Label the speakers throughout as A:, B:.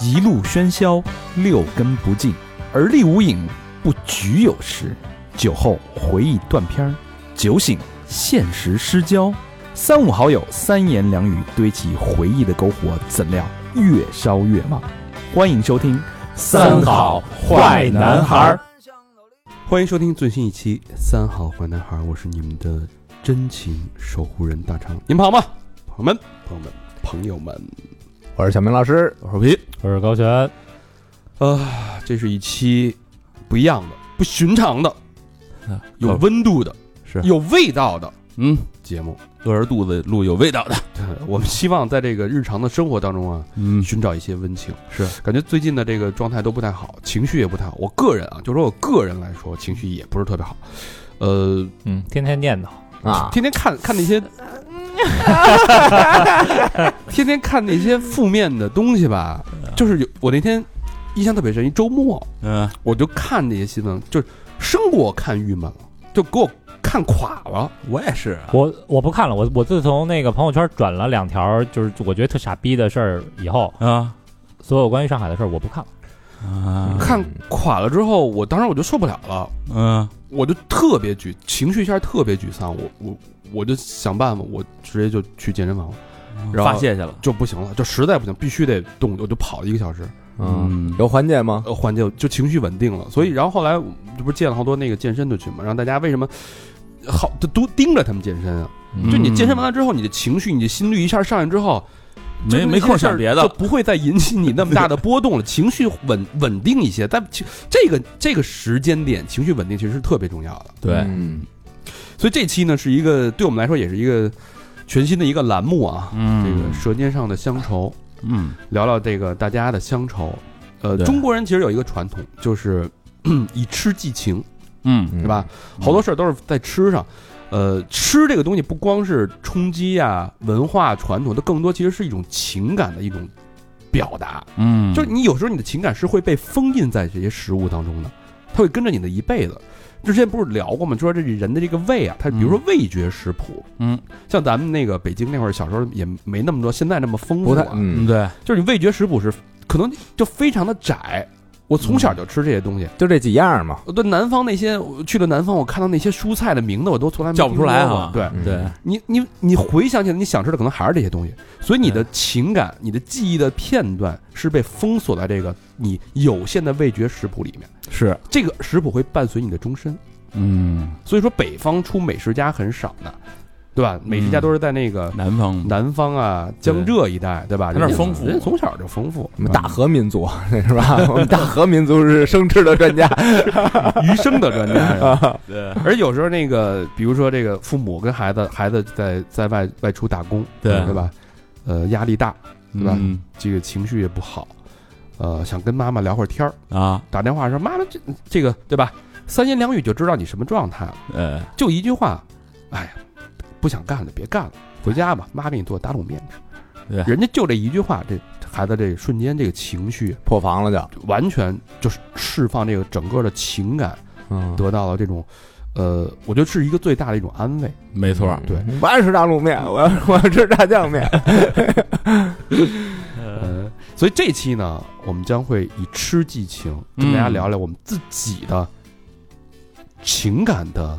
A: 一路喧嚣，六根不净，而立无影，不局有时。酒后回忆断片儿，酒醒现实失焦。三五好友，三言两语堆起回忆的篝火，怎料越烧越旺。欢迎收听《
B: 。欢迎收听最新一期《三好坏男孩》，我是你们的真情守护人大肠，你们好吗？朋友们，朋友们，朋友们，
C: 我是小明老师，
B: 我是皮
D: 我是高璇，
B: 啊，这是一期不一样的、不寻常的、有温度的、
C: 是
B: 有味道的，啊嗯，节目饿着肚子录有味道的。对，我们希望在这个日常的生活当中啊，
D: 嗯，
B: 寻找一些温情。
C: 是，
B: 感觉最近的这个状态都不太好，情绪也不太好。我个人啊，就说我个人来说，情绪也不是特别好。呃，
D: 嗯，天天念叨，
C: 啊，
B: 天天看看 那些，天天看那些负面的东西吧。
E: 嗯
B: 就是有我那天印象特别深，一周末
D: 嗯，
B: 我就看那些新闻，就是生给我看郁闷了，就给我看垮了。
E: 我也是啊，
D: 我我不看了，我我自从那个朋友圈转了两条，就是我觉得特傻逼的事儿以后，
E: 啊
D: 所有关于上海的事儿我不看了。
E: 啊
B: 看垮了之后，我当时我就受不了了，
E: 嗯
B: 我就特别沮，情绪一下特别沮丧。我我我就想办法，我直接就去健身房了，然后
E: 嗯发泄去了，
B: 就不行了，就实在不行，必须得动，我就跑一个小时。
C: 嗯，有缓解吗？
B: 呃缓解，就情绪稳定了。
E: 嗯
B: 所以，然后后来我这不是建了好多那个健身的群嘛，让大家为什么好就都盯着他们健身啊？
E: 嗯
B: 就你健身完了之后，你的情绪、你的心率一下上来之后，就
E: 没
B: 那
E: 没
B: 些
E: 空
B: 事儿
E: 想别
B: 就
E: 的，
B: 不会再引起你那么大的波动了。情绪稳稳定一些，但其这个这个时间点，情绪稳定其实是特别重要的。
E: 对
C: 嗯
B: 所以这期呢，是一个对我们来说也是一个全新的一个栏目啊，
E: 嗯
B: 这个《舌尖上的乡愁》。
E: 嗯
B: 聊聊这个大家的乡愁。呃，
E: 对
B: 中国人其实有一个传统，就是 以吃寄情，
E: 嗯
C: 嗯
B: 是吧？好多事儿都是在吃上。呃，吃这个东西不光是冲击啊、文化传统，它更多其实是一种情感的一种表达。
E: 嗯
B: 就是你有时候你的情感是会被封印在这些食物当中的，它会跟着你的一辈子。之前不是聊过吗？就说这人的这个胃啊，它比如
C: 嗯
B: 说味觉食谱，
E: 嗯
B: 像咱们那个北京那会儿小时候也没那么多，现在那么丰富、
C: 不
B: 啊，
C: 太，嗯，
E: 对，
B: 就是你味觉食谱是可能就非常的窄。我从小就吃这些东
E: 嗯
B: 西，
C: 就这几样嘛，
B: 我对南方那些我去了南方，我看到那些蔬菜的名字我都从来没
E: 叫不出来啊
B: 听说过对
C: 嗯
E: 对，
B: 你，你你回想起来，你想吃的可能还是这些东西，所以你
E: 嗯
B: 的情感、你的记忆的片段是被封锁在这个你有限的味觉食谱里面，
E: 是
B: 这个食谱会伴随你的终身。
E: 嗯
B: 所以说，北方出美食家很少的，
E: 嗯
B: 对吧？美食家都是在那个
E: 南方
B: 南方啊、江浙一带，对吧？
E: 它那儿
B: 人家
E: 丰富嗯
B: 人家从小就丰富。
C: 我们大和民族 那是吧？我们大和民族是生吃的 专家，
B: 余生的专家是吧。
E: 对
B: 啊而有时候那个，比如说这个父母跟孩子，孩子在在外外出打工，
E: 对
B: 对吧？呃，压力大，对吧
E: 嗯
B: 这个情绪也不好，呃，想跟妈妈聊会儿天儿，
E: 啊
B: 打电话说妈妈这这个对吧？三言两语就知道你什么状态了，
E: 呃
B: 就一句话，哎呀，不想干了，别干了，回家吧，妈给你做打卤面吃。
E: 对
B: 人家就这一句话，这孩子这瞬间这个情绪
C: 破防了就，
B: 完全就是释放这个整个的情感
C: 嗯，
B: 得到了这种，呃，我觉得是一个最大的一种安慰。
E: 没错，
B: 对
C: 我爱吃大卤面，我要 我要吃炸酱面，
B: 嗯，所以这期呢，我们将会以吃寄情，跟大家
E: 嗯
B: 聊聊我们自己的情感的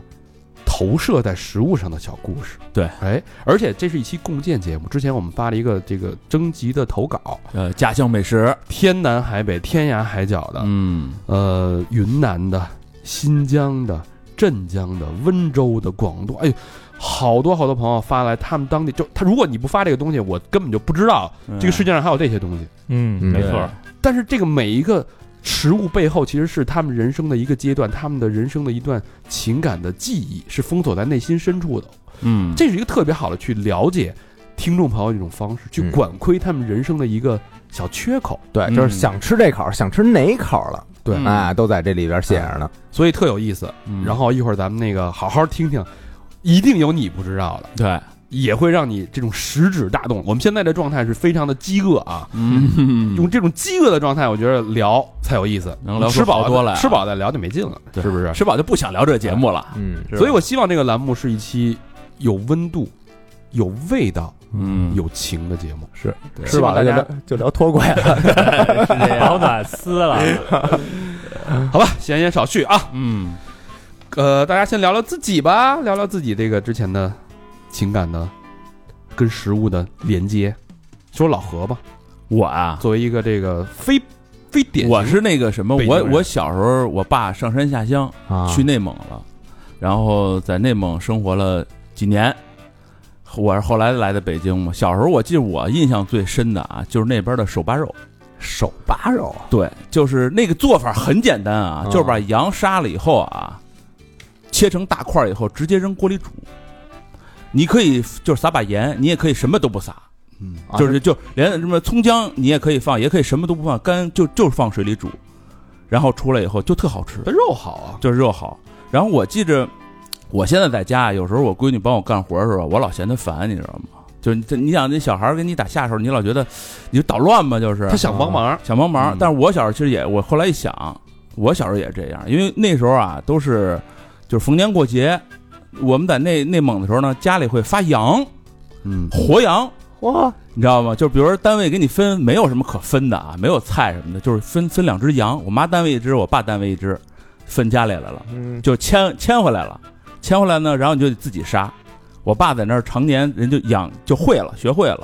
B: 投射在食物上的小故事。
E: 对，
B: 哎，而且这是一期共建节目，之前我们发了一个这个征集的投稿，
E: 呃家乡美食，
B: 天南海北、天涯海角的，
E: 嗯
B: 呃，云南的、新疆的、镇江的、温州的、广东，哎呦，好多好多朋友发来他们当地，就他如果你不发这个东西，我根本就不知道
E: 嗯
B: 这个世界上还有这些东西。
D: 嗯
C: 嗯
D: 没错，
B: 但是这个每一个食物背后，其实是他们人生的一个阶段，他们的人生的一段情感的记忆，是封锁在内心深处的。
E: 嗯
B: 这是一个特别好的去了解听众朋友的一种方式，去
C: 嗯
B: 管窥他们人生的一个小缺口，
C: 对，
E: 嗯
C: 就是想吃这口，想吃哪口了，
B: 对
E: 嗯
C: 哎，都在这里边写着呢，
B: 所以特有意思。然后一会儿咱们那个好好听听，一定有你不知道的。
E: 对
B: 也会让你这种食指大动。我们现在的状态是非常的饥饿啊，
E: 嗯
B: 用这种饥饿的状态，我觉得聊才有意思，
E: 能聊出
B: 吃饱
E: 好多来啊
B: 吃饱再聊就没劲了，
E: 对
B: 是不是？
E: 吃饱就不想聊这节目了，
C: 嗯，
B: 所以我希望这个栏目是一期有温度、有味道、
E: 嗯，
B: 有情的节目。
C: 是
E: 对
C: 吃饱了
B: 希望大
C: 就
B: 家
C: 聊就聊脱轨了，
D: 保暖丝了，
B: 好吧，闲言少叙啊。
E: 嗯，
B: 呃，大家先聊聊自己吧，聊聊自己这个之前的情感的跟食物的连接。说老何吧，
E: 我啊，
B: 作为一个这个非非典型
E: 我是那个什么，
B: 北京
E: 我
B: 人
E: 我小时候，我爸上山下乡
D: 啊
E: 去内蒙了，然后在内蒙生活了几年。我是后来来的北京嘛，小时候我记得我印象最深的啊，就是那边的手扒肉。
C: 手扒肉啊，
E: 对，就是那个做法很简单啊，
D: 嗯
E: 就是把羊杀了以后啊，切成大块儿以后，直接扔锅里煮。你可以就是撒把盐，你也可以什么都不撒，
B: 嗯，
C: 啊
E: 就是就连什么葱姜你也可以放，也可以什么都不放，干就就是放水里煮，然后出来以后就特好吃，
B: 肉好啊，
E: 就是肉好。然后我记着，我现在在家，啊有时候我闺女帮我干活的时候，我老嫌她烦，你知道吗？就是你这你想那小孩儿给你打下手，你老觉得你就捣乱吧，就是
B: 他想帮忙，
E: 想帮忙
B: 嗯。
E: 但是我小时候其实也，我后来一想，我小时候也这样，因为那时候啊都是就是逢年过节，我们在内内蒙的时候呢，家里会发羊，
B: 嗯，
E: 活羊。
C: 哇，
E: 你知道吗？就比如说单位给你分，没有什么可分的啊，没有菜什么的，就是分分两只羊，我妈单位一只，我爸单位一只，分家里来了，
C: 嗯，
E: 就牵牵回来了，牵回来呢，然后你就得自己杀。我爸在那儿常年人就养就会了，学会了。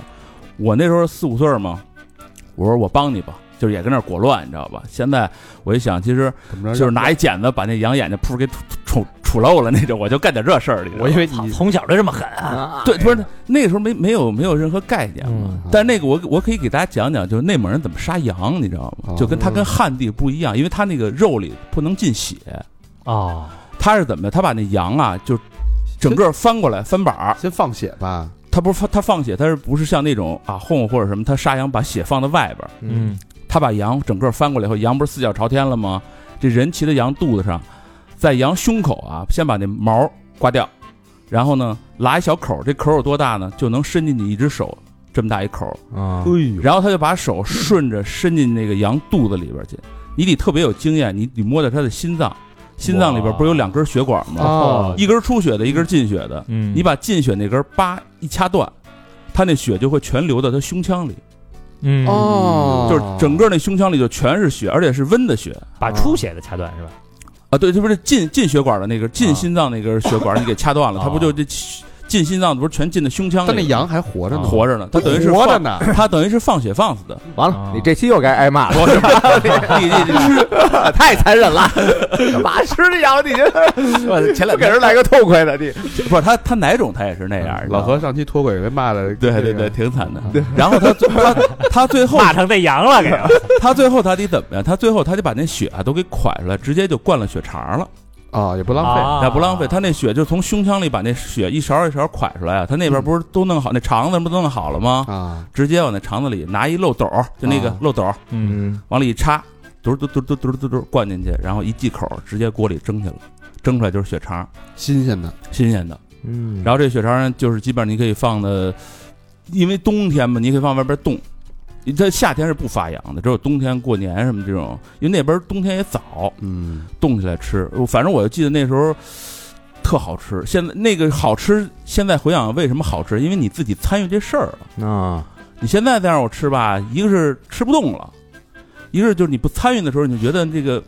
E: 我那时候四五岁儿嘛，我说我帮你吧，就是也跟那儿裹乱，你知道吧？现在我一想，其实
B: 怎么着？
E: 就是拿一剪子把那羊眼睛扑给杵杵杵漏了那种，我就干点这事儿，你知道吗
B: 我以为
D: 操
B: 你
D: 从小就这么狠啊，
C: 啊
E: 对，不是那个时候没没有没有任何概念嘛。
D: 嗯
E: 但那个我我可以给大家讲讲，就是内蒙人怎么杀羊，你知道吗
B: 哦？
E: 就跟他跟汉地不一样，因为他那个肉里不能进血，
D: 哦，
E: 他是怎么的？他把那羊啊，就整个翻过来翻板儿，
B: 先放血吧，
E: 他不是放他放血，他是不是像那种啊哄或者什么？他杀羊把血放在外边儿，
C: 嗯，
E: 他把羊整个翻过来以后，羊不是四脚朝天了吗？这人骑在羊肚子上，在羊胸口啊，先把那毛刮掉，然后呢拉一小口儿，这口儿有多大呢？就能伸进去一只手这么大一口儿，
D: 啊
C: 嗯
B: 哎呦，
E: 然后他就把手顺着伸进那个羊肚子里边去。你得特别有经验，你得摸到他的心脏，心脏里边不是有两根血管吗？
B: 哦
E: 一根出血的，一根进血的。
D: 嗯，
E: 你把进血那根叭一掐断，他那血就会全流到他胸腔里，
D: 嗯
B: 哦，
E: 就是整个那胸腔里就全是血，而且是温的血
D: 把出血的掐断是吧？
E: 啊！对，这不是进进血管的那根进心脏那根血管，你给掐断了，他不就这进心脏不是全进的胸腔
B: 但那
E: 里？
B: 羊还活着呢，
E: 活着呢，他等于是
B: 嗯活着
E: 放
B: 呢，
E: 他等于是放血放死的。
C: 完
D: 啊
C: 了，你这期又该挨骂了，
E: 我是 你你你吃
C: 太残 忍了，干嘛吃这羊？你这
E: 前两
C: 不给
E: 天
C: 人来个痛快的，你
E: 不是他他哪种他也是那样。
B: 哎老何上期脱轨被骂的，
E: 对对对，，挺惨的。然后他最他他最后
D: 骂成这羊了，给人
E: 他最后他得怎么样？他最后他得把那血啊都给蒯出来，直接就灌了血肠了。
B: 啊，也不浪费，
E: 那不
D: 哦
E: 浪费，他那血就从胸腔里把那血一勺一勺蒯出来啊。他那边不是都弄好，那肠子不都弄好了吗？
B: 啊，
E: 直接往那肠子里拿一漏斗，就那个
B: 啊
E: 漏斗
D: 嗯，
E: 往里一插，嘟嘟嘟嘟嘟嘟嘟灌进去，然后一忌口，直接锅里蒸去了，蒸出来就是血肠，
B: 新鲜的，
E: 新鲜的。
C: 嗯
E: 然后这血肠就是基本上你可以放的，因为冬天嘛，你可以放外边冻。它夏天是不发痒的，只有冬天、过年什么这种，因为那边冬天也早，
B: 嗯，
E: 冻起来吃。我反正我就记得那时候特好吃。现在那个好吃，现在回想为什么好吃，因为你自己参与这事儿了。
C: 啊，
E: 你现在再让我吃吧，一个是吃不动了，一个是就是你不参与的时候，你就觉得这个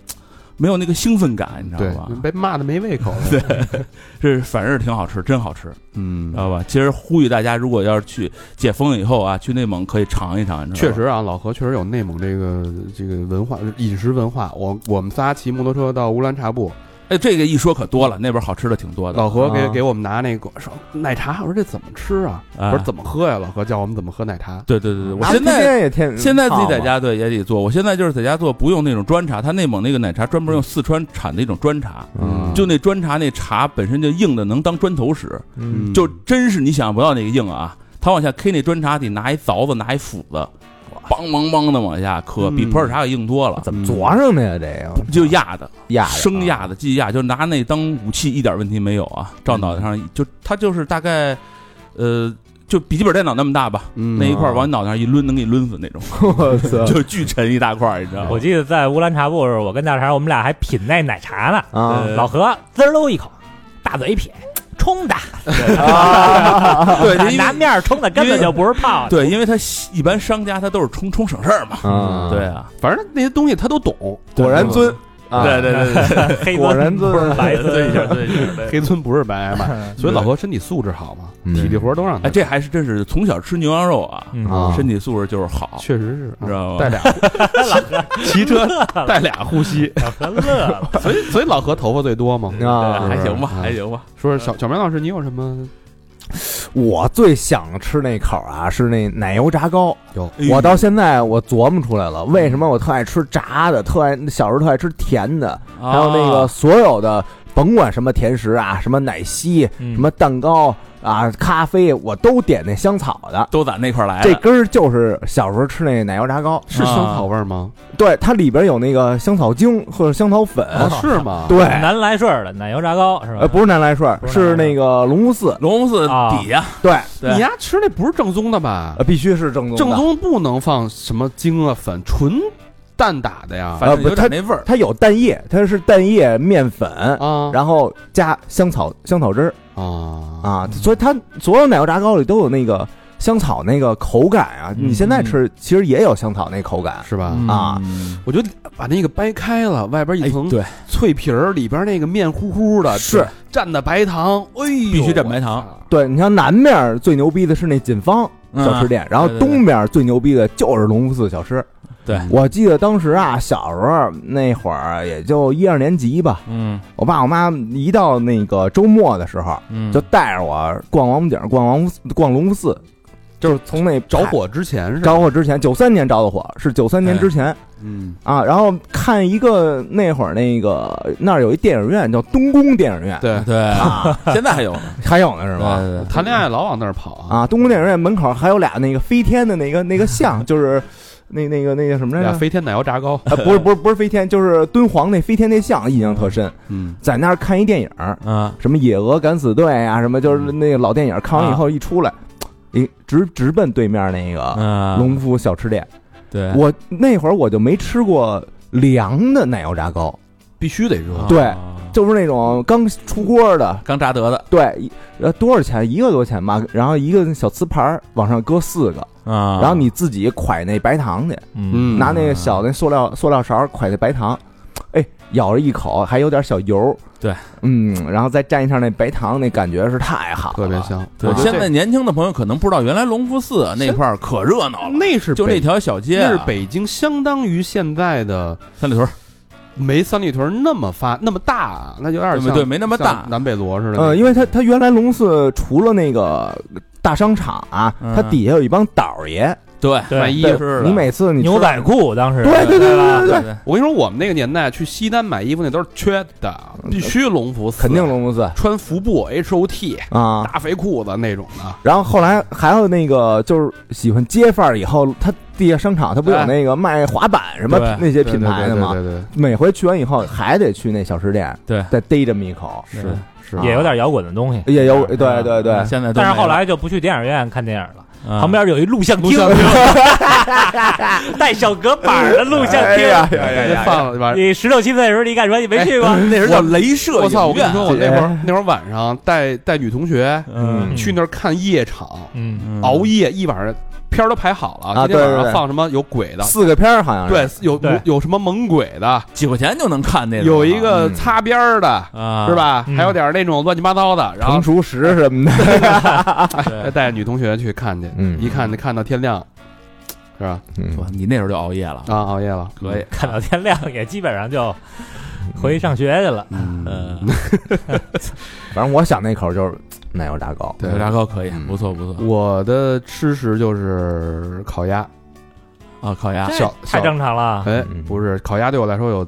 E: 没有那个兴奋感，你知
B: 对
E: 道吧，？
B: 被骂的没胃口了，对，
E: 这反正是挺好吃，真好吃，
B: 嗯
E: 知，道吧？其实呼吁大家，如果要是去解封以后啊，去内蒙可以尝一尝，你知道
B: 确
E: 吧
B: 实啊，老何确实有内蒙这个这个文化饮食文化。我我们仨骑摩托车到乌兰察布，
E: 哎，这个一说可多了，那边好吃的挺多的。
B: 老何给、
C: 啊
B: 给我们拿那个说奶茶，我说这怎么吃啊？
E: 啊
B: 我说怎么喝呀、老何教我们怎么喝奶茶。
E: 对对对对，我
C: 啊
E: 现在
C: 天天也天
E: 现在自己在家对也得做，我现在就是在家做，不用那种砖茶，他内蒙那个奶茶专门用四川产的一种砖茶，
B: 嗯
E: 就那砖茶那茶本身就硬的能当砖头使，
C: 嗯
E: 就真是你想不到那个硬啊，他往下 K 那砖茶得拿一凿子拿一斧子，梆梆梆的往下磕，
B: 嗯
E: 比普洱茶可硬多了，
C: 怎么啄上的呀？这个
E: 就压的
C: 压啊着
E: 生嗯压的即压，就拿那当武器一点问题没有啊，照脑袋上就他就是大概，呃。就笔记本电脑那么大吧，
B: 嗯
E: 那一块儿往你脑袋上一抡，能给你抡死那种，
C: 我操
E: 就巨沉一大块儿，你知道吗？
D: 我记得在乌兰察布的时候，我跟大肠，我们俩还品那奶茶呢。
C: 啊
D: 老何滋儿喽一口，大嘴一撇，冲的，
E: 对，因为
D: 拿面儿冲的根本就不是泡的。
E: 对，因为他一般商家他都是冲冲省事儿嘛。
C: 啊，
E: 对，啊，
B: 反正那些东西他都懂。
C: 果然尊啊，
E: 对对对对，
D: 黑
C: 果然
D: 尊不是
C: 尊
D: 白
E: 对一下
D: 尊，
E: 对一下。对
B: 黑村不是白挨骂，所以老何身体素质好嘛，
C: 嗯
B: 体力活都让他
E: 哎，。这还是真是从小吃牛羊肉啊，
D: 嗯
C: 啊，
E: 身体素质就是好，
B: 确实是，
E: 你知道吗
B: 带俩骑车带俩护膝，
D: 老何乐了。
B: 啊所以所以老何头发最多嘛。
C: 啊，
E: 还行吧，
C: 啊
E: 还行吧。
B: 说是小小明老师，你有什么？
C: 我最想吃那口啊，是那奶油炸糕。
B: 有
E: 哎
C: 我到现在我琢磨出来了，为什么我特爱吃炸的，特爱小时候特爱吃甜的，
E: 啊
C: 还有那个所有的，甭管什么甜食啊，什么奶昔、
E: 嗯
D: 什
C: 什么蛋糕啊、咖啡，我都点那香草的。
E: 都在那块儿来
C: 这
E: 的，
C: 根儿就是小时候吃那奶油炸糕，
B: 是香草味儿吗？
C: 对，它里边有那个香草精或者香草粉，
B: 啊是吗？
C: 哎对，
D: 南来顺儿的奶油炸糕是吧？
C: 呃，不是南来顺，
D: 不是南
C: 是
D: 来顺
C: 那个龙福寺，
E: 龙寺
C: 啊
E: 底下
C: 对，
E: 对
B: 你丫吃那不是正宗的吧
C: 呃，？必须是正宗的，
B: 正宗不能放什么精啊粉，纯蛋打的呀。
E: 反正有点那味儿。
C: 它有蛋液，它是蛋液面粉，
B: 啊
C: 然后加香草香草汁儿
B: 啊
C: 啊，
D: 嗯
C: 所以它所有奶油炸糕里都有那个香草那个口感啊。
D: 嗯
C: 你现在吃其实也有香草那口感，
B: 是吧？
C: 啊
E: 嗯
B: 我就把那个掰开了，外边一
E: 哎，
B: 层
E: 对，
B: 脆皮儿，里边那个面糊糊的，
C: 是
B: 蘸的白糖，哎呦，
E: 必须蘸白糖
B: 我操。
C: 对你像南面儿最牛逼的是那锦芳
E: 嗯
C: 小吃店，然后
E: 对对对
C: 东面儿最牛逼的就是龙福寺小吃。
E: 对
D: 嗯
C: 我记得当时啊，小时候那会儿啊也就一二年级吧，
E: 嗯
C: 我爸我妈一到那个周末的时候，
E: 嗯
C: 就带着我逛王府井、逛王府逛龙福寺，就是从那
B: 着火之前是吧？
C: 着火之前，九三年着的火，是九三年之前、
B: 嗯，
C: 啊。然后看一个那会儿那个那儿有一电影院叫东宫电影院，
B: 对，
E: 对，
C: 啊，
E: 现在还有
C: 还有呢是吗？
E: 吧？
B: 谈恋爱老往那儿跑啊，
C: 啊，东宫电影院门口还有俩那个飞天的那个那个像，就是那那个那个什么来
B: 俩
C: 着？
B: 飞天奶油炸糕，
C: 啊，不是不是不是飞天，就是敦煌那飞天那像，印象特深。
E: 嗯
C: 在那儿看一电影，
E: 啊，
C: 什么《野鹅敢死队》啊，什么就是那个老电影，看完以后一出来，一直直奔对面那
D: 啊
C: 个
E: 嗯
C: 农夫小吃店。
D: 哎
E: 对，
C: 我那会儿我就没吃过凉的奶油炸糕，
B: 必须得热。
C: 对
E: 啊
C: 就是那种刚出锅的，
E: 刚炸得的
C: 对，一呃多少钱？一个多钱吧，然后一个小瓷盘儿往上搁四个，
E: 啊
C: 然后你自己蒯那白糖去，
D: 嗯，
C: 拿那个小那塑料塑料勺蒯那白糖，哎，咬着一口还有点小油，
E: 对，
C: 嗯，然后再蘸一下那白糖，那感觉是太好了，
B: 特别香。
E: 对
B: 我觉得
E: 现在年轻的朋友可能不知道，原来隆福寺那块儿可热闹了，
B: 那是
E: 就那
B: 北，
E: 条小街啊，
B: 那是北京相当于现在的
E: 三里屯儿，
B: 没三里屯那么发那么大，啊那就有点
E: 对
B: 像
E: 对，没那么
B: 像
E: 大，
B: 南北罗似的。
C: 呃，因为它它原来龙寺除了那个大商场啊，
E: 嗯
C: 它底下有一帮倒儿爷
E: 对，
D: 对
B: 卖衣
C: 对
B: 服
E: 服是的啊
C: 你每次你
D: 牛
C: 吃
D: 仔裤当时
C: 对对对对
D: 吧
C: 对对，
E: 对，
B: 我跟你说，我们那个年代去西单买衣服那都是缺的，必须龙服，
C: 肯定龙福寺
B: 穿服部 H O T
C: 啊。
B: 大肥裤子那种的。
C: 然后后来还有那个就是喜欢街范儿，以后它地下商场它不有
B: 哎
C: 那个卖滑板什么
E: 对
C: 那些品牌的吗？
B: 对对对
C: 每回去完以后还得去那小吃店，
E: 对
C: 再逮这么一口，
D: 是
E: 是
B: 是
C: 啊
D: 也有点摇滚的东西，
C: 也有对对对，
E: 嗯现在都
D: 但是
E: 没了
D: 后来就不去电影院看电影了，
E: 啊
D: 旁边有一录像厅，带小隔板的录像厅。
B: 那放了吧。
D: 你十六七岁的时候，你敢说你没 去过？
E: 那是叫镭射
B: 我操！我
E: 影
B: 跟
E: 院
B: 你说，我那会儿那会儿晚上带带女同学
E: 嗯
B: 去那儿看夜场，
D: 嗯，
E: 嗯
B: 熬夜一晚上，片儿都排好了，
C: 啊
B: 今天晚
C: 对对
B: 上
C: 对
B: 放什么有鬼的，
C: 四个片儿好像是
B: 对，有
D: 对
B: 有什么猛鬼的，
E: 几块钱就能看那种
B: 有一个
C: 嗯
B: 擦边儿的，
E: 啊，
B: 是？吧？
D: 嗯
B: 还有点那种乱七八糟的，然后
C: 成熟食什么的，
B: 哎带女同学去看去，
C: 嗯
B: 一看就看到天亮，是吧？
C: 嗯
E: 哇你那时候就熬夜了，
B: 啊，熬夜了，
E: 可以，
D: 看到天亮也基本上就回去上学去了。
E: 嗯，
C: 反正我想那口就是奶油炸糕，
B: 对
E: 油炸糕可以，
C: 嗯
E: 不错不错
B: 我的吃食就是烤鸭，
E: 啊，烤鸭
D: 这
B: 小
D: 太
B: 小
D: 正常
E: 啊
D: 了，
B: 哎
C: 嗯，
B: 不是烤鸭对我来说有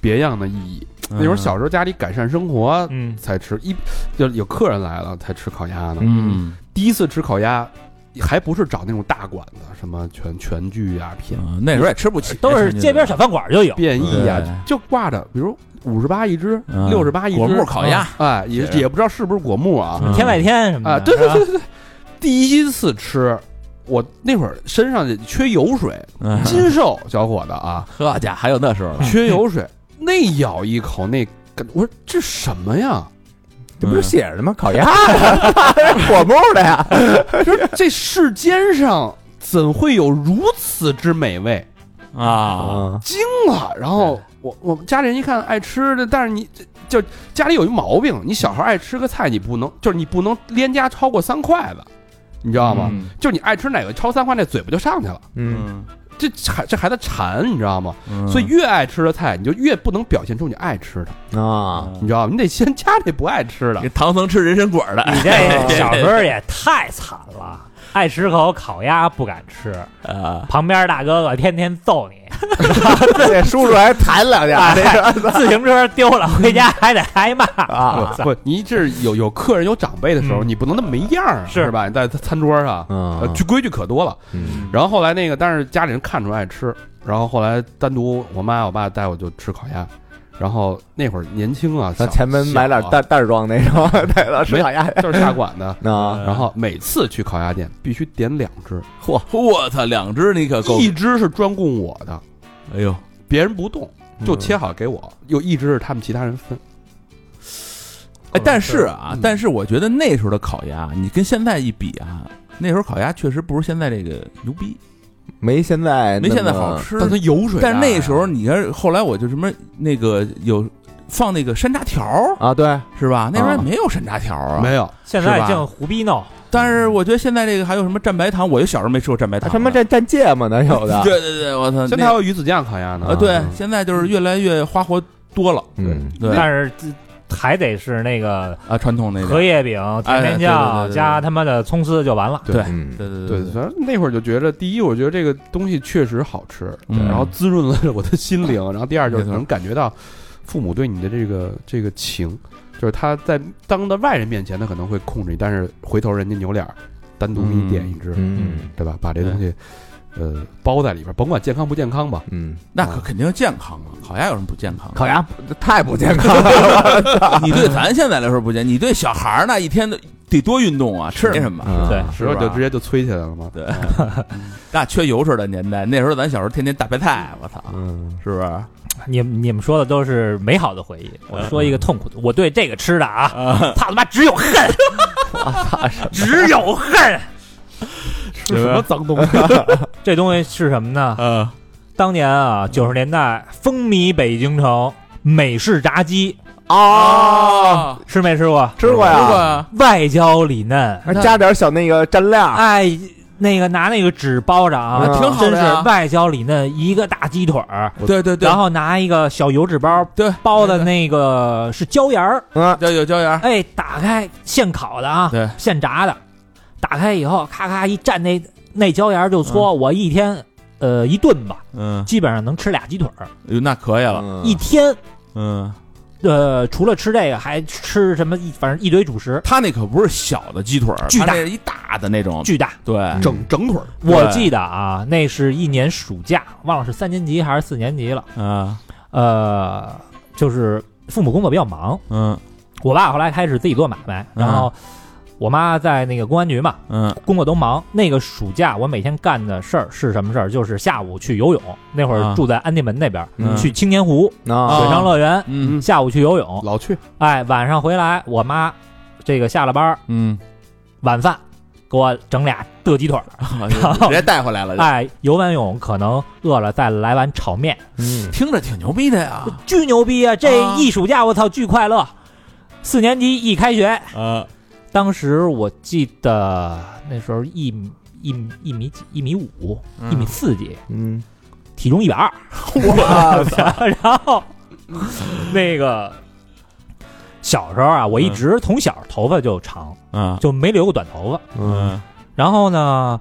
B: 别样的意义。
E: 嗯
B: 那时候小时候家里改善生活
D: 嗯，
B: 才吃，一就有客人来了才吃烤鸭呢。
E: 嗯，
B: 第一次吃烤鸭，还不是找那种大馆子，什么全全聚呀、品
E: 嗯那时候也吃不起，
D: 都是街边小饭馆就有。
B: 变异呀、
E: 对
B: 就挂着，比如五十八一只，
E: 嗯
B: 六十八一只
E: 果木烤鸭，
B: 哎，也
E: 是
B: 也不知道是不是果木啊
E: 嗯
D: 天外天什么的
B: 啊！对对
D: 是吧
B: 对对对，第一次吃。我那会儿身上缺油水，
E: 嗯，
B: 金瘦小伙子啊，
E: 呵家还有那时候了，
B: 缺油水，那咬一口那感，我说这什么呀？
C: 这不就写着呢吗？烤鸭， 火冒的呀，
B: 就是这世间上怎会有如此之美味？
E: 啊，
B: 惊了。嗯然后我我们家里人一看爱吃的，但是你就家里有一毛病，你小孩爱吃个菜，你不能就是你不能连加超过三筷子，你知道吗？
C: 嗯
B: 就是你爱吃哪个超三筷，那嘴巴就上去了。
C: 嗯，
B: 这孩这孩子馋，你知道吗？
E: 嗯
B: 所以越爱吃的菜，你就越不能表现出你爱吃 它，
C: 啊，
B: 你知道吗？你得先 家里不爱吃的
E: 嗯给，唐僧吃人参果的，
D: 你这小时候也太惨了，爱吃口烤鸭不敢吃，
B: 嗯
E: 啊，
D: 旁边大哥哥天天揍你，
C: 这叔叔还弹两下，这 是
D: 自行车丢了回家还得挨骂。
C: 啊，
B: 不，你这是有有客人有长辈的时候，
D: 嗯
B: 你不能那么没样儿啊，
D: 是
B: 吧？你在餐桌上，呃，
C: 嗯
B: 就规矩可多了。
C: 嗯
B: 然后后来那个，但是家里人看出来爱吃，然后后来单独我妈我爸带我就吃烤鸭，然后那会儿年轻啊，
C: 咱
B: 小
C: 前门买点
B: 小啊
C: 袋袋装那种， 带到水烤鸭 去。
B: 就是下 馆的
C: 啊，
D: 嗯
B: 然后每次去烤鸭店必须点两只，
E: 嚯，我操，两只你可够，
B: 一只是专供我的，
E: 哎呦，
B: 别人不动，就切好给我；有一只是他们其他人分。
E: 哎，但是啊
B: 嗯，
E: 但是我觉得那时候的烤鸭，你跟现在一比啊，那时候烤鸭确实不如现在这个牛逼，
C: 没现在
E: 没现在
C: 那么
E: 好吃，
B: 但它油水大
E: 但
B: 呀，
E: 是那时候你看，后来我就什么那个有放那个山楂条儿
C: 啊，对，
E: 是吧？那时候
C: 啊
E: 也没有山楂条儿啊。
B: 没有
D: 现在净胡逼弄，
E: 但是我觉得现在这个还有什么蘸白糖，我就小时候没吃过蘸
B: 啊
E: 白糖。啊
C: 什么蘸蘸芥末呢，有 的，
E: 对对对，我操！
B: 现
E: 啊
B: 在
E: 那
B: 还有鱼子酱烤鸭呢
E: 啊，。对
C: 嗯，
E: 现在就是越来越花活多了。
C: 嗯，
E: 对
D: 但是这还得是那个
E: 啊，传统那
D: 荷
E: 个。
D: 叶饼、甜
E: 哎对对对
D: 面
E: 对
D: 酱
E: 对
D: 加他妈的葱丝就完了。
E: 对
C: 嗯
E: 对对
B: 对，
E: 对，
B: 反正那会儿就觉着，第一，我觉得这个东西确实好吃，
E: 嗯
B: 然后滋润了我的心灵；然后第二，就是
E: 没错
B: 能感觉到父母对你的这个这个情，就是他在当着外人面前，他可能会控制你，但是回头人家扭脸儿，单独给你点一只，
C: 嗯
B: 对吧？把这东西呃包在里边，甭管健康不健康吧，
C: 嗯，
E: 那可肯定健康啊！烤鸭有什么不健康？啊
C: 烤鸭不太不健康了，
E: 你对咱现在来说不健，你对小孩儿那一天都得多运动啊，吃点什么？
C: 嗯
D: 对
B: 时候
E: 吧
B: 就直接就催起来了嘛。
E: 对，那缺油水的年代，那时候咱小时候天天大白菜，我操，
C: 嗯
E: 是不是？
D: 你们你们说的都是美好的回忆，我说一个痛苦的。我对这个吃的啊，操他妈只有恨，只有恨。
B: 吃什么脏东西？
D: 这东西是什么呢？
E: 嗯，
D: 当年啊，九十年代风靡北京城，美式炸鸡
C: 啊，
D: 吃没吃过？
C: 吃过
E: 吃过
C: 呀，
E: 哦啊，
D: 外焦里嫩，
C: 还加点小那个蘸料，
D: 哎，那个拿那个纸包着啊，
C: 啊嗯
E: 挺好
D: 真
E: 的呀
D: 是外焦里嫩，一个大鸡腿儿，
E: 对对对，
D: 然后拿一个小油纸包
E: 对
D: 包的那个是椒盐儿，
C: 嗯
E: 要有椒盐儿，
D: 哎，打开现烤的啊，
E: 对，
D: 现炸的，打开以后咔咔一蘸那那椒盐儿就搓，我一天呃一顿吧，
E: 嗯，
D: 基本上能吃俩鸡腿儿，
E: 哎呦那可以了，
C: 嗯
D: 一天。
E: 嗯，
D: 呃，除了吃这个，还吃什么一？反正一堆主食，
E: 他那可不是小的鸡腿儿，
D: 巨
E: 他
D: 大
E: 那是一大的那种，
D: 巨大。
E: 对，
C: 嗯
B: 整整腿儿，
D: 我记得啊，那是一年暑假，忘了是三年级还是四年级了。
E: 啊，
D: 呃，就是父母工作比较忙，
E: 嗯
D: 我爸后来开始自己做买卖，
E: 嗯
D: 然后我妈在那个公安局嘛，
E: 嗯
D: 工作都忙。那个暑假我每天干的事儿是什么事儿？就是下午去游泳，那会
E: 啊
D: 儿住在安定门那边，
E: 嗯
D: 去青年湖
C: 啊
D: 水上乐园，
E: 嗯
D: 下午去游泳，
B: 老去
D: 哎，晚上回来我妈这个下了班儿
E: 嗯，
D: 晚饭给我整俩炖鸡腿儿，
E: 直接带回来了，
D: 哎，游完泳可能饿了再来碗炒面，
C: 嗯
E: 听着挺牛逼的呀，
D: 巨牛逼啊！
E: 啊
D: 这一暑假我操巨快乐，四年级一开学，
E: 啊，
D: 当时我记得那时候一米一米一米几一米五
E: 嗯
D: 一米四几，
C: 嗯，
D: 体重一百二，
C: 我操，
D: 然后那个小时候啊，我一直从小头发就长，
E: 嗯
D: 就没留过短头发。
C: 嗯
D: 然后呢，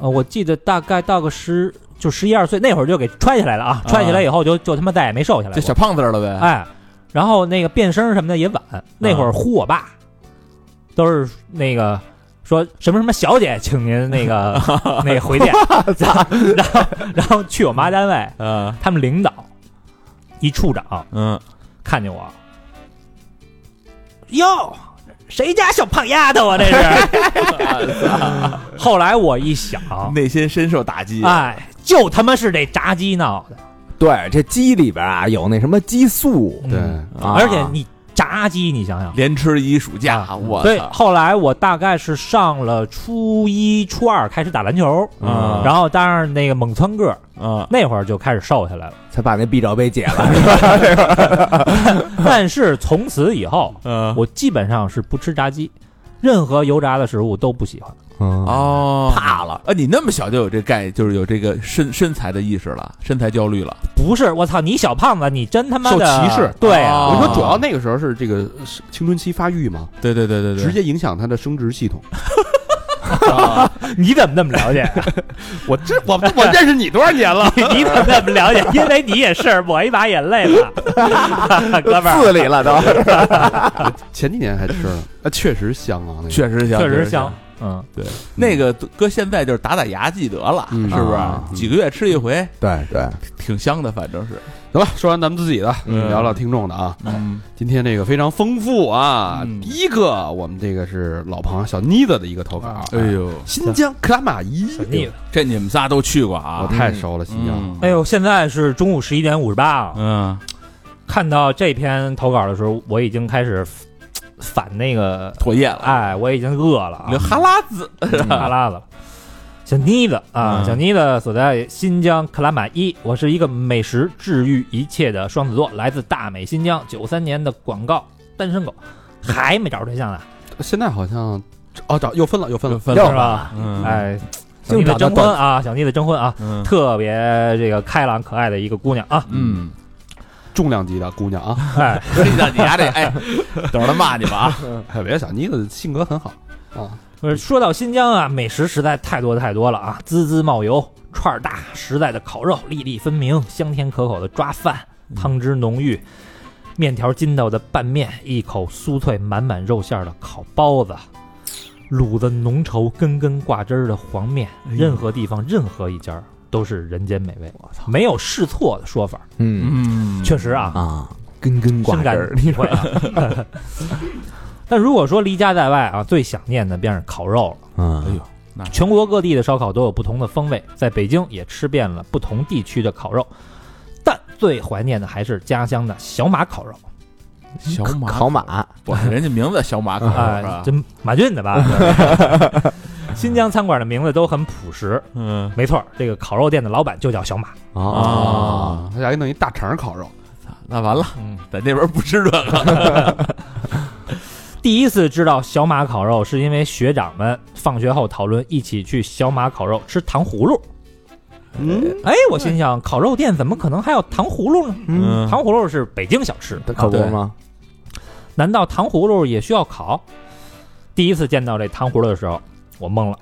D: 呃，我记得大概到个十就十一二岁那会儿就给揣起来了啊，
E: 啊
D: 揣起来以后就就他妈再也没瘦下来
E: 这小
D: 过，
E: 胖子了呗，
D: 哎，然后那个变声什么的也晚，那会儿呼我爸，都是那个说什么什么小姐，请您那个那个回电， 然后然后去我妈单位，
E: 嗯
D: 他们领导一处长
E: 嗯，
D: 看见我，哟。谁家小胖丫头啊？这是。 后来我一想，
E: 内心深受打击，
D: 哎，就他妈是这炸鸡闹的。
C: 对，这鸡里边啊有那什么激素
D: 嗯
B: 对，
C: 啊
D: 而且你炸鸡，你想想。
E: 连吃一暑假，我
D: 所以
E: 操！
D: 后来我大概是上了初一、初二开始打篮球，
B: 嗯
F: 啊
D: 然后当然那个猛窜个儿，
E: 嗯
F: 啊，
D: 那会儿就开始瘦下来 了。
C: 才把那 B 罩杯解了。
D: 但是从此以后，
F: 嗯，
D: 我基本上是不吃炸鸡，任何油炸的食物都不喜欢。
E: 哦，
F: 怕了
E: 啊！你那么小就有这概，就是有这个身身材的意识了，身材焦虑了。
D: 不是，我操，你小胖子，你真他妈
B: 受
D: 的
B: 歧视
D: 对啊，
E: 哦
B: 我说主要那个时候是这个是青春期发育嘛，
E: 对对对对对，
B: 直接影响他的生殖系统。
D: 你怎么那么了 解？
B: 我这我我认识你多少年了？
D: 你怎么那么了 解？因为你也是抹一把眼泪吧，哥们儿，
C: 自理了都，
B: 前几年还吃了，啊，确实香啊，那个。
E: 确实香，
D: 确实
E: 香
D: 香。。嗯，
E: 那个搁现在就是打打牙祭得了，
B: 嗯
E: 是不是？
C: 啊
E: 几个月吃一回，
C: 对对，
E: 挺香的，反正是。
B: 行了，说完咱们自己的，
F: 嗯
B: 聊聊听众的啊。
F: 嗯
B: 今天这个非常丰富啊
F: 嗯，
B: 第一个我们这个是老朋友小妮子的一个投稿，啊
E: 哎呦，
B: 新疆克拉玛依，
D: 腻了。嗯
E: 这你们仨都去过啊
B: 我？太熟了新疆。
E: 嗯
D: 哎，呦，现在是中午十一点五十八啊！
E: 嗯，
D: 看到这篇投稿的时候，我已经开始反那个，
E: 唾液了，
D: 哎，我已经饿了 啊
E: 你，哈喇子，
D: 哈喇子了。小妮子啊，
E: 嗯
D: 小妮子所在新疆克拉玛依，我是一个美食治愈一切的双子座，来自大美新疆，九三年的广告单身狗，还没找着对象呢，
B: 现在好像哦，找又分了，又分了，
E: 分
D: 是吧？
E: 嗯，
D: 哎，小妮子征婚啊，小妮子征婚啊，
F: 嗯
D: 特别这个开朗可爱的一个姑娘啊，
E: 嗯，
B: 重量级的姑娘啊，
D: 哎，
E: 黑子，你丫这哎，等着他骂你吧啊！
B: 哎别小妮子性格很好，
D: 不是说到新疆啊，美食实在太多太多了啊，滋滋冒油，串儿大，实在的烤肉，粒粒分明，香甜可口的抓饭，汤汁浓郁，面条筋道的拌面，一口酥脆满满肉馅儿的烤包子，卤的浓稠，根根挂汁儿的黄面，任何地方任何一家儿都是人间美味，没有试错的说法。
C: 嗯
E: 嗯
D: 确实 啊，
C: 啊，根根挂
D: 深
C: 枝
D: 感
C: 儿，
D: 体会啊。 但如果说离家在外啊，最想念的便是烤肉了。
C: 嗯，
E: 哎呦
D: 全国各地的烧烤都有不同的风味，在北京也吃遍了不同地区的烤肉，但最怀念的还是家乡的小马烤肉，
E: 小马
C: 烤马，
E: 不，人家名字小马可
D: 哎、
E: 是吧？
D: 这马俊的吧？新疆餐馆的名字都很朴实，
F: 嗯，
D: 没错，这个烤肉店的老板就叫小马。
C: 哦，
B: 他家给弄一大肠烤肉，
E: 那完了，
D: 嗯，
E: 在那边不吃这个，
D: 第一次知道小马烤肉是因为学长们放学后讨论一起去小马烤肉吃糖葫芦。
B: 嗯，
D: 哎，我心想，烤肉店怎么可能还有糖葫芦呢？
F: 嗯
D: 糖葫芦是北京小吃，
C: 这可不吗？
D: 难道糖葫芦也需要烤？第一次见到这糖葫芦的时候，我懵了。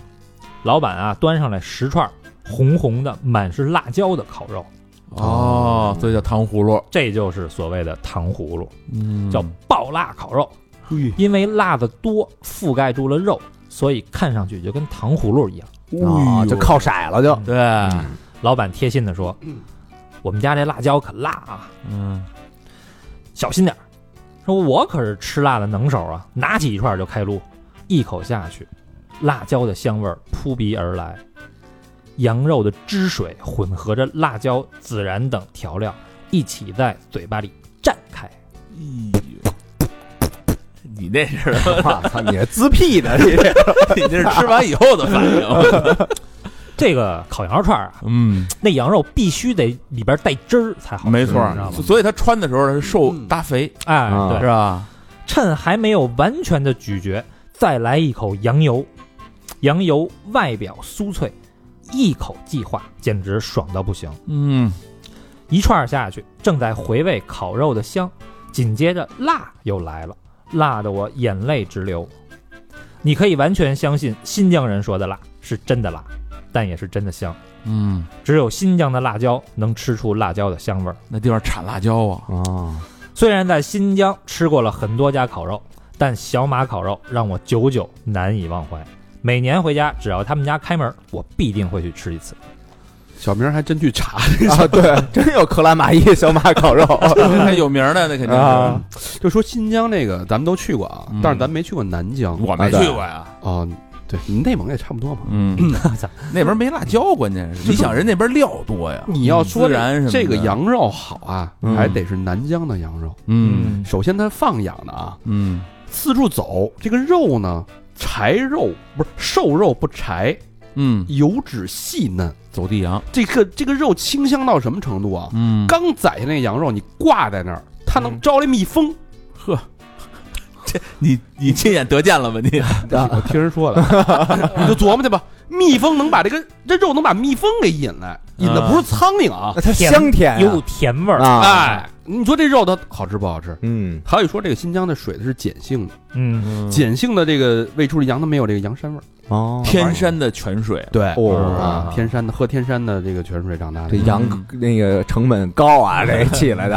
D: 老板啊，端上来十串红红的、满是辣椒的烤肉，
E: 哦，所以叫糖葫芦，
D: 这就是所谓的糖葫芦，
E: 嗯
D: 叫爆辣烤肉。
B: 嘿
D: 因为辣的多，覆盖住了肉，所以看上去就跟糖葫芦一样。嗯
C: 啊，就靠色 了就，
E: 对，
D: 哎
E: 嗯
D: 老板贴心的说：“我们家这辣椒可辣啊，
F: 嗯
D: 小心点儿。”说：“我可是吃辣的能手啊！”拿起一串就开撸，一口下去，辣椒的香味儿扑鼻而来，羊肉的汁水混合着辣椒、孜然等调料，一起在嘴巴里绽开。
E: 哎你那是
C: 我操，你是自闭的，你这
E: 你这是吃完以后的反 应，
D: 这个烤羊肉串儿啊，
F: 嗯，
D: 那羊肉必须得里边带汁儿才好吃，
E: 没错
D: 你知道吗？
E: 所以他穿的时候瘦
B: 嗯
E: 搭肥
D: 哎，
C: 啊
D: 对
E: 是，吧？
D: 趁还没有完全的咀嚼，再来一口羊油。羊油外表酥脆，一口即化，简直爽到不行。
E: 嗯，
D: 一串儿下去，正在回味烤肉的香，紧接着辣又来了，辣得我眼泪直流。你可以完全相信新疆人说的辣是真的辣，但也是真的香。
E: 嗯，
D: 只有新疆的辣椒能吃出辣椒的香味儿。
E: 那地方产辣椒啊，
B: 嗯
C: 哦，
D: 虽然在新疆吃过了很多家烤肉，但小马烤肉让我久久难以忘怀。每年回家，只要他们家开门，我必定会去吃一次。
B: 小明还真去查，
C: 啊，对， 真有克拉玛依小马烤肉
E: 那 有名儿的那肯定
C: 啊
E: 是，，
B: 就说新疆这个咱们都去过啊
E: 嗯，
B: 但是咱没去过南疆，
E: 我没去过呀，
B: 啊，对，内蒙也差不多嘛。
F: 嗯，
E: 那边没辣椒，关键是你想人那边料多呀，
B: 你要
E: 孜
B: 说
E: 嗯然什么的
B: 这个羊肉好啊，
F: 嗯
B: 还得是南疆的羊肉。
F: 嗯
B: 首先它放养的啊，
F: 嗯
B: 四处走，这个肉呢，柴肉不是瘦肉不柴，
F: 嗯
B: 油脂细嫩。
E: 走地羊，
B: 这个这个肉清香到什么程度啊？
F: 嗯，
B: 刚宰下那羊肉，你挂在那儿，它能招来蜜蜂。
E: 你你亲眼得见了吧？你
B: 我听人说的， 你就琢磨去吧。蜜蜂能把这个这肉能把蜜蜂给引来，引的不是苍蝇啊
C: 那。它
D: 甜
C: 香甜
D: 有股甜味儿，
C: 啊，啊
B: 哎，你说这肉它好吃不好吃？
C: 嗯
B: 还有说这个新疆的水它是碱性的，
D: 嗯，
B: 碱性的这个喂出的羊它没有这个羊膻味儿。
C: 哦，
E: 天山的泉水，
B: 对，
C: 哦
B: 啊，嗯天山的喝天山的这个泉水长大
C: 这
B: 的。
C: 羊那个成本高啊，这起来的，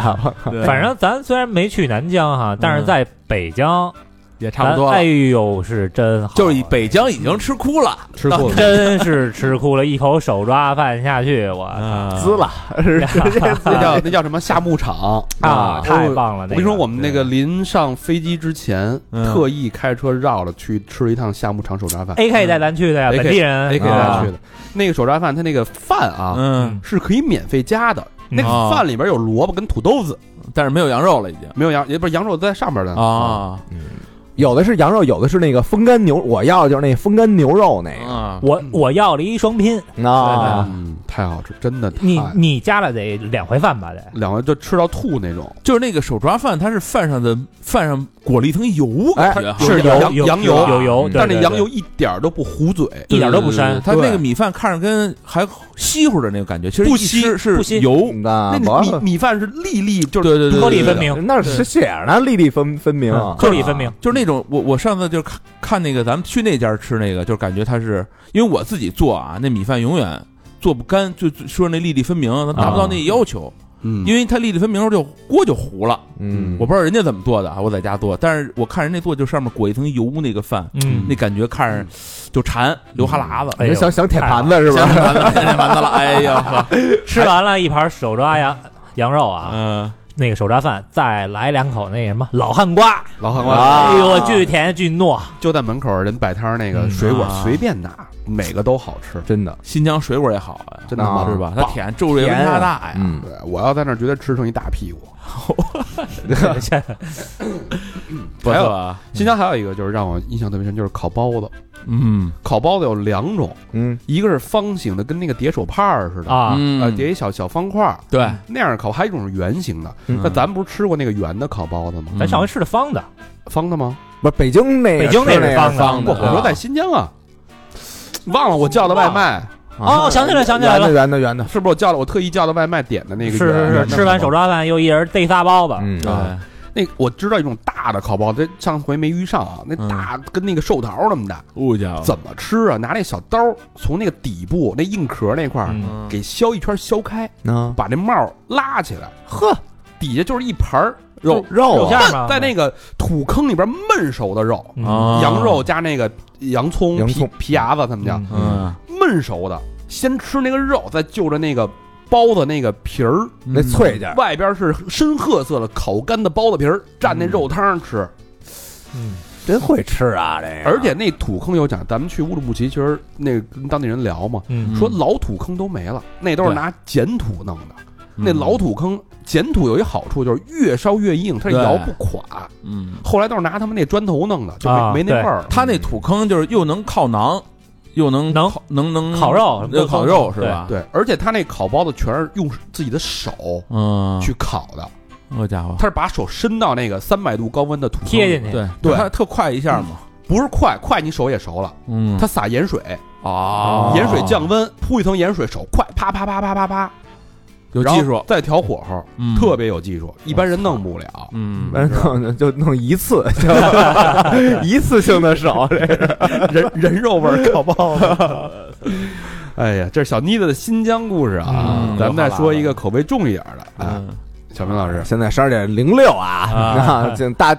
D: 反正咱虽然没去南疆
B: 嗯
D: 哈，但是在北疆，
E: 也差不多
D: 咱哎
E: 了，
D: 呦，是真好，啊
E: 就是北疆已经吃哭了，
B: 吃过了
D: 真是吃哭了，一口手抓饭下去，我
B: 啊
C: 滋了，
B: 那叫那叫什么夏牧场
D: 啊，太
B: 我
D: 棒了！
B: 我
D: 那
B: 跟
D: 个
B: 你说，我们那个临上飞机之前，
F: 嗯
B: 特意开车绕了去吃了一趟夏牧场手抓饭
D: AK 带咱去的呀，
B: AK
D: 本地人
B: 嗯，A K
D: 啊
B: 带去的。那个手抓饭，它那个饭啊
F: 嗯，
B: 是可以免费加的，
D: 嗯
B: 那个
F: 哦
B: 饭里边有萝卜跟土豆子，
E: 但是没有羊肉了已经
B: 没有羊，也不是羊肉在上边的。
D: 哦
E: 啊
C: 有的是羊肉，有的是那个风干牛，我要的就是那风干牛肉那
F: 啊，
D: 我我要了一双拼，
C: 个啊，
B: 嗯，太好吃，真的太
D: 你你加了得两回饭吧？得
B: 两个就吃到吐那种，
E: 就是那个手抓饭，它是饭上的饭上裹了一层油，
C: 哎
E: 感觉哈
B: 是
D: 有
B: 羊
D: 有
B: 羊
D: 有
B: 油
D: 有油
F: 嗯，
D: 对
B: 但那
D: 对
B: 羊
D: 对
B: 油一点儿都不糊嘴，
D: 一点都不膻
E: 对对对它那
B: 对
E: 个米饭看着跟还稀乎着那个感觉，其实
B: 不
E: 一
B: 稀
E: 吃是
B: 不稀
E: 油，
C: 那
B: 哦那
C: 啊不
B: 米米饭是粒粒，就
E: 对
B: 是
E: 对对，对
D: 颗粒分。
E: 对对
D: 明，
C: 那是啊写着呢，粒粒分分明，
D: 颗粒嗯分明。
E: 就是那种我我上次就是看看那个咱们去那家吃那个，就是感觉它是因为我自己做啊，那米饭永远做不干，就就说那粒粒分明，它达不到那要求，
B: 嗯
E: 因为它粒粒分明就锅就糊了。
C: 嗯，
E: 我不知道人家怎么做的啊，我在家做，但是我看人家做就上面裹一层油那个饭，
D: 嗯
E: 那感觉看着就馋，流哈喇 子。
D: 哎
C: 你
D: 呦
C: 想想铁盘子是
E: 想起
C: 吧？
E: 丸子了，想起丸子了，哎 呀，
D: 吃完了一盘手抓羊羊肉啊，
E: 嗯，
D: 那个手抓饭，再来两口那什么老汉瓜，
B: 老汉瓜
C: 啊
D: 哎呦，巨甜巨糯，
B: 就在门口儿人摆摊儿那个
D: 嗯
B: 水果
E: 啊
B: 随便拿，每个都好吃，
C: 真的，
E: 新疆水果也好呀，
B: 真的好
C: 啊
B: 吃
E: 是
B: 吧？
E: 吧？它甜，皱褶也温差大呀。
C: 嗯，
B: 对，我要在那儿绝对吃成一大屁股。
E: 不错啊，
B: 新疆还有一个就是让我印象特别深，就是烤包子。
E: 嗯
B: 烤包子有两种，
C: 嗯，
B: 一个是方形的，跟那个叠手帕儿似的，
D: 啊，
B: 呃，
E: 嗯，
B: 叠一小小方块儿
E: 对，
B: 那样烤，还有一种是圆形的。
C: 嗯
B: 那咱们不是吃过那个圆的烤包子吗？
D: 咱上回吃的方的，
B: 方的吗？
C: 不是北京那
D: 北京
C: 那
D: 是
C: 个
D: 方
E: 方
B: 不，
E: 的
B: 我说在新疆啊，忘了我叫的外卖，
D: 哦，想起来了想起来
C: 啊圆的
D: 了，
C: 圆的圆的，
B: 是不是我叫的？我特意叫的外卖点啊的那个
D: 是
B: 圆
D: 是
B: 的
D: 是，吃完手抓饭又一人逮仨包子，
C: 嗯
E: 对，
B: 那个我知道一种大的烤包子，这上回没遇上啊，那
E: 嗯
B: 大跟那个寿桃那么大，
E: 物家伙
D: 嗯
B: 怎么吃啊？拿那小刀从那个底部那硬壳那块儿、
D: 嗯
B: 给削一圈，削开，
C: 啊，
B: 把那帽儿拉起来，呵，底下就是一盘儿肉
C: 肉。肉
D: 肉
C: 啊
D: 馅儿
B: 焖
D: 吗
B: 在那个土坑里边焖熟的肉，
D: 嗯
E: 啊？
B: 羊肉加那个洋葱、
C: 洋葱
B: 皮皮牙子，他们叫
D: 嗯
E: 嗯，
B: 焖熟的，先吃那个肉，再就着那个包子那个皮儿，
E: 嗯，
C: 那脆劲儿，
B: 外边是深褐色的烤干的包子皮儿，蘸那肉汤吃。
D: 嗯
C: 真会吃啊，这
E: 嗯
C: 个，
B: 而且那土坑有讲，咱们去乌鲁木齐，其实那个跟当地人聊嘛，
D: 嗯，
B: 说老土坑都没了，那都是
E: 对
B: 拿碱土弄的。
E: 嗯
B: 那老土坑碱土有一好处，就是越烧越硬，它
E: 对
B: 摇不垮。
E: 嗯，
B: 后来都是拿他们那砖头弄的，就没
D: 啊
B: 没那味儿。
E: 它那土坑就是又能靠馕，又能
D: 能
E: 烤能能
D: 烤肉
E: 呃烤肉是
D: 对
E: 吧？，
B: 对，而且他那烤包子全是用自己的手
E: 嗯，
B: 去烤的，
E: 好家伙，
B: 他是把手伸到那个三百度高温的土坑里
D: 贴进去，
E: 对
B: 对
E: 它特快一下嘛，
B: 不是快快你手也熟了，
E: 嗯，
B: 他撒盐水，
E: 啊，
B: 盐水降温，铺一层盐水，手快啪啪啪啪啪啪，
E: 有
B: 然
E: 技
B: 后
E: 术，
B: 再调火候，
E: 嗯
B: 特别有技术，一般人弄不了。
E: 嗯，
C: 完弄就 弄一次，一次性的少，这个
B: 人人肉味儿烤包子。 哎呀，这是小妮子的新疆故事啊！
E: 嗯
B: 咱们再说一个口味重一点的啊，
E: 嗯
B: 小明老师，
C: 现在十二点零六啊，啊，请大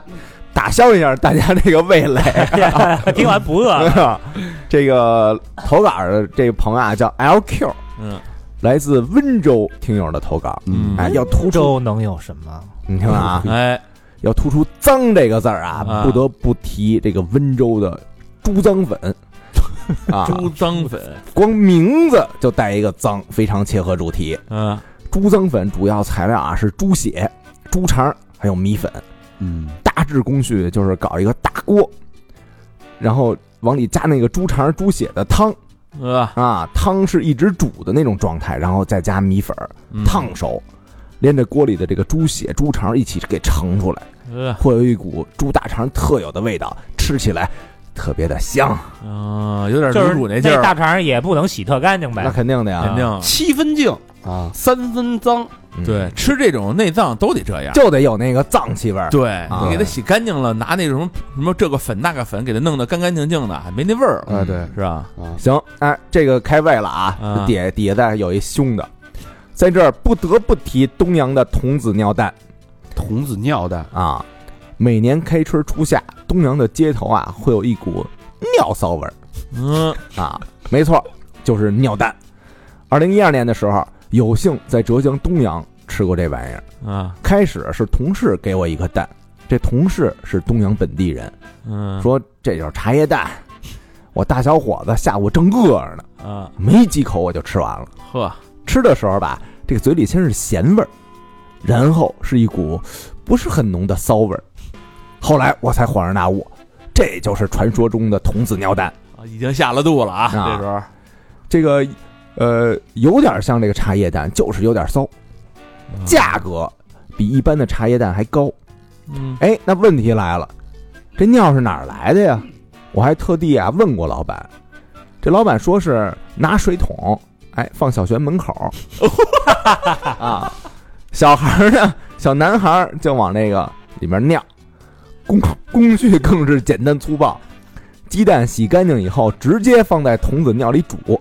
C: 打消一下大家这个味蕾。
D: 嗯 听完不饿了，
C: 这个投稿的这个朋友啊，叫 LQ，
E: 嗯
C: 来自温州听友的投稿。
E: 嗯
C: 哎，要突出，
D: 州能有什么？
C: 你 听啊，
E: 哎，
C: 要突出“脏”这个字儿啊
E: 啊，
C: 不得不提这个温州的猪脏粉。啊，
F: 猪脏粉，
C: 光名字就带一个脏，非常切合主题。
F: 嗯，
C: 猪脏粉主要材料啊是猪血、猪肠还有米粉，
E: 嗯，
C: 大致工序就是搞一个大锅，然后往里加那个猪肠、猪血的汤
F: 呃，
C: 啊，汤是一直煮的那种状态，然后再加米粉儿
F: 嗯
C: 烫，熟，连着锅里的这个猪血、猪肠一起给盛出来，
F: 呃，
C: 会有一股猪大肠特有的味道，吃起来特别的香。
F: 嗯，有点
D: 就是
F: 卤煮那
D: 那
F: 劲儿，
D: 大肠也不能洗特干净
C: 那
D: 呗，
C: 肯定的呀
F: 肯，定
B: 七分净，
C: 啊，
B: 三分脏，
C: 嗯
F: 对，，吃这种内脏都得这样。
C: 就得有那个脏气味儿。
F: 对
C: 啊
F: 你给它洗干净了，拿那种什么这个粉那个粉给它弄得干干净净的，还没那味儿了，
B: 啊
C: 嗯
B: 对
F: 是吧？
B: 啊，
C: 行，哎，这个开胃了啊
F: 啊，
C: 底下底下再有一凶的，在这儿不得不提东阳的童子尿蛋
B: 童子尿蛋，
C: 啊，每年开春初夏，东阳的街头啊会有一股尿骚味儿
F: 嗯，
C: 啊，没错，就是尿蛋。二零一二年的时候，有幸在浙江东阳吃过这玩意儿，
F: 啊，
C: 开始是同事给我一个蛋，这同事是东阳本地人，
F: 嗯，
C: 说这就是茶叶蛋。我大小伙子下午正饿着呢，
F: 啊，
C: 没几口我就吃完了。
F: 呵，
C: 吃的时候吧，这个嘴里先是咸味儿，然后是一股不是很浓的骚味儿。后来我才恍然大悟，这就是传说中的童子尿蛋。
F: 啊已经下了肚了啊，
C: 啊
F: 这时候，
C: 这个，呃，有点像这个茶叶蛋，就是有点骚，价格比一般的茶叶蛋还高。
F: 嗯，
C: 哎，那问题来了，这尿是哪儿来的呀？我还特地啊问过老板，这老板说是拿水桶，哎，放小学门口， 啊，小孩儿呢，小男孩儿就往那个里面尿，工工序更是简单粗暴，鸡蛋洗干净以后，直接放在童子尿里煮，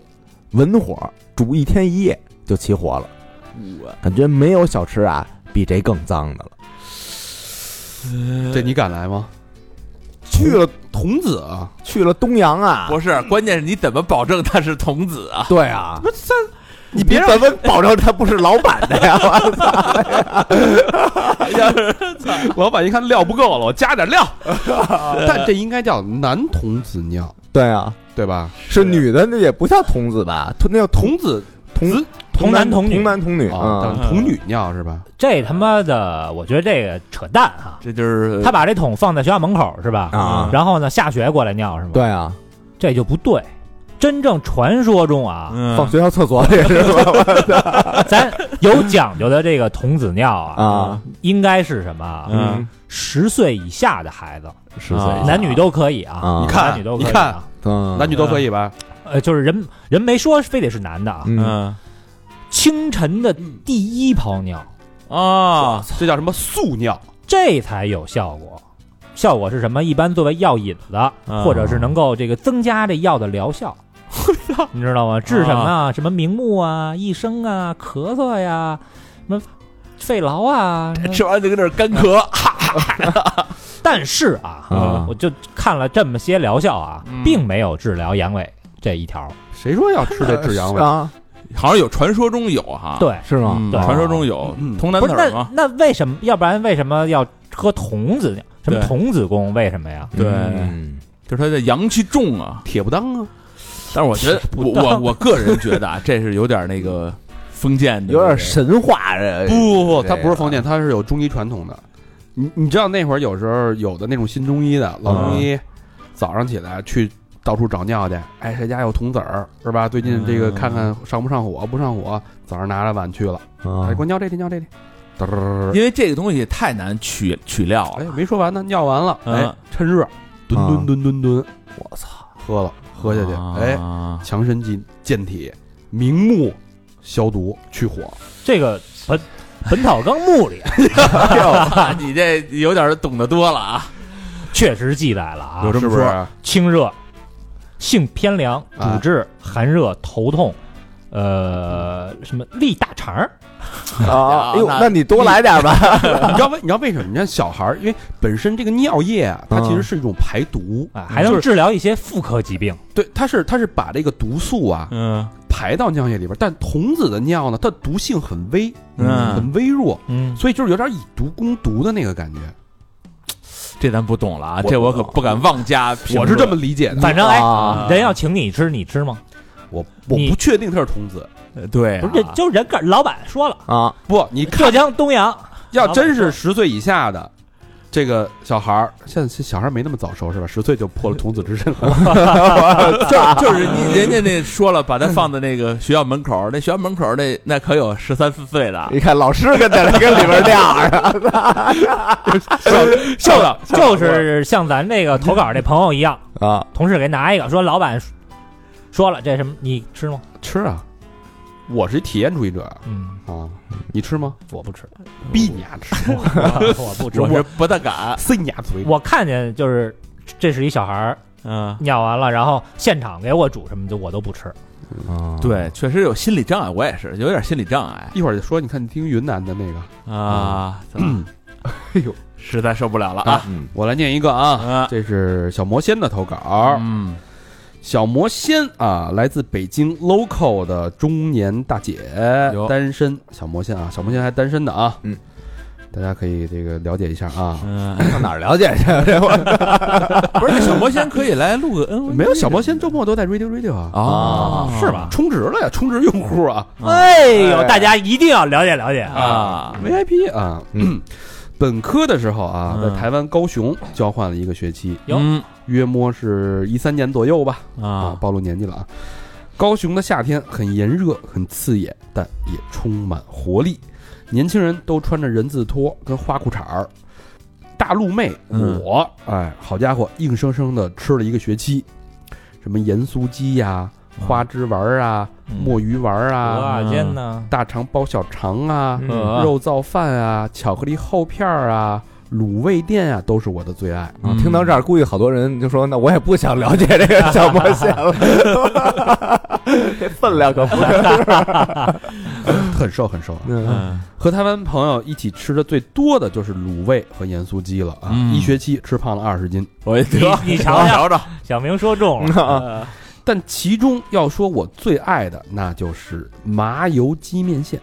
C: 文火煮一天一夜就起火了，感觉没有小吃啊比这更脏的了。
B: 这你敢来吗？
C: 去了
B: 童子啊，
C: 去了东阳啊，
F: 不是，关键是你怎么保证它是童子啊？
C: 对啊，不是你别怎 么保证他不是老板的 呀？我操！
B: 老板一看料不够了，我加点料， 但这应该叫男童子尿，
C: 对啊，
B: 对吧？
C: 是女的，那也不叫童子吧？她那叫童
B: 童子
C: 童
D: 童
C: 男
D: 男童女
C: 童男童女啊
B: 啊，童女尿是吧？
D: 这他妈的，我觉得这个扯淡啊！
F: 这就是
D: 他把这桶放在学校门口是吧？
C: 啊！
D: 然嗯后呢，下学过来尿是吗？
C: 对，啊，
D: 这就不对。真正传说中啊，
F: 嗯
C: 放学校厕所里是吧？
D: 咱有讲究的这个童子尿啊，
C: 啊，
D: 应该是什么啊？
F: 嗯，
D: 十岁以下的孩子，
C: 十
F: 岁啊
D: 男女都可以啊，
C: 啊
B: 你看
D: 男女都可以
B: 你
D: 啊
B: 看。
C: 嗯
B: 男女都可以吧？
D: 呃，就是人人没说非得是男的啊。
C: 嗯
F: 嗯
D: 清晨的第一泡尿，
C: 嗯
F: 啊，
B: 这叫什么素尿？
D: 这才有效果。效果是什么？一般作为药引子，
B: 啊
D: 或者是能够这个增加这药的疗效，你知道吗？治什么啊？什么明目啊、翳生啊、咳嗽呀、什么肺痨啊？什么
F: 吃完就跟那儿干咳，
D: 但是啊，
C: 啊
D: 我就看了这么些疗效啊，
F: 嗯
D: 并没有治疗阳痿这一条。啊
B: 谁说要吃这治阳痿？
C: 啊，
F: 好像有传说中有哈，
D: 对，
C: 是吗？哦
F: 嗯，
D: 对
F: 传说中有
B: 嗯
F: 童男
D: 不是
F: 子儿
D: 那
F: 嘛，
D: 那为什么？要不然为什么要喝童子尿？什么
F: 对
D: 童子功？为什么呀？
F: 对
C: 嗯
F: 就是他的阳气重啊。
B: 铁不当啊，
F: 但是我 觉得，我我我个人觉得啊，这是有点那个封建的，
C: 有点神话
F: 哎
C: 这
B: 不不不，
C: 这
B: 它
C: 个
B: 不是封建，它是有中医传统的。你你知道那会儿有时候有的那种新中医的老中
F: 嗯
B: 医，早上起来去到处找尿去，哎，谁家有童子儿是吧？最近这个
F: 嗯
B: 看看上不上火，不上火，早上拿着碗去了，
F: 嗯
B: 哎，
C: 啊
B: 给我尿这里，尿这里，嘚儿，
F: 因为这个东西太难取取料
B: 哎
F: 了。，
B: 没说完呢，尿完了，哎
F: 嗯，
B: 趁热，
C: 啊
B: 吨吨吨吨吨，我操，喝了，喝下去，哎，
F: 啊
B: 强身健健体，明目消毒去火，
D: 这个本《本草纲目》里 啊
F: 啊你这有点懂得多了啊！
D: 确实记载了啊，
B: 是不是？
D: 清热、性偏凉、
B: 啊
D: 主治寒热、头痛，呃，什么利大肠儿
C: 啊！哎呦，
F: 那
C: 那你多来点吧。
B: 你知道为你知道为什么？你看小孩儿，因为本身这个尿液啊，它
C: 嗯
B: 其实是一种排毒
D: 啊，还
B: 就
D: 能
B: 是
D: 治疗一些妇科疾病。
B: 对，它是它是把这个毒素啊
F: 嗯
B: 排到尿液里边儿。但童子的尿呢，它毒性很微，
F: 嗯
B: 很微弱，
D: 嗯，
B: 所以就是有点以毒攻毒的那个感觉。
F: 这咱不懂了啊，
C: 我
F: 这我可不敢妄加评论。
B: 我是这么理解的。
D: 反正
C: 啊
D: 哎，人要请你吃，你吃吗？
B: 我我
D: 你
B: 不确定他是童子，
F: 呃对啊，
D: 不是，这就是人个老板说了，
C: 啊，
B: 不，你
D: 浙江东阳
B: 要真是十岁以下的这个小孩儿，现在小孩儿没那么早熟是吧？十岁就破了童子之身了。
F: 啊就就是你人家那说了，把他放在那个学校门口，那学校门口那那可有十三四岁 的，
C: 一看老师跟在跟里边晾着，
D: 校长，就是像咱这个投稿这朋友一样，
C: 啊，
D: 同事给拿一个，说老板说了这什么，你吃吗？
B: 吃啊，我是一体验主义者
D: 嗯，
B: 啊，你吃吗？
D: 我不吃，
B: 逼你丫吃，
D: 我不吃，
F: 我
D: 我
F: 是不大敢。
B: 塞你丫嘴里。
D: 我看见就是这是一小孩儿
F: 嗯，
D: 尿完了，然后现场给我煮什么的，我都不吃。
B: 啊
F: 对，确实有心理障碍，我也是有点心理障碍
B: 嗯一会儿就说，你看你听云南的那个，
F: 啊。
B: 嗯
F: 哎
B: 呦，
F: 实在受不了了啊！
C: 嗯
B: 我来念一个啊，
F: 啊，
B: 这是小魔仙的投稿。
F: 嗯
B: 小魔仙啊，来自北京 local 的中年大姐
F: 哟，
B: 单身小魔仙啊，小魔仙还单身的啊，
C: 嗯，
B: 大家可以这个了解一下啊。
F: 嗯，
C: 上 哪儿了解去？这我
F: 不是小魔仙可以来录个 N，
B: 没有小魔仙周末都在 Radio Radio 啊，
F: 啊，
D: 是吧？
B: 充值了呀，充值用户啊
D: 哎呦，大家一定要了解了解啊！
F: 啊，
B: ，VIP 啊。
C: 嗯
B: 本科的时候啊，
F: 嗯
B: 在台湾高雄交换了一个学期，
D: 有
F: 嗯
B: 约莫是一三年左右吧，啊
F: 啊，
B: 暴露年纪了啊。高雄的夏天很炎热，很刺眼，但也充满活力。年轻人都穿着人字拖跟花裤衩儿。大陆妹，
F: 嗯
B: 我，哎，好家伙，硬生生的吃了一个学期，什么盐酥鸡呀、
F: 嗯
B: 花枝丸儿啊、墨鱼丸儿啊、
D: 我天哪！
B: 大肠包小肠啊、
F: 嗯
B: 肉燥饭啊、巧克力厚片儿啊、卤味店啊，都是我的最 爱。
F: 嗯
C: 听到这儿，估计好多人就说：“那我也不想了解这个小魔仙了，这分量可不
B: 很瘦很瘦啊。
C: 是。
F: 嗯
B: 和台湾朋友一起吃的最多的就是卤味和盐酥鸡了啊！
F: 嗯
B: 一学期吃胖了二十斤，
F: 我也
D: 你
F: 得
D: 你瞧瞧，
F: 瞧着，
D: 小明说中了，
C: 啊
B: 但其中要说我最爱的，那就是麻油鸡面线。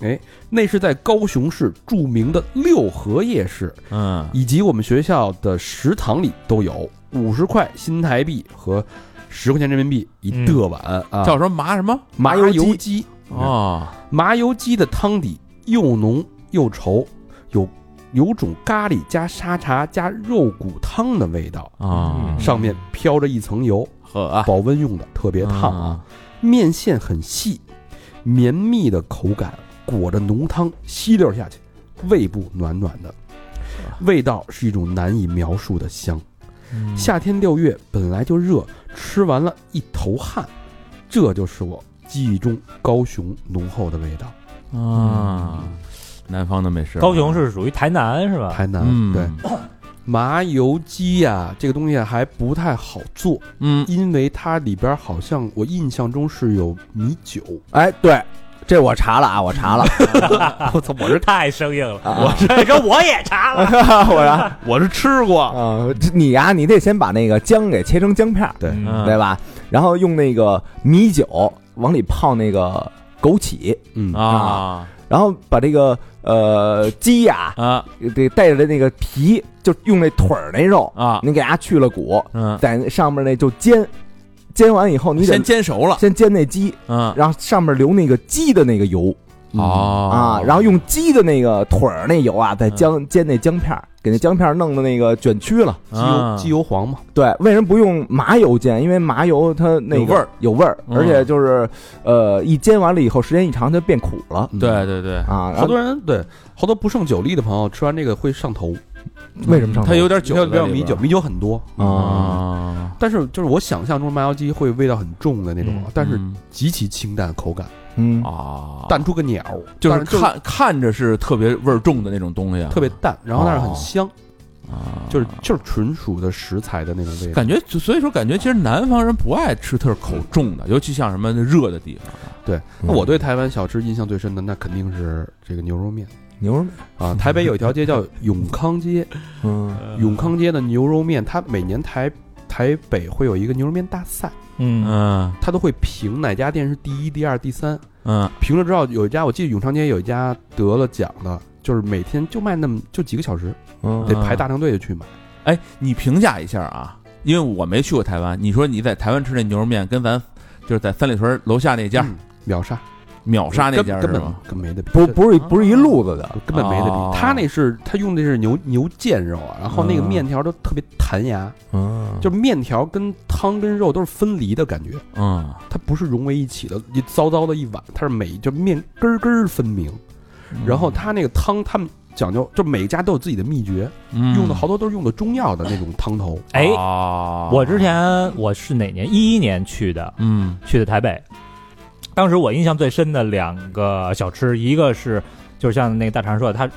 B: 哎，那是在高雄市著名的六合夜市，
F: 嗯
B: 以及我们学校的食堂里都有，五十块新台币和十块钱人民币一的碗、啊！
F: 叫什么麻什么
B: 麻
C: 油
B: 油
C: 鸡
B: 鸡，
F: 哦，
B: 麻油鸡的汤底又浓又稠，有有种咖喱加沙茶加肉骨汤的味道，
F: 啊
B: 上面飘着一层油，
F: 呵啊，
B: 保温用的，特别烫啊。面线很细，绵密的口感裹着浓汤，吸溜下去，胃部暖暖的，味道是一种难以描述的香。
F: 嗯
B: 夏天六月本来就热，吃完了一头汗，这就是我记忆中高雄浓厚的味道。
F: 啊，南方的美食，
D: 高雄是属于台南是吧？
B: 台南、
F: 嗯
B: 对啊麻油鸡呀、这个东西还不太好做，
F: 嗯
B: 因为它里边好像我印象中是有米酒。
C: 哎，对，这我查了啊，我查了，
D: 我操，我是太生硬了，
C: 啊
D: 这说我也查了，
C: 我查
E: 我是吃过，
C: 啊，这你呀，你得先把那个姜给切成姜片儿，
B: 对
D: 嗯
C: 对吧？然后用那个米酒往里泡那个枸杞，
B: 嗯，
F: 啊
C: 然后把这个呃鸡呀，
F: 啊
C: 得带着那个皮，就用那腿儿那肉，
F: 啊，
C: 你给它去了骨，
F: 嗯，
C: 在那上面那就煎，煎完以后你得
F: 先煎熟了，
C: 先煎那鸡，
F: 嗯
C: 然后上面留那个鸡的那个油
B: 嗯
F: 哦嗯
C: 啊，然后用鸡的那个腿儿那油啊，再姜煎那姜片儿，给那姜片儿弄的那个卷曲了。
B: 鸡油、
F: 嗯
B: 鸡油黄嘛，
C: 对，为什么不用麻油煎？因为麻油它
F: 有
C: 那个
F: 味儿，
C: 有味儿，
F: 嗯
C: 而且就是呃，一煎完了以后，时间一长它变苦了
B: 嗯
F: 对。对对，
C: 啊。然
B: 好
C: 后
B: 多人对好多不胜酒力的朋友吃完这个会上头，
C: 为什么上头
F: 它有点
B: 不
F: 酒
B: 要
F: 在
B: 不要
F: 里
B: 米
F: 边
B: 酒，米酒很多。
C: 啊？
F: 啊
B: 但是就是我想象中麻油鸡会味道很重的那种，啊
D: 嗯
B: 但是
F: 嗯
B: 极其清淡口感，
C: 嗯
F: 啊，
B: 淡出个鸟，
F: 就
B: 但
F: 是看看着是特别味儿重的那种东西啊，
B: 特别淡，然后但是很
C: 哦
B: 香，
F: 啊，
B: 就是就是纯属的食材的那种味道。
F: 感觉，就所以说感觉其实南方人不爱吃特口重的，尤其像什么热的地方，
E: 嗯
B: 那我对台湾小吃印象最深的，那肯定是这个牛肉面
C: 牛肉面，
B: 啊。台北有一条街叫永康街，
C: 嗯
B: 永康街的牛肉面，它每年台台北会有一个牛肉面大赛，
E: 啊
D: 嗯，
F: 嗯
B: 它都会评哪家店是第一、第二、第三。
F: 嗯
B: 评了之后，有一家我记得永康街有一家得了奖的，就是每天就卖那么就几个小时，
C: 嗯
B: 得排大长队的去买。
E: 哎，你评价一下啊，因为我没去过台湾，你说你在台湾吃那牛肉面跟咱就是在三里屯楼下那家、
B: 嗯秒杀，
E: 秒杀那家
B: 根
E: 是
B: 本
E: 吗？
B: 根本没得比，
C: 不不是不是一路子的，
B: 根本没得
E: 哦
B: 比。他那是他用的是牛牛腱肉啊，然后那个
C: 嗯
B: 面条都特别弹牙，
C: 嗯，
B: 就是面条跟汤跟肉都是分离的感觉，
E: 嗯，
B: 它不是融为一起的，一糟糟的一碗，它是每就面根儿根儿分明。
D: 嗯
B: 然后他那个汤，他们讲究，就每家都有自己的秘诀，
F: 嗯
B: 用的好多都是用的中药的那种汤头。
D: 嗯哎，
E: 哦
D: 我之前我是哪年？一一年去的，
E: 嗯
D: 去的台北。当时我印象最深的两个小吃，一个是就是像那个大肠说的，它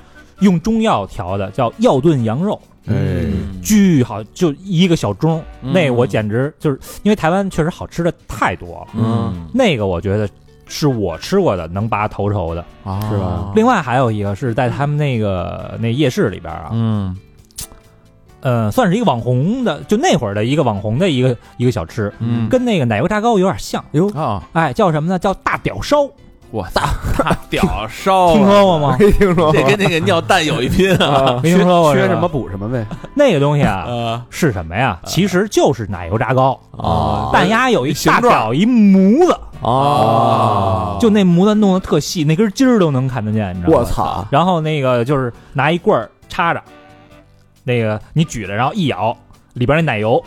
D: 用中药调的，叫药炖羊肉，
B: 哎，
C: 嗯
D: 巨好，就一个小盅，
E: 嗯
D: 那我简直就是因为台湾确实好吃的太多了，
E: 嗯
D: 那个我觉得是我吃过的能拔头筹的。
E: 啊
B: 是吧
D: 另外还有一个是在他们那个那夜市里边啊，
E: 嗯
D: 呃，算是一个网红的，就那会儿的一个网红的一个一个小吃，
E: 嗯
D: 跟那个奶油炸糕有点像。哟，
E: 啊，
D: 哎，叫什么呢？叫大表烧，
E: 我大大屌烧，啊
D: 听说过
F: 哎
D: 吗？
E: 哎
C: 没听说过
E: 这跟那个尿蛋有一拼 啊！
D: 没听说过
B: 缺
D: 是吧
B: 什么补什么呗。
D: 那个东西啊，
E: 呃，
D: 是什么呀？其实就是奶油炸糕，
C: 啊
D: 但鸭有一
E: 哦哎形
D: 大
E: 状哦
D: 表一模子，
C: 啊，
D: 哦就那模子弄得特细，那根筋儿都能看得见，你知道吗？
C: 我操，
D: 然后那个就是拿一棍儿插着，那个你举着，然后一咬，里边那奶油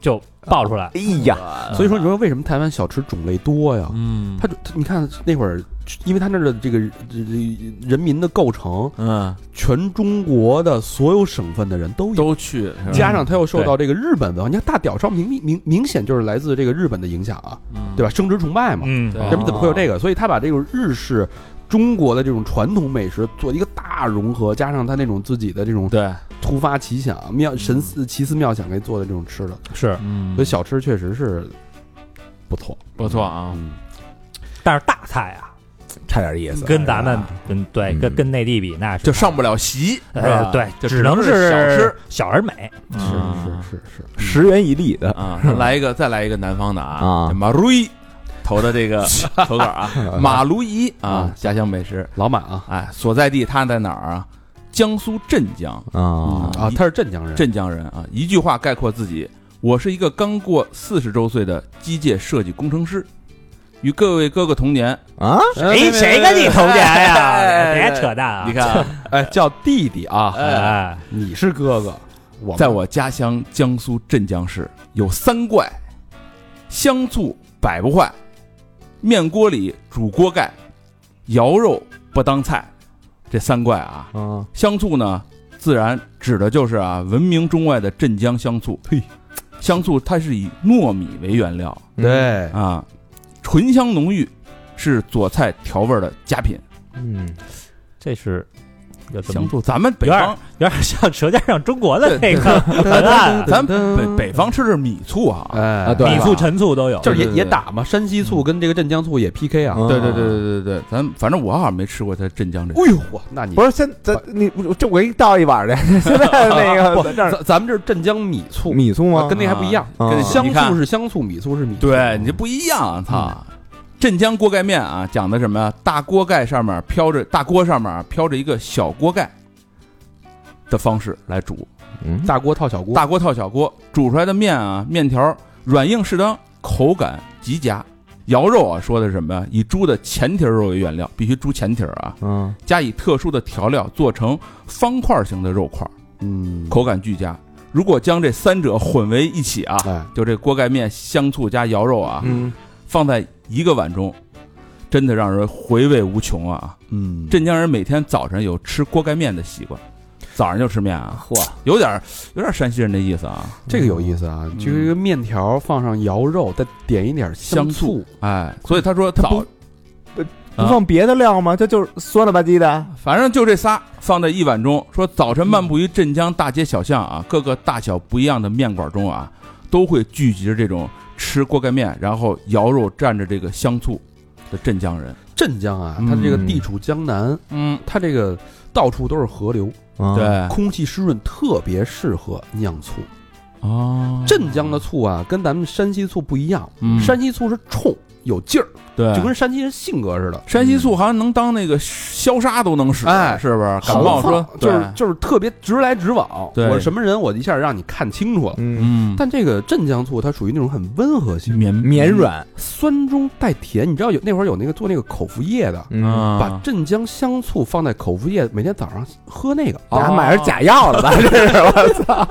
D: 就爆出
E: 啊
D: 来。
C: 哎呀，
D: 嗯
B: 所以说，你说为什么台湾小吃种类多呀？
E: 嗯
B: 他就他你看那会儿，因为他那儿的这个这这人民的构成，
E: 嗯，
B: 全中国的所有省份的人都有。
E: 都去是吧
B: 加上他又受到这个日本文化，你看大屌烧明明明明显就是来自这个日本的影响啊，
E: 嗯
B: 对吧？生殖崇拜嘛，
D: 嗯，
E: 对
B: 人们怎么会有
E: 哦
B: 这个？所以他把这种日式、中国的这种传统美食做一个大融合，加上他那种自己的这种
E: 对，
B: 突发奇想、妙神似奇思妙想给做的这种吃的，
D: 是，
E: 嗯
B: 所以小吃确实是不错。
E: 不错啊，
B: 嗯，
D: 但是大菜啊，
C: 差点意思，
D: 跟咱们跟对
C: 嗯
D: 跟跟内地比，那是
E: 啊就上不了席，
D: 呃
E: 吧
D: 对，
E: 就
D: 只能
E: 是小
D: 是
E: 吃
D: 小而美。
E: 嗯
B: 是是是是。
C: 十元一粒的
E: 啊，来一个，再来一个南方的
C: 啊
E: 啊，这马路易投的这 个投稿啊，马路易啊
B: 啊，
E: 家乡美食，
B: 老马啊
E: 哎，所在地他在哪儿啊？江苏镇江，
C: 啊
E: 嗯
B: 啊，
E: 一
B: 他是镇江人，
E: 镇江人啊，一句话概括自己：我是一个刚过四十周岁的机械设计工程师，与各位哥哥同年。
C: 啊！
D: 谁哎谁跟你同年呀？别扯淡啊！
E: 你，看啊，
B: 哎，叫弟弟啊，
D: 哎，
B: 你是哥哥，我们
E: 在我家乡江苏镇江市有三怪：香醋摆不坏，面锅里煮锅盖，肴肉不当菜。这三怪啊，
C: 啊，
E: 香醋呢，自然指的就是啊，闻名中外的镇江香醋。
B: 嘿，
E: 香醋它是以糯米为原料
B: 对，
E: 啊，醇香浓郁，是佐菜调味儿的佳品。
C: 嗯，
D: 这是有怎
E: 香
D: 么
E: 醋，咱们北方，
D: 有点像《舌尖上中国》的那
E: 对
D: 个文案啊，
E: 咱们北北方吃的是米醋啊，
B: 哎
C: 啊对
D: 米醋、陈醋都有。
B: 就是
E: 对
B: 也
E: 对对嗯
B: 也打嘛，山西醋跟这个镇江醋也 PK 啊。
C: 嗯
E: 对对对对对对，咱反正我好像没吃过在镇江这。
B: 哎呦，我那你啊
C: 不是，现咱你这我给你倒一碗去，现 在那个咱这儿
B: 咱咱们这是镇江米醋，
C: 米醋
B: 啊
C: 吗
B: 跟？那还不一样，
C: 啊
E: 跟
B: 香
E: 你看
B: 醋是香醋，米醋是米醋。
E: 对你这不一样啊，操！镇江锅盖面啊，讲的什么呀？大锅盖上面飘着大锅上面啊飘着一个小锅盖的方式来煮，
C: 嗯
B: 大锅套小锅，
E: 大锅套小锅，煮出来的面啊，面条软硬适当，口感极佳。肴肉啊，说的是什么呀？以猪的前蹄儿肉为原料，必须猪前蹄儿啊，
C: 嗯
E: 加以特殊的调料做成方块型的肉块，
B: 嗯，
E: 口感俱佳。如果将这三者混为一起啊，
B: 哎，
E: 就这锅盖面、香醋加肴肉啊，
C: 嗯，
E: 放在一个碗中，真的让人回味无穷啊！
B: 嗯，
E: 镇江人每天早晨有吃锅盖面的习惯，早上就吃面啊，
C: 嚯，
E: 有点儿有点儿山西人的意思啊。
B: 这个有意思啊，
E: 嗯
B: 就是一个面条放上肴肉，再点一点
E: 香醋，，
B: 醋
E: 哎，所以他说早，
C: 不放别的料吗？这就是酸了吧唧的，
E: 反正就这仨放在一碗中。说早晨漫步于镇江大街小巷啊，各个大小不一样的面馆中啊，都会聚集着这种吃锅盖面，然后肴肉蘸着这个香醋的镇江人。
B: 镇江啊，
E: 嗯
B: 它这个地处江南，
E: 嗯，
B: 它这个到处都是河流，
C: 啊
E: 对，
B: 空气湿润，特别适合酿醋。
E: 哦
B: 镇江的醋啊，跟咱们山西醋不一样，
E: 嗯
B: 山西醋是冲，有劲儿，
E: 对，
B: 就跟山西人性格似的。
E: 山西醋好像能当那个消杀都能使，
B: 哎
E: 是不是？感
B: 好
E: 冒说
B: 放就是就是特别直来直往，
E: 对
B: 我是什么人，我一下让你看清楚了。
C: 嗯，
E: 嗯，
B: 但这个镇江醋它属于那种很温和型，
E: 绵
C: 绵软，
B: 酸中带甜。你知道有那会儿有那个做那个口服液的，
C: 嗯，
E: 啊
B: 把
E: 哦
B: 镇江香醋放在口服液，每天早上喝那
E: 啊
B: 个，
C: 咱买点假药 了吧？这是我操，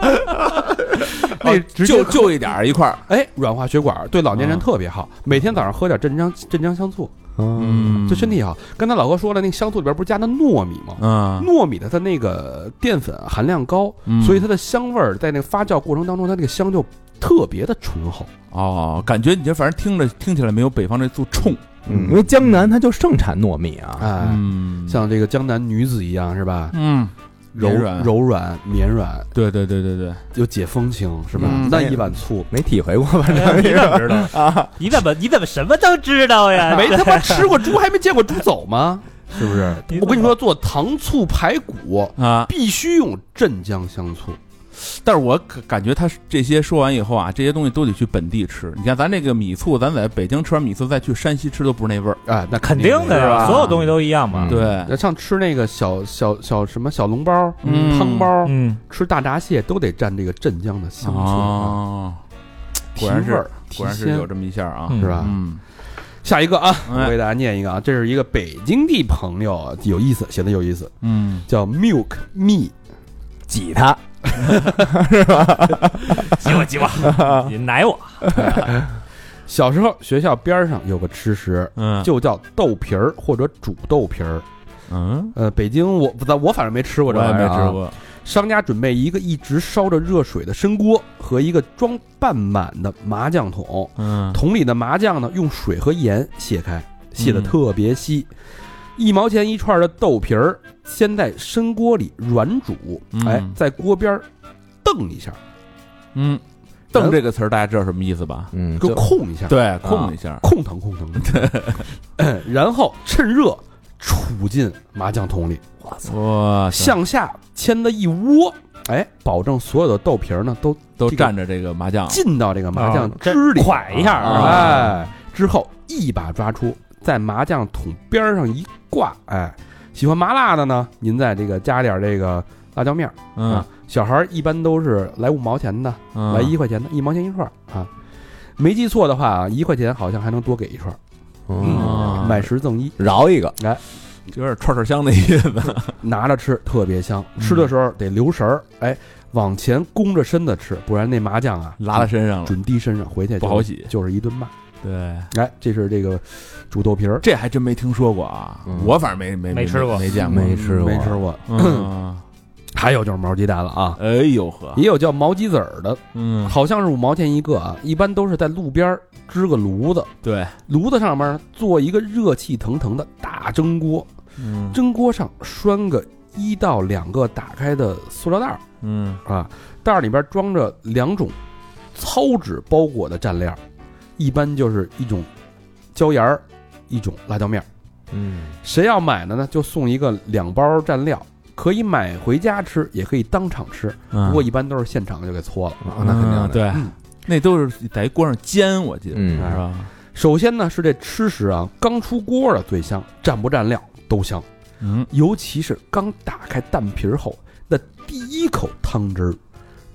B: 那直
E: 就
B: 接
E: 就一点儿一块儿，
B: 哎软化血管，对老年人
E: 啊
B: 特别好。每天早上喝点镇江镇江香醋，
C: 嗯，
B: 对身体好。刚才老哥说了，那个香醋里边不是加的糯米吗？
E: 嗯，
B: 糯米的它那个淀粉含量高，
E: 嗯
B: 所以它的香味儿在那个发酵过程当中，它那个香就特别的醇厚。
E: 哦，感觉你这反正听着听起来没有北方这醋冲，
C: 因为江南它就盛产糯米啊，
B: 哎，
E: 嗯像
B: 像这个江南女子一样是吧？
E: 嗯，
B: 柔
E: 绵软
B: 柔软绵软，
E: 对对对对对，
B: 又解风情是吧
C: 嗯？
B: 那
C: 哎
B: 一碗醋
C: 没体会过，反正
D: 哎你怎么知道？
C: 啊，
D: 你怎么你怎么什么都知道呀？
B: 哎没他妈吃过猪，还没见过猪 走吗？
C: 是不是？
D: 你怎么
B: 我跟你说，做糖醋排骨
E: 啊，
B: 必须用镇江香醋。
E: 但是我感感觉他这些说完以后啊，这些东西都得去本地吃。你看咱这个米醋，咱在北京吃完米醋再去山西吃都不是啊那味儿。
B: 哎，那
D: 肯定的
B: 是吧
D: 呀，所有东西都一样嘛。
C: 嗯
E: 对，
B: 那像吃那个小小小什么小笼包、
E: 嗯
B: 汤包、
D: 嗯，
B: 吃大闸蟹，都得蘸这个镇江的香醋，啊
E: 哦，
B: 提
E: 果然
B: 味
E: 是
B: 儿，
E: 果然
B: 提
E: 是有
B: 鲜，
E: 这么一下啊。
D: 嗯
B: 是吧？
E: 嗯，
B: 下一个啊，
E: 哎
B: 我给大家念一个啊，这是一个北京地朋友，啊有意思，写的有意思，
E: 嗯，
B: 叫 Milk Me。
C: 挤它，
D: 挤我挤我，你奶我。
B: 小时候学校边上有个吃食，
E: 嗯，
B: 就叫豆皮儿或者煮豆皮儿。
E: 嗯，
B: 呃，北京我不咱我反正没吃过
E: 我
B: 这
E: 也
B: 玩意
E: 没
B: 儿、啊，
E: 吃。过。
B: 商家准备一个一直烧着热水的深锅和一个装半满的麻酱桶，
E: 嗯，
B: 桶里的麻酱呢用水和盐卸开，卸
E: 嗯
B: 的特别稀。一毛钱一串的豆皮儿，先在深锅里软煮，
E: 嗯
B: 哎，在锅边儿蹬一下，
E: 嗯，瞪这个词儿大家知道什么意思吧？
C: 嗯，
B: 就控一下，
E: 对，控一下。
B: 控腾控腾。对， 然后趁热杵进麻酱桶里，
E: 哇塞，
B: 向下牵的一窝，哎，保证所有的豆皮儿呢都
E: 都
B: 这个
E: 蘸着这个麻酱，
B: 进到这个麻酱
D: 啊这
B: 汁里，
D: 蒯一下
E: 啊
B: 哎，之后一把抓出，在麻酱桶边儿上一挂，哎，喜欢麻辣的呢，您在这个加点儿这个辣椒面儿
E: 嗯
B: 啊，小孩儿一般都是来五毛钱的，
E: 嗯
B: 来一块钱的，一毛钱一串儿啊，没记错的话啊，一块钱好像还能多给一串儿，嗯
E: 啊
B: 买十赠一，
C: 嗯饶一个，
E: 有点串串香的意 思。
B: 拿着吃特别香，
E: 嗯
B: 吃的时候得留神儿，哎，往前弓着身子吃，不然那麻酱啊
E: 拉到身上了。
B: 准滴身上，回去就
E: 不好洗
B: 就是一顿骂。
E: 对，
B: 哎，这是这个煮豆皮儿，
E: 这还真没听说过啊
C: 嗯，
E: 我反正没没
D: 没吃过
E: 没见过，
C: 没吃过
B: 没吃过。
E: 嗯，
B: 还有就是毛鸡蛋了啊，
E: 哎呦呵，
B: 也有叫毛鸡子儿的，
E: 嗯，
B: 好像是五毛钱一个啊，一般都是在路边儿支个炉子，
E: 对，
B: 炉子上面做一个热气腾腾的大蒸锅，
E: 嗯
B: 蒸锅上拴个一到两个打开的塑料袋儿
E: 嗯
B: 啊，袋儿里边装着两种糙纸包裹的蘸料，一般就是一种椒盐儿，一种辣椒面儿。
C: 嗯，
B: 谁要买的呢，就送一个两包蘸料，可以买回家吃，也可以当场吃。
E: 嗯
B: 不过一般都是现场就给搓了。
C: 啊那肯定的，
E: 对
B: 嗯，
E: 那都是在锅上煎，我记得
C: 嗯
E: 是吧？
B: 首先呢是这吃食啊，刚出锅的最香，蘸不蘸料都香，
E: 嗯，
B: 尤其是刚打开蛋皮儿后那第一口汤汁儿，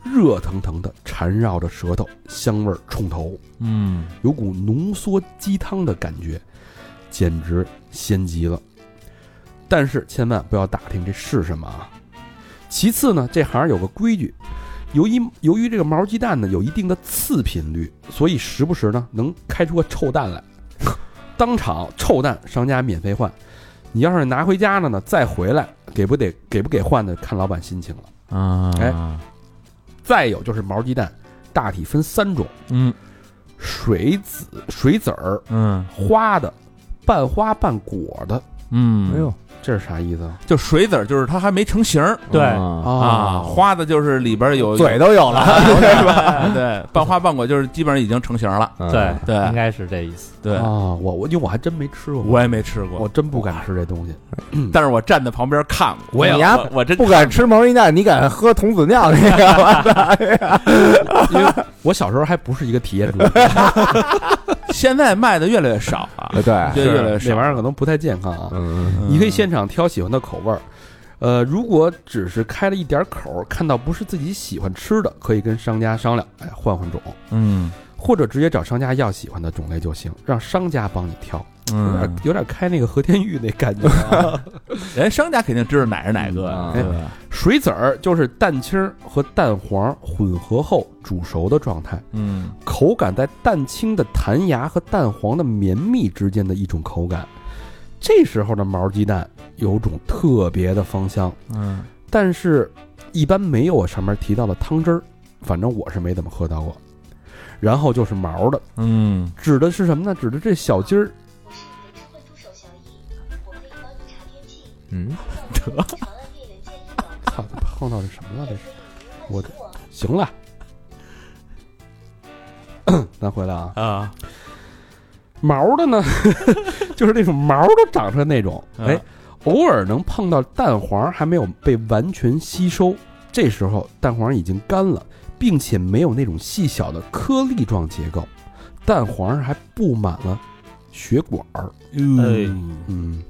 B: 热腾腾的缠绕着舌头，香味儿冲头，
E: 嗯，
B: 有股浓缩鸡汤的感觉，简直鲜极了。但是千万不要打听这是什么啊。其次呢，这行有个规矩，由于由于这个毛鸡蛋呢有一定的次品率，所以时不时呢能开出个臭蛋来，当场臭蛋商家免费换。你要是拿回家了呢，再回来给不得给不给换的，看老板心情了。
E: 啊，
B: 哎，再有就是毛鸡蛋，大体分三种：
E: 嗯
B: 水籽、水籽儿、
E: 嗯
B: 花的，半花半果的，
E: 嗯，
C: 哎呦，
B: 这是啥意思啊？
E: 就水籽儿，就是它还没成型儿
D: 对
C: 啊
E: 啊，
B: 哦
E: 花的就是里边有
C: 嘴都有了，
E: 是吧？ 对，半花半果就是基本上已经成型了。
D: 对
C: 嗯，
E: 对
D: 应该是这意思。
E: 对，
B: 啊，我我因为我还真没吃过，
E: 我也没吃过
B: 我，真不敢吃这 东西。
E: 但是我站在旁边看过，
C: 我也你呀
E: 我我真
C: 不敢吃毛鸡蛋，你敢喝童子尿那个？
B: 因为我小时候还不是一个体验主义者，
E: 现在卖的越来越少啊，
C: 对对，
E: 对
B: 是
E: 越来越少
B: 那玩意儿可能不太健康啊。
C: 嗯，
B: 你可以现场挑喜欢的口味儿。呃，如果只是开了一点儿口儿，看到不是自己喜欢吃的，可以跟商家商量，哎，换换种，
A: 嗯
B: 或者直接找商家要喜欢的种类就行，让商家帮你挑，有点、
A: 嗯，
B: 有点开那个和田玉那感觉、啊。
E: 人商家肯定知道哪是哪个
C: 嗯
E: 啊，
B: 哎
E: 对吧？
B: 水籽儿就是蛋清儿和蛋黄混合后煮熟的状态，
A: 嗯
B: 口感在蛋清的弹牙和蛋黄的绵密之间的一种口感。这时候的毛鸡蛋有种特别的芳香，
A: 嗯
B: 但是一般没有我啊上面提到的汤汁儿，反正我是没怎么喝到过。然后就是毛的，
A: 嗯，
B: 指的是什么呢？指的这小鸡儿，
C: 嗯，
B: 操，碰到是什么了？这是我的，行了， 咱回来啊。
E: 啊，
B: 毛的呢， 就是那种毛都长出来那种，
E: 嗯
B: 哎，偶尔能碰到蛋黄还没有被完全吸收，这时候蛋黄已经干了，并且没有那种细小的颗粒状结构，蛋黄上还布满了血管儿，
D: 哎
B: 嗯，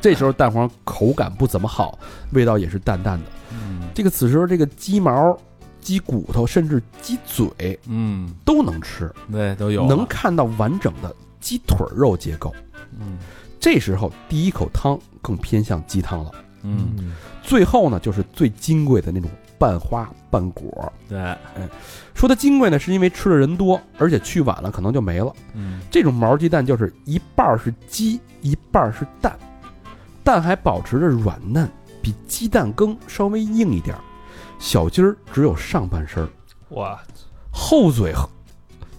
B: 这时候蛋黄口感不怎么好，味道也是淡淡的。
A: 嗯
B: 这个此时这个鸡毛、鸡骨头甚至鸡嘴
A: 嗯
B: 都能吃，
E: 对，都有啊
B: 能看到完整的鸡腿儿肉结构。
A: 嗯
B: 这时候第一口汤更偏向鸡汤了。
E: 嗯，
B: 最后呢，就是最金贵的那种半花半果。
E: 对，
B: 说它金贵呢，是因为吃的人多，而且去晚了可能就没了。
A: 嗯
B: 这种毛鸡蛋就是一半儿是鸡，一半儿是蛋，蛋还保持着软嫩，比鸡蛋羹稍微硬一点儿。小鸡儿只有上半身儿，
D: 哇，
B: 后嘴后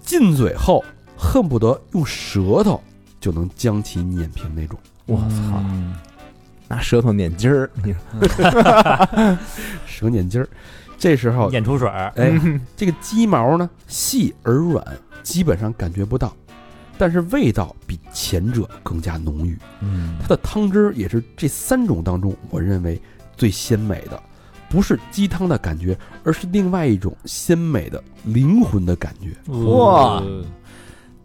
B: 进嘴后，恨不得用舌头就能将其碾平那种。
C: 我操，拿舌头捻筋儿，你
B: 舌捻筋儿。这时候，
D: 眼出水儿，
B: 哎，这个鸡毛呢细而软，基本上感觉不到，但是味道比前者更加浓郁。
A: 嗯
B: 它的汤汁儿也是这三种当中，我认为最鲜美的，不是鸡汤的感觉，而是另外一种鲜美的灵魂的感觉。
C: 哇
E: 嗯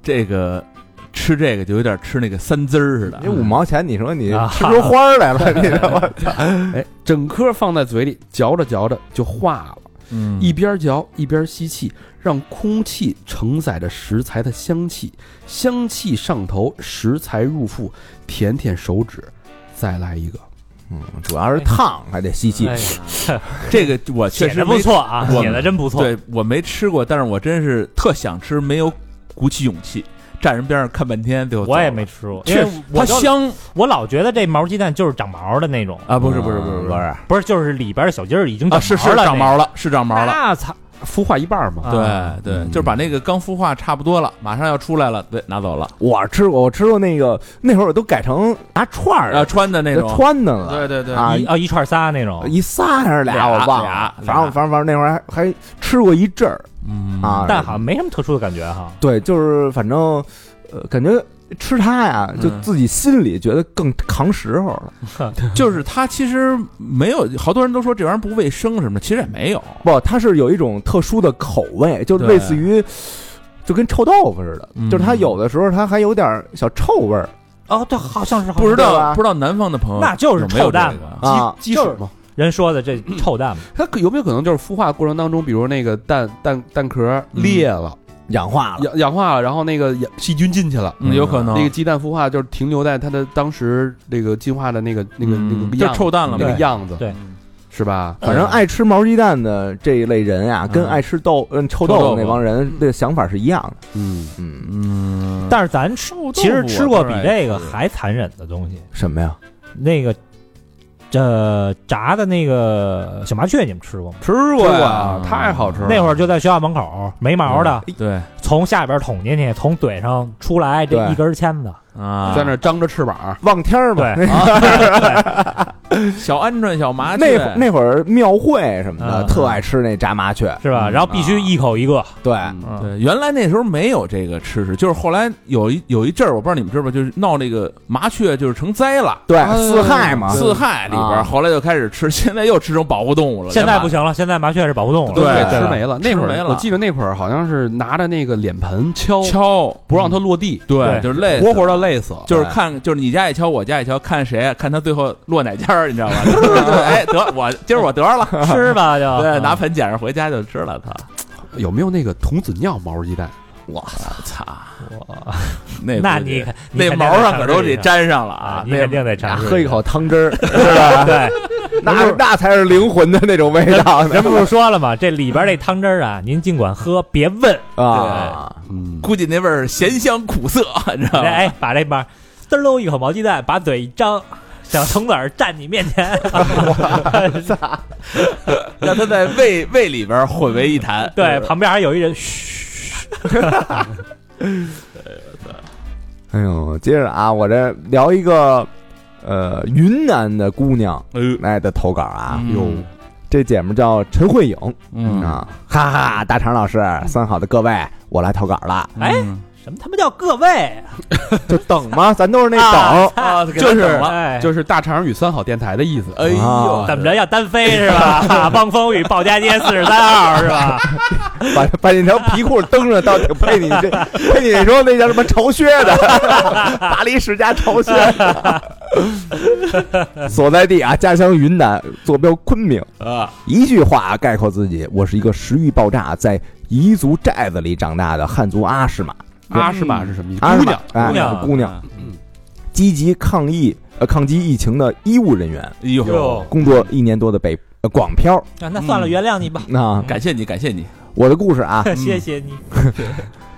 E: 这个吃这个就有点吃那个三汁儿似的
C: 你，五毛钱，你说你
D: 啊
C: 吃出花儿来 了，你知道吗？
B: 哎，整颗放在嘴里，嚼着嚼着就化了。
A: 嗯
B: 一边嚼一边吸气，让空气承载着食材的香气，香气上头，食材入腹，舔舔手指，再来一个。
C: 嗯，主要是烫，还得吸气
D: 哎。呀
E: 这个我确
D: 写
E: 实
D: 的不
E: 没
D: 错啊，
E: 我
D: 写的真不错。
E: 对我没吃过，但是我真是特想吃，没有鼓起勇气，站人边上看半天，最后走
D: 我也
E: 了
D: 没吃过，因
E: 确
D: 为
E: 实
D: 我
E: 它
D: 就
E: 香
D: 我老觉得这毛鸡蛋就是长毛的那种，
E: 啊，不是不是不是
C: 嗯
E: 不是
D: 不是就是里边的小鸡儿已经
E: 啊，
D: 长
E: 是是
D: 毛了，
E: 长毛了，是长
D: 那
E: 毛了。
D: 那操，
B: 孵化一半嘛，
D: 啊
C: 嗯
E: 对对，就是把那个刚孵化差不多了，马上要出来了，对，拿走了。
C: 我吃过，我吃过那个，那会儿我都改成拿串儿
E: 啊，穿的那种，
C: 穿的了。
E: 对对对，
C: 啊
D: 一啊一串仨那
E: 哎
D: 种，
C: 一仨还是
E: 俩
C: 我忘
E: 俩
C: 了，反正反正反正那会儿还还吃过一阵儿
E: 嗯
C: 啊，
D: 但好像没什么特殊的感觉哈。
C: 对，就是反正呃，感觉吃它呀，就
E: 嗯
C: 自己心里觉得更扛时候了。
E: 就是它其实没有，好多人都说这玩意儿不卫生什么的，其实也没有。
C: 不，它是有一种特殊的口味，就类似于就跟臭豆腐似的，
E: 嗯
C: 就是它有的时候它还有点儿小臭味儿
D: 哦，对，好像是
E: 不知
C: 对
E: 道
C: 吧
E: 不知道南方的朋友
D: 那就是
E: 嗯有没有
D: 臭蛋
E: 这个
C: 啊，
B: 鸡
C: 就
B: 屎
C: 是
B: 嘛。
D: 人说 的这臭蛋嘛，
B: 它可有没有可能就是孵化过程当中，比如那个蛋蛋蛋壳嗯裂了，
C: 氧化了。
B: 氧氧化了，然后那个氧细菌进去了。
E: 嗯有可能
B: 那个鸡蛋孵化就是停留在它的当时那个进化的那个那个那个
E: 嗯就
B: 样
E: 是
B: 子，
E: 臭蛋了
B: 那个
E: 嘛。
B: 样子，
D: 对，
B: 是吧？
C: 反正爱吃毛鸡蛋的这一类人啊，跟
E: 嗯
C: 爱吃豆嗯臭
E: 臭
C: 豆
E: 豆
C: 腐那
E: 腐
C: 帮人的想法是一样的。
B: 嗯，
C: 嗯，
E: 嗯，
D: 但是咱吃
E: 豆腐
D: 其实吃过
E: 我
D: 比
E: 倒是
D: 这个
E: 吃
D: 还残忍的东西，
C: 什么呀？
D: 那个这炸的那个小麻雀，你们吃过吗？
B: 吃过
E: 吃过
B: 呀
E: 啊，嗯
B: 太好吃了。
D: 那会儿就在学校门口，没毛的，
E: 对
D: 从下边捅进去，从嘴上出来，这
C: 对
D: 一根签子，
E: 啊，
B: 在那儿张着翅膀，
C: 望天儿嘛，
D: 对，
F: 小鹌鹑、小麻
C: 那
F: 雀
C: 会，儿那会儿庙会什么的，
D: 嗯
C: 特爱吃那炸麻雀。
D: 是吧？
E: 嗯
D: 然后必
E: 啊
D: 须一口一个，
C: 对，
D: 嗯
F: 对，原来那时候没有这个吃食，就是后来有一有一阵儿，我不知道你们知道吧，就是闹那个麻雀就是成灾了，
C: 对，
D: 哎
E: 哎
C: 四害嘛，
F: 四害里边儿，
C: 啊
F: 后来就开始吃， 现在又吃成保护动物了。
D: 现在
F: 对吧
D: 不行了，现在麻雀是保护动物了，
C: 对
D: 对
B: 吃
D: 吧
B: 没了。那会
F: 吃没
B: 儿
F: 了
B: 我记得那会儿好像是拿着那个脸盆敲，
F: 敲，
B: 不让它落地，
F: 对，就是累死
B: 活活的累死。
F: 就是看，就是你家也敲，我家也敲，看谁看他最后落哪家儿，你知道 吧？对，哎，得我今儿我得 了，
D: 吃吧 就
F: 对，拿盆捡着回家就吃了它。
B: 有没有那个童子尿毛鸡蛋？
F: 操，
D: 哇
F: 那
D: 嗯那
F: 估计
D: 你你
F: 那
D: 肯定
F: 毛
D: 得
F: 上
D: 尝
F: 可
D: 试
F: 都得
D: 一下
F: 粘上了
D: 啊
F: 啊！，
D: 你
F: 那
D: 肯定得尝试
C: 喝一
D: 下
C: 口汤汁儿，
D: 吧？对，
C: 那那才是灵魂的那种味道 呢
D: 人不是说了吗？这里边这汤汁儿啊，您尽管喝，别 问。
C: 啊！
B: 嗯，
F: 估计那味儿咸香苦涩，你知道吗？
D: 哎，把这边滋儿喽一口毛鸡蛋，把嘴一张，小虫子儿站你面前。
F: 让它在胃胃里边混为一谈。哎
D: 对，旁边还有一人，嘘，
C: 哎呦，接着啊，我这聊一个，呃，云南的姑娘
F: 哎
C: 来的投稿啊，
F: 呦，
C: 这姐们儿叫陈慧颖
F: 嗯
C: 啊，哈哈，大肠老师，三好的各位，我来投稿了，
D: 哎，
F: 嗯
D: 什么他妈叫各位？
C: 就等嘛， 咱都是那
D: 啊
C: 等，
F: 啊，给它
B: 就是
F: 整了，
D: 哎，
B: 就是大肠与三好电台的意思。
F: 哎呦
C: 啊，
D: 怎么着要单飞是 吧？望风雨鲍家街四十三号是吧？
C: 把把那条皮裤蹬着，倒挺配你这配你说那叫什么巢靴的，巴黎世家巢靴。所在地啊，家乡云南，坐标昆明
F: 啊。
C: 一句话概括自己：我是一个食欲爆炸，在彝族寨子里长大的汉族阿诗玛。
B: 阿什玛是什么意思？
C: 阿
B: 姑
C: 诗玛
B: 娘，，
C: 哎
D: 姑娘
C: 姑娘，积极抗疫呃抗击疫情的医务人员，
F: 哎呦
D: 哟，
C: 工作一年多的北呃广漂。
D: 啊那算了，
F: 嗯
D: 原谅你吧，
E: 嗯
C: 啊，
F: 感谢你，感谢你，
C: 我的故事啊，
D: 谢谢你。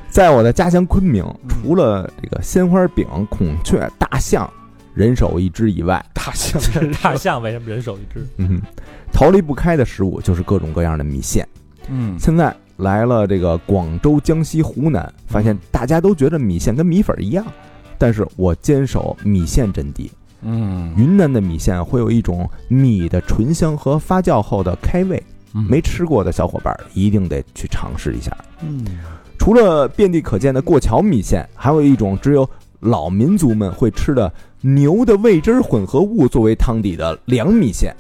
C: 在我的家乡昆明，除了这个鲜花饼、孔雀、大象，人手一只以外，
B: 大象，
D: 大象为什么人手一只？
C: 嗯哼，逃离不开的食物就是各种各样的米线。
F: 嗯
C: 现在来了这个广州、江西、湖南，发现大家都觉得米线跟米粉一样，但是我坚守米线阵地。
F: 嗯
C: 云南的米线会有一种米的醇香和发酵后的开胃，
F: 嗯
C: 没吃过的小伙伴一定得去尝试一下。
F: 嗯
C: 除了遍地可见的过桥米线，还有一种只有老民族们会吃的牛的味汁混合物作为汤底的凉米线，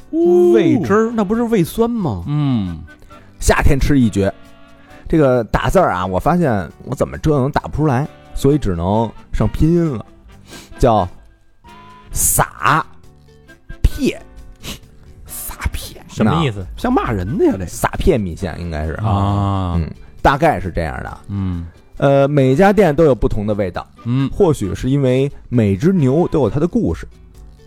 B: 味汁儿，那不是胃酸吗？
F: 嗯，
C: 夏天吃一绝。这个打字儿啊，我发现我怎么折腾都打不出来，所以只能上拼音了，叫撒撇
B: 撒撇，
D: 什么意思？
B: 像骂人的呀，这
C: 撒撇米线应该是
F: 啊
C: 嗯，大概是这样的。
F: 嗯
C: 呃，每家店都有不同的味道。
F: 嗯
C: 或许是因为每只牛都有它的故事，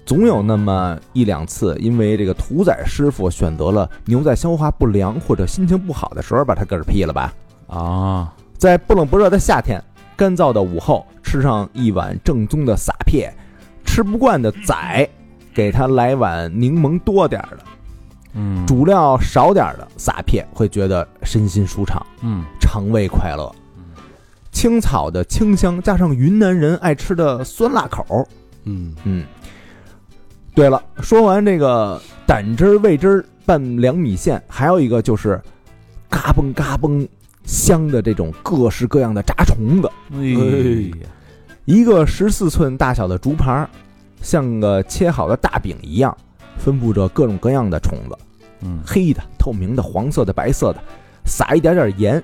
C: 总有那么一两次，因为这个屠宰师傅选择了牛在消化不良或者心情不好的时候把它嗝屁了吧。
F: 啊，
C: 在不冷不热的夏天，干燥的午后，吃上一碗正宗的撒撇，吃不惯的仔，给它来碗柠檬多点儿的，
F: 嗯
C: 主料少点儿的撒撇，会觉得身心舒畅。
F: 嗯
C: 肠胃快乐。青草的清香加上云南人爱吃的酸辣口，
B: 嗯，
C: 嗯。对了，说完这个胆汁儿、味汁儿拌凉米线，还有一个就是嘎嘣嘎嘣香的这种各式各样的炸虫子，
F: 哎呀
C: 一个十四寸大小的竹盘儿，像个切好的大饼一样，分布着各种各样的虫子。
F: 嗯
C: 黑的、透明的、黄色的、白色的，撒一点点盐，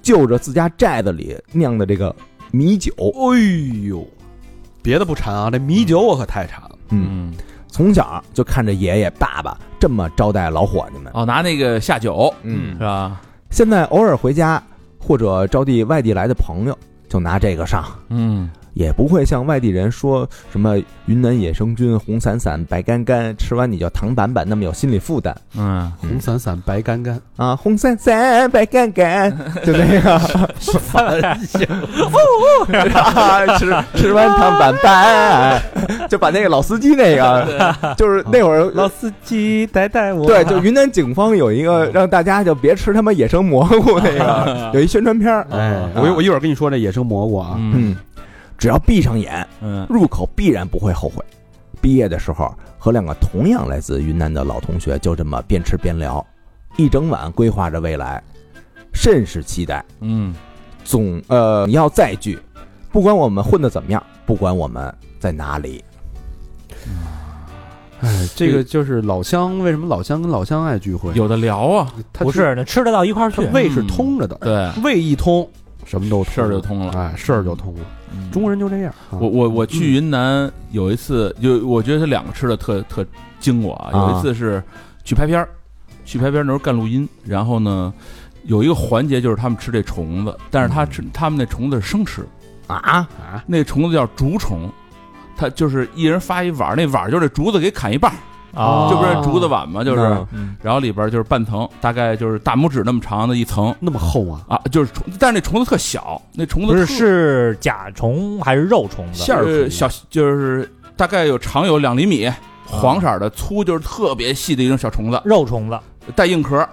C: 就着自家寨子里酿的这个米酒，
B: 哎呦，别的不馋啊，这米酒我可太馋了。
C: 嗯，从小就看着爷爷、爸爸这么招待老伙计们，
F: 哦，拿那个下酒
C: 嗯
F: 是，吧？
C: 现在偶尔回家或者招待外地来的朋友，就拿这个上，
F: 嗯
C: 也不会像外地人说什么云南野生菌红伞伞、白干干，吃完你就糖板板，那么有心理负担
F: 嗯，
B: 红伞伞，白杆杆，
C: 啊， 红伞伞、白干干， 就那个。啊，吃吃完糖板板，就把那个老司机那个，就是那会儿。
D: 司机带带我
C: 对，就云南警方有一个让大家就别吃他妈野生蘑菇那 个，有一宣传片儿，啊
B: 哎，我我一会儿跟你说这野生蘑菇啊，
F: 嗯
C: 嗯，只要闭上眼，
F: 嗯
C: 入口必然不会后悔。毕业的时候和两个同样来自云南的老同学就这么边吃边聊，一整晚规划着未来，甚是期待。
E: 嗯，
C: 总呃，你要再聚，不管我们混的怎么样，不管我们在哪里，
B: 哎，这个就是老乡，为什么老乡跟老乡爱聚会？
E: 有的聊啊，
B: 他
D: 不是那吃得到一块儿
B: 他
D: 去，
B: 胃是通着的，
E: 对，
B: 胃一通，什么都通
E: 事儿就通了。
B: 哎，事儿就通了。中国人就这样，啊
E: 我我我去云南有一次，就我觉得他两个吃的特特惊我啊。
C: 啊
E: 有一次是去拍片儿，去拍片儿那时候干录音，然后呢，有一个环节就是他们吃这虫子，但是他吃他们那虫子是生吃，
C: 啊，
B: 啊，
E: 那虫子叫竹虫，它就是一人发一碗儿，那碗儿就是竹子给砍一半儿，
D: 啊，
E: 这不是竹子碗吗？就是，
C: 嗯
E: 然后里边就是半层，大概就是大拇指那么长的一层
B: 那么厚啊，
E: 啊，就是虫，但是那虫子特小，那虫子
D: 不是
E: 特
D: 是甲虫还是肉虫子？啊
B: 馅儿
E: 呃
B: 虫
E: 小，就是大概有长有两厘米，黄色儿的粗，就是特别细的一种小虫子，
D: 肉虫子，
E: 带硬壳儿。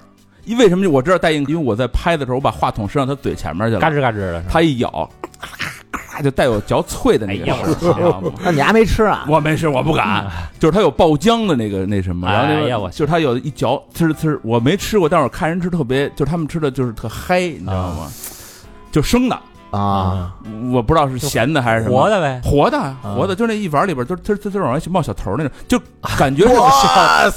E: 因为什么我知道带硬壳？因为我在拍的时候，我把话筒伸到它嘴前面去
D: 嘎
E: 了，
D: 吱嘎吱的。是吧
E: 它一咬，咔咔咔就带有嚼脆的那个
D: 哎呀
E: 声儿，你知道吗？
C: 那你还没吃啊？
E: 我没事，我不敢。就是它有爆浆的那个那什么，然后那
D: 哎
E: 个
D: 呀我去
E: 就是它有一嚼呲呲，我没吃过，但是我看人吃特别，就是他们吃的就是特嗨，你知道吗？就生的，
C: 啊，
E: 我不知道是咸的还是什么
D: 嗯活的呗，
E: 活的，活的，就那一碗里边都滋滋滋往外冒小头那种，就感觉是，
C: 我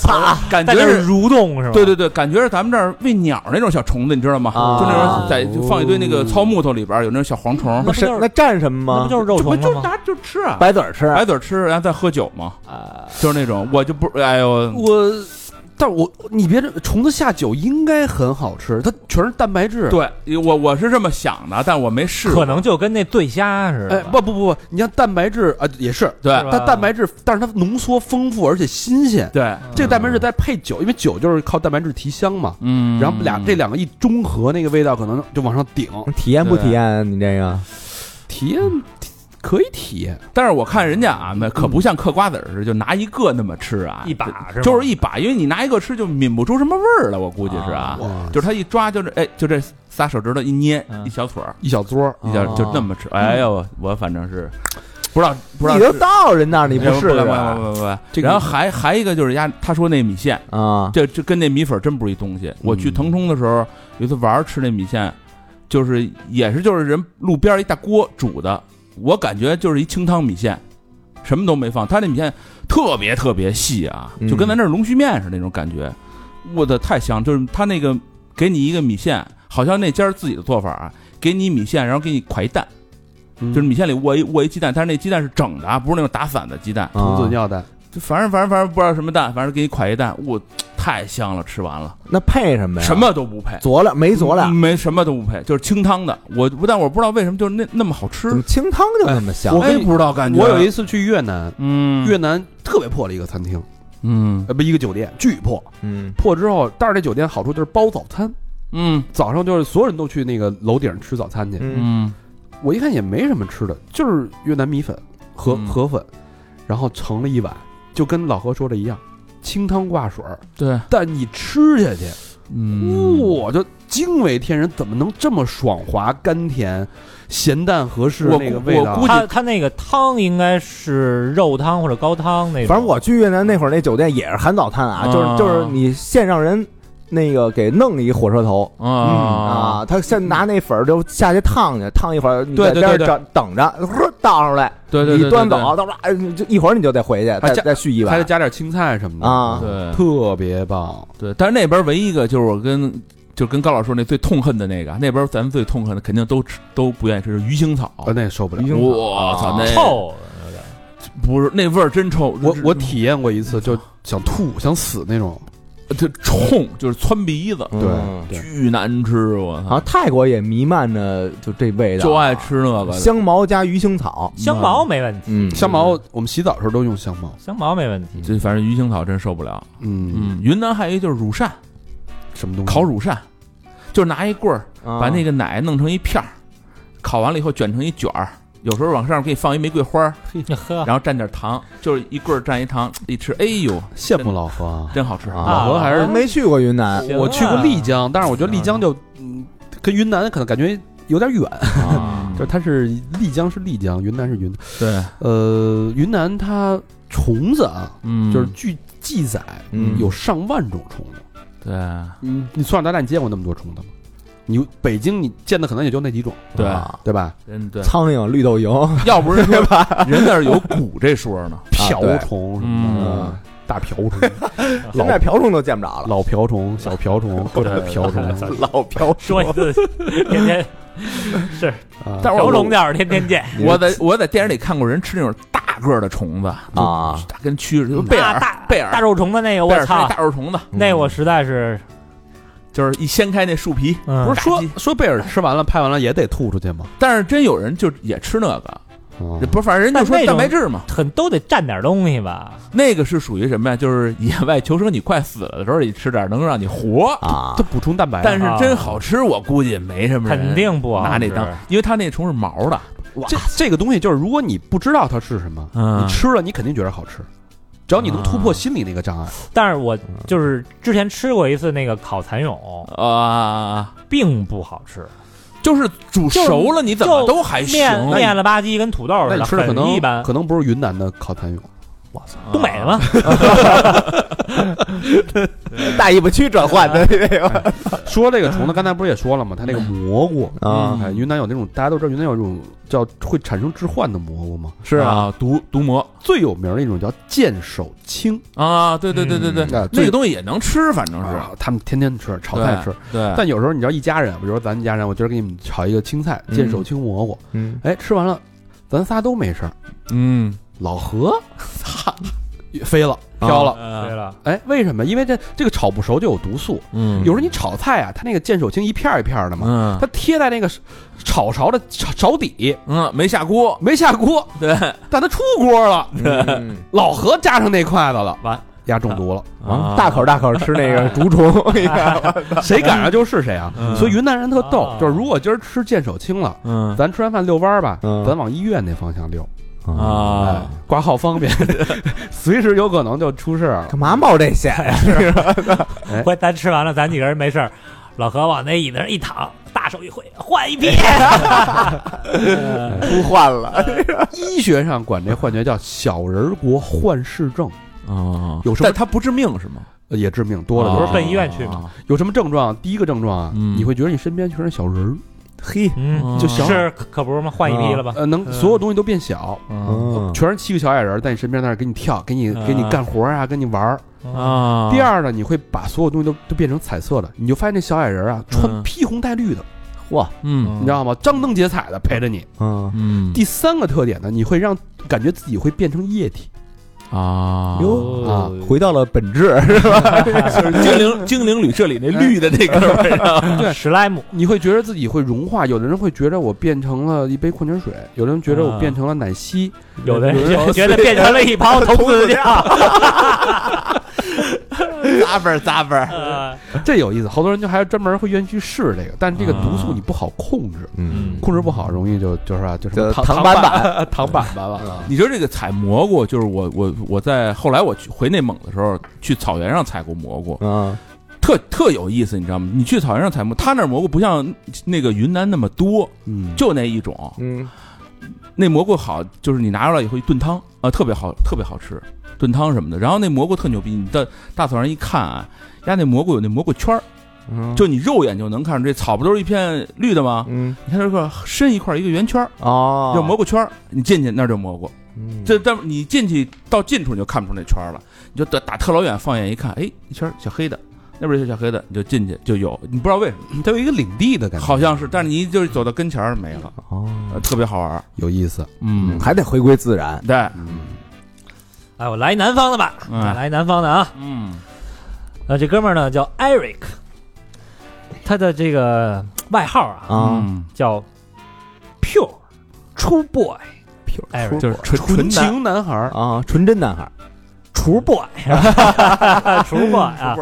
C: 操！
E: 感觉
D: 但是
E: 是，
D: 蠕动是吧？
E: 对对对，感觉是咱们这儿喂鸟那种小虫子，你知道吗？
C: 啊
E: 就那种在就放一堆那个糙木头里边有那种小黄虫，
D: 不
C: 那
D: 就是
C: 是那蘸什么
D: 那
C: 吗
D: 不？就是肉
E: 这不
D: 虫
E: 就
D: 子吗？
E: 拿就吃啊，
C: 白嘴儿吃
E: 白嘴吃，然后再喝酒嘛，
D: 啊，
E: 就是那种，我就不，哎呦，
B: 我，但我你别这虫子下酒应该很好吃，它全是蛋白质。，
E: 对我我是这么想的，但我没试过
D: 可，能就跟那醉虾似
B: 哎
D: 的，吧。
B: 不不不不，你像蛋白质啊也是，
E: 对
D: 是吧
B: 但蛋白质，但是它浓缩丰富而且新鲜。
E: 对，
D: 嗯
B: 这个蛋白质再配酒，因为酒就是靠蛋白质提香嘛。
E: 嗯，
B: 然后俩这两个一中和，那个味道可能就往上顶，
C: 体验不体验？你这个
B: 体验体可以体验。
E: 但是我看人家啊，那可不像嗑瓜子儿似的，就拿一个那么吃啊，
D: 嗯一把是吗
E: 就是一把，因为你拿一个吃就抿不出什么味儿了，我估计是啊，
B: 哇，
E: 就是他一抓就是哎，就这仨手指头一捏，
D: 嗯哦
E: 一小撮儿，
B: 一小撮儿，
E: 一下就那么吃。哎呦，我反正是不知道不知道
C: 你都到人那儿，你
E: 不
C: 是
E: 不不
C: 啊
E: 不不不
B: 这个
E: 然后还还一个就是压他说那米线，
C: 啊？
E: 这这跟那米粉真不是一东西。我去腾冲的时候，有一次玩儿吃那米线，就是也是就是人路边儿一大锅煮的，我感觉就是一清汤米线，什么都没放。他那米线特别特别细啊，
C: 嗯
E: 就跟咱这儿龙须面似的那种感觉。我的太香，就是他那个给你一个米线，好像那家儿自己的做法啊，给你米线，然后给你㧟一蛋，
B: 就
E: 就是米线里卧一卧一鸡蛋，但是那鸡蛋是整的啊，不是那种打散的鸡蛋。
B: 童子
C: 啊
B: 尿蛋，
E: 就反正反正反正不知道什么蛋，反正给你㧟一蛋，我太香了，吃完了。
C: 那配什么呀？
E: 什么都不配，
C: 佐料没佐料
E: 嗯？没什么都不配，就是清汤的。我不但我不知道为什么就是那那么好吃
C: 哎怎，么清汤就那么
B: 嗯
C: 香？
B: 我跟你
E: 也不知道感觉。啊
B: 我有一次去越南，
E: 嗯
B: 越南特别破的一个餐厅，
E: 嗯
B: 呃不一个酒店，巨破。
C: 嗯
B: 破之后，但是这酒店好处就是包早餐，
E: 嗯
B: 早上就是所有人都去那个楼顶吃早餐去。
C: 嗯
E: 嗯，
B: 我一看也没什么吃的，就是越南米粉、河
E: 嗯
B: 河粉，然后盛了一碗，就跟老何说的一样，清汤挂水儿。
E: 对，
B: 但你吃下去，
E: 嗯，
B: 我就惊为天人，怎么能这么爽滑、甘甜、咸淡合适
E: 我
B: 那个
E: 估
B: 味
E: 我
B: 道？
E: 估计
D: 它它那个汤应该是肉汤或者高汤那种，
C: 反正我去越南那会儿，那酒店也是含早餐啊，就是
E: 啊
C: 就是你现让人那个给弄一火车头
B: 嗯
E: 啊，
C: 啊，他现拿那粉儿就下去烫去，烫一会儿你
E: 对
C: 在
E: 对
C: 边儿
E: 对对
C: 等等着，呼倒出来，
E: 对对对，
C: 你
E: 对
C: 端走，，到时候哎，就一会儿你就得回去，再
B: 加
C: 再续一
B: 还得
C: 碗。
B: 加点青菜什么的
C: 啊
E: 对
B: 特别棒。
E: 对。但是那边唯一一个就是我跟就跟高老师说那最痛恨的那个，那边咱们最痛恨的肯定都吃都不愿意吃是鱼腥草。
B: 啊，那受不了。
E: 我操，那
D: 臭
E: 不是那味儿真臭，
B: 我我
E: 这
B: 体验过一次，就想吐、想死那种。
E: 这冲就是窜鼻子，
C: 嗯
B: 对，啊
E: 巨难吃，我操，
C: 好像泰国也弥漫着就这味道，啊
E: 就爱吃那个。
C: 香茅加鱼腥草。
D: 香茅没问题，
C: 嗯，
B: 香茅，我们洗澡的时候都用香茅。
D: 香茅没问题。
E: 这反正鱼腥草真受不了。
B: 嗯，
E: 嗯，云南还有一就是乳扇，
B: 什么东西？
E: 烤乳扇，就是拿一棍儿把
D: 啊
C: 把
E: 那个奶弄成一片儿，烤完了以后卷成一卷儿，有时候往上给你放一玫瑰花儿，
D: 呵，
E: 然后蘸点糖，就是一棍儿蘸一糖，一吃，哎呦，
B: 羡慕老何啊！
E: 真好吃
C: 啊
B: 老何还是
C: 没去过云南，
D: 行啊
B: 我去过丽江，但是我觉得丽江就嗯，跟云南可能感觉有点远。
E: 啊
B: 就是它是丽江是丽江，云南是云南。
E: 对，
B: 呃，云南它虫子啊，
E: 嗯
B: 就是据记载
C: 嗯
B: 有上万种虫子。
E: 对
D: 啊
E: 嗯
B: 你你从小到大你见过那么多虫子吗？你北京你见的可能也就那几种，
E: 对
C: 啊
B: 对吧？
E: 真对，
C: 苍蝇、绿豆蝇、
E: 要不是说 人那儿有蛊这说
D: 啊
E: 呢，
B: 瓢
C: 对
B: 虫什么的，
C: 啊
B: 啊
E: 嗯
B: 大瓢虫、
C: 现在瓢虫都见不着了，
B: 老瓢虫、小 瓢虫、各种瓢虫
C: 老瓢虫
D: 说一次，天天
B: 啊。
E: 但是
D: 条
E: 我
D: 龙吊是天天见，
E: 我在我在电视里看过人吃那种大个儿的虫子，
C: 啊，
E: 大跟蛆似的，就贝
D: 啊
E: 尔
D: 大
E: 贝尔
D: 大肉虫的那个，
E: 贝尔吃
D: 我操嗯
E: 那，大肉嗯虫子，
D: 那我实在是
E: 就是一掀开那树皮，
D: 嗯
B: 不是说
E: 打击
B: 说贝尔吃完了拍完了也得吐出去吗？
E: 但是真有人就也吃那个，
B: 嗯
E: 不是，反正人就
D: 哦但
E: 说
D: 那种
E: 蛋白质嘛，
D: 很都得蘸点东西吧？
E: 那个是属于什么呀？就是野外求生，你快死了的时候，你吃点能让你活。
C: 啊
B: 它，补充蛋白啊，
E: 但是真好吃，我估计没什么人
D: 肯定不好
E: 拿那当
D: 吃，
E: 因为它那虫是毛的，
B: 这这个东西就是，如果你不知道它是什么，
E: 嗯
B: 你吃了你肯定觉得好吃，只要你能突
D: 嗯
B: 破心理那个障碍，
D: 但是我就是之前吃过一次那个烤蚕蛹，
E: 啊，
D: 并不好吃，
E: 就是煮熟了，你怎么都还行。
D: 面
E: 那
D: 面了吧唧，跟土豆
B: 那
D: 似
B: 你
D: 的，
B: 吃的可
D: 很
B: 能
D: 一般。
B: 可能不是云南的烤蚕蛹，
E: 哎
D: 东北
E: 啊
D: 的吗？
C: 大尾巴区转换的那个
B: 说这个虫子，刚才不是也说了吗？它
E: 嗯
B: 那个蘑菇，
C: 啊，
B: 哎，云南有那种大家都知道，云南有这种叫会产生致幻的蘑菇吗？
C: 是啊，
E: 啊，毒毒蘑
B: 最有名的一种叫剑手青，
E: 啊，对对对对对，
B: 嗯
E: 那个东西也能吃，反正是
B: 啊，他们天天吃，炒菜吃。
E: 嗯对，哎
B: 但有时候你知道，一家人，比如说咱们家人，我今儿给你们炒一个青菜，剑手青蘑菇，
C: 嗯，
B: 哎，吃完了，咱仨都没事儿，
E: 嗯，
B: 老 何，操，飞了，飘了。
D: 对
E: 了，
D: 了，
B: 哎，为什么？因为这这个炒不熟就有毒素。
E: 嗯
B: 有时候你炒菜啊，它那个剑手青一片儿一片儿的嘛，
E: 嗯
B: 它贴在那个炒勺的勺勺底，
E: 嗯没下锅，
B: 没下锅，
E: 对，
B: 但它出锅了。
C: 嗯
B: 老何加上那筷子了，
D: 完
B: 压中毒 了，
C: 啊大口大口吃那个竹虫，哎你看
E: 嗯
B: 谁赶上就是谁啊！所以云南人特逗
D: 啊，
B: 就是如果今儿吃剑手青了，
E: 嗯
B: 咱吃完饭遛弯儿吧，
C: 嗯
B: 咱往医院那方向遛，哎
E: 啊，
B: 挂号方 便，随时有可能就出事儿了。
C: 干嘛冒这险呀？
D: 回咱吃完了，咱几个人没事儿，老何往那椅子上一躺，大手一挥，换 一批。
C: 不换了，
B: 医学上管这幻觉叫小人国幻视症，
E: 啊，
B: 有什么
E: 但它不致命是吗？
B: 呃也致命哎多了。
E: 啊
B: 有
D: 不是
B: 时候
D: 奔医院去吗？
B: 有什么症状？第一个症状啊，
E: 嗯
B: 你会觉得你身边全是小人
C: 嘿，
D: 嗯，
B: 就小
D: 是可可不是吗？换一批了吧
E: 啊
B: 儿，？呃，
E: 嗯
B: 能所有东西都变小，
C: 嗯
B: 全是七个小矮人儿在你身边在那儿给你跳，给
E: 嗯
B: 你给你干活啊，跟你玩儿。
E: 啊
B: 第，二呢，你会把所有东西都都变成彩色的，你就发现那小矮人啊，穿
E: 嗯
B: 披红戴绿的，
E: 嗯
B: 你知道吗？张灯结彩的陪着你。
C: 嗯，
E: 嗯
B: 第三个特点呢，你会让感觉自己会变成液体，
E: 啊
C: 哟，
B: 啊
C: 回到了本质，
E: 就是精 灵精灵旅社里那绿的那哥们
B: 哎
E: 儿，
B: 对
D: 嗯史莱姆
B: 你会觉得自己会融化。有的人会觉得我变成了一杯矿泉水，有的人觉得我变成了奶昔，
D: 有的
B: 有人
D: 人觉得变成了一
C: 哦
D: 泡童子 尿，
E: 咂巴咂巴，
D: 呃
E: 嗯
B: 这有意思。好多人就还专门会愿意去试这个，但这个毒素
E: 啊
B: 你不好控制，
C: 嗯，
B: 控制不好容易就就是啊，就是
C: 就
B: 糖
C: 糖板
B: 板
C: 板
B: 糖板板了。
E: 你说这个采蘑菇，就是我我我在后来我去回内蒙的时候，去草原上采过蘑菇，
C: 嗯
E: 特特有意思，你知道吗？你去草原上采蘑，他那儿蘑菇不像那个云南那么多，
B: 嗯，
E: 就那一种。
C: 嗯，
E: 那蘑菇好，就是你拿出来以后一炖汤啊、特别好，特别好吃，炖汤什么的。然后那蘑菇特牛逼，你到大草上一看啊，呀，那蘑菇有那蘑菇圈儿，
C: 嗯
E: 就你肉眼就能看出，这草不都是一片绿的吗？
C: 嗯
E: 你看这块深一块一个圆圈儿，
C: 哦，
E: 叫蘑菇圈儿。你进去那儿就蘑菇，
C: 嗯
E: 这但你进去到近处你就看不出那圈儿了，你就打打特老远放眼一看，哎，一圈儿小黑的，那边儿有小黑的，你就进去就有，你不知道为什么，
B: 它有一个领地的感觉，
E: 好像是，但是你一就是走到跟前儿没了，
C: 哦，
E: 呃特别好玩儿。
B: 有意思。
E: 嗯，
C: 还得回归自然，
E: 对，
D: 哎，我来南方的吧，
E: 嗯
D: 来南方的啊。
E: 嗯
D: 呃，这哥们儿呢叫 Eric，他的这个外号啊
C: 啊，
E: 嗯
D: 叫 Pure True Boy
C: 屁股
D: Eric
E: 就是纯
B: 纯
E: 纯男
B: 情男孩儿，
C: 啊，纯真男孩，
D: 厨 boy，厨 boy 啊，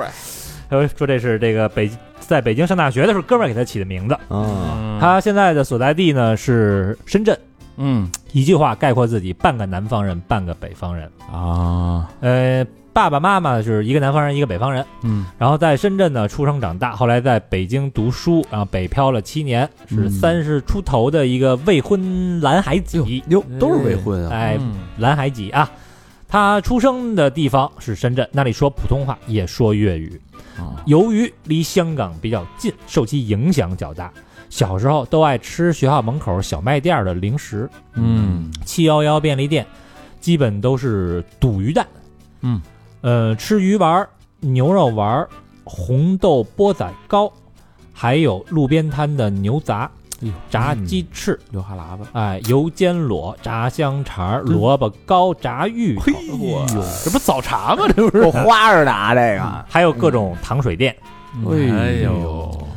D: 他说这是这个北在北京上大学的时候，哥们儿给他起的名字。
C: 啊，
E: 他
D: 他现在的所在地呢是深圳，
E: 嗯
D: 一句话概括自己：半个南方人，半个北方人。
F: 嗯
E: 啊
D: 呃，爸爸妈妈是一个南方人，一个北方人。
E: 嗯
D: 然后在深圳呢出生长大，后来在北京读书，然后北漂了七年，是
E: 嗯
D: 三十出头的一个未婚蓝海
B: 哎呦
D: 几，哎
F: 哎
E: 嗯
B: 哟，都是未婚啊，
F: 嗯
D: 哎，蓝海几啊。他出生的地方是深圳，那里说普通话，也说粤语。
F: 啊
D: 由于离香港比较近，受其影响较大。小时候都爱吃学校门口小卖店的零食，
F: 嗯
D: 七幺幺便利店，基本都是赌鱼蛋。
F: 嗯，
D: 呃，吃鱼丸、牛肉丸、红豆钵仔糕，还有路边摊的牛杂
F: 哎呦、嗯
D: 炸鸡翅、
F: 流哈喇子，
D: 哎，油煎螺、炸香肠、萝卜糕、炸芋头，
F: 呦，
B: 这不早茶吗？这不是
C: 够花着的 啊，这个
D: 还有各种糖水店。
F: 哎
B: 呦
F: 呦，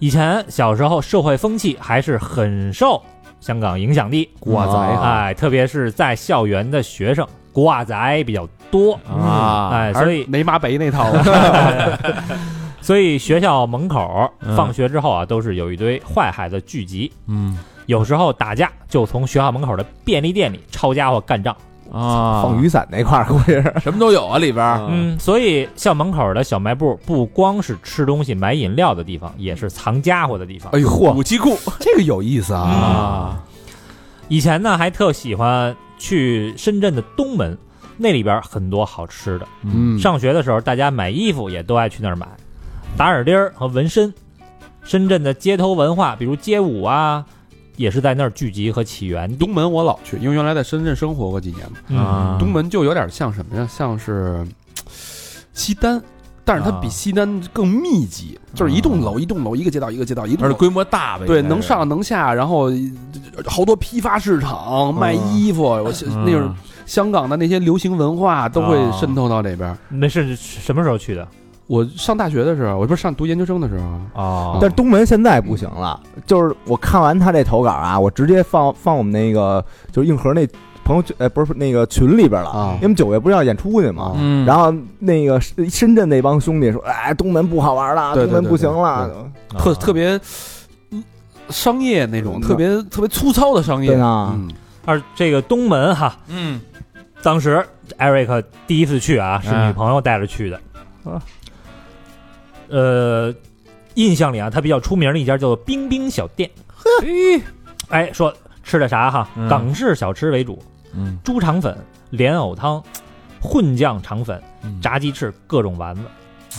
D: 以前小时候社会风气还是很受香港影响的，
C: 哇塞
F: 啊
D: 哎，特别是在校园的学生，古惑仔比较多，
F: 啊
D: 哎，所以
B: 雷马北那套啊
D: 所以学校门口
F: 嗯
D: 放学之后啊，都是有一堆坏孩子聚集，
F: 嗯
D: 有时候打架就从学校门口的便利店里抄家伙干仗。
F: 啊，
C: 放雨伞那块儿估 计是，
F: 什么都有啊，里边儿
D: 嗯，所以校门口的小卖部不光是吃东西、买饮料的地方，也是藏家伙的地方。
B: 哎呦嚯，
F: 武器库
A: 这个有意思
C: 嗯
A: 啊！
F: 啊，
D: 以前呢，还特喜欢去深圳的东门，那里边很多好吃的。
B: 嗯
D: 上学的时候，大家买衣服也都爱去那儿买，打耳钉儿和纹身。深圳的街头文化，比如街舞啊，也是在那儿聚集和起源地。
B: 东门我老去，因为原来在深圳生活过几年嘛。
D: 嗯，
B: 东门就有点像什么呀？像是西单，但是它比
D: 啊
B: 西单更密集，就是一栋楼一栋楼，一个街道一个街道，一栋
F: 而且
B: 楼。
F: 规模大啊呗，
B: 对，
F: 应该是
B: 能上能下，然后呃好多批发市场卖衣服，我是
F: 嗯
B: 那种香港的那些流行文化都会
F: 啊
B: 渗透到这边。
D: 那是什么时候去的？
B: 我上大学的时候，我不是上读研究生的时候，
D: 哦
C: 但是东门现在不行了。就是我看完他这投稿啊，我直接放放我们那个就是硬核那朋友圈，呃，不是那个群里边了。
B: 啊
C: 因为九月不是要演出去
E: 啊
C: 吗？
F: 嗯，
C: 然后那个深深圳那帮兄弟说：“哎，东门不好玩了，
B: 对
C: 东
B: 对
C: 门
B: 对
C: 不
B: 对
C: 行了。
D: 啊
B: 特特别嗯商业啊那种，
C: 嗯
B: 特别特别粗糙的商业
C: 对啊
B: 嗯
D: 而这个东门哈，
F: 嗯
D: 当时 Eric 第一次去啊，是女朋友带着去的。
C: 啊
D: 呃，印象里啊，它比较出名的一家叫做冰冰小店。哎，说吃的啥哈？
F: 嗯
D: 港式小吃为主，
F: 嗯
D: 猪肠粉、莲藕汤、混酱肠粉、
F: 嗯
D: 炸鸡翅、各种丸子。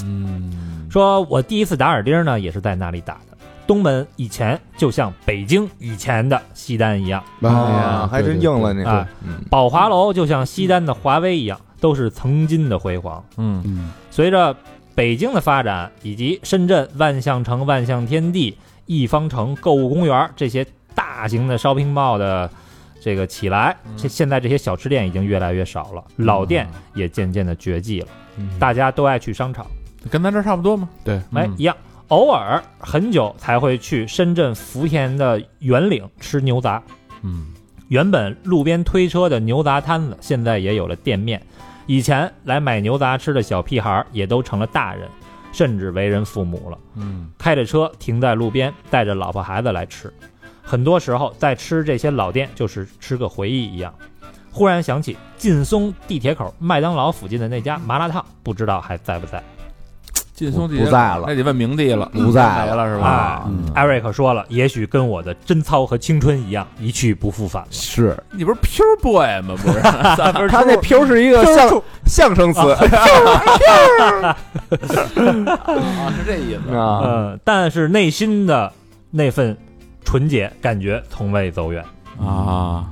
F: 嗯
D: 说我第一次打耳钉呢，也是在那里打的。东门以前就像北京以前的西单一样，
C: 哎
B: 啊
C: 呀，还真
B: 对对
C: 硬了那
D: 啊
C: 个。嗯
D: 宝华楼就像西单的华威一样，都是曾经的辉煌。
F: 嗯
B: 嗯
D: 随着北京的发展，以及深圳万象城、万象天地、一方城、购物公园这些大型的 shopping mall 的这个起来，这现在这些小吃店已经越来越少了，老店也渐渐的绝迹了，
B: 嗯
D: 大家都爱去商场。
F: 跟咱这儿差不多嘛，
B: 对，
D: 哎，一样，偶尔很久才会去深圳福田的圆岭吃牛杂。
F: 嗯
D: 原本路边推车的牛杂摊子，现在也有了店面。以前来买牛杂吃的小屁孩儿也都成了大人，甚至为人父母了，
F: 嗯
D: 开着车停在路边，带着老婆孩子来吃。很多时候在吃这些老店，就是吃个回忆一样。忽然想起劲松地铁口麦当劳附近的那家麻辣烫，不知道还在不在。
F: 劲松地
C: 不在了
F: 那得问明帝了，嗯
C: 不在了
F: 没了是
D: 啊
F: 吧？
D: 艾瑞克说了，也许跟我的贞操和青春一样，一去不复返了。
C: 是
F: 你不是 pure boy 吗？ 不是，
C: 他那 “Q” 是一个相相声词
F: 啊，是这意思。
C: 啊，
D: 呃，但是内心的那份纯洁感觉从未走远，
F: 啊，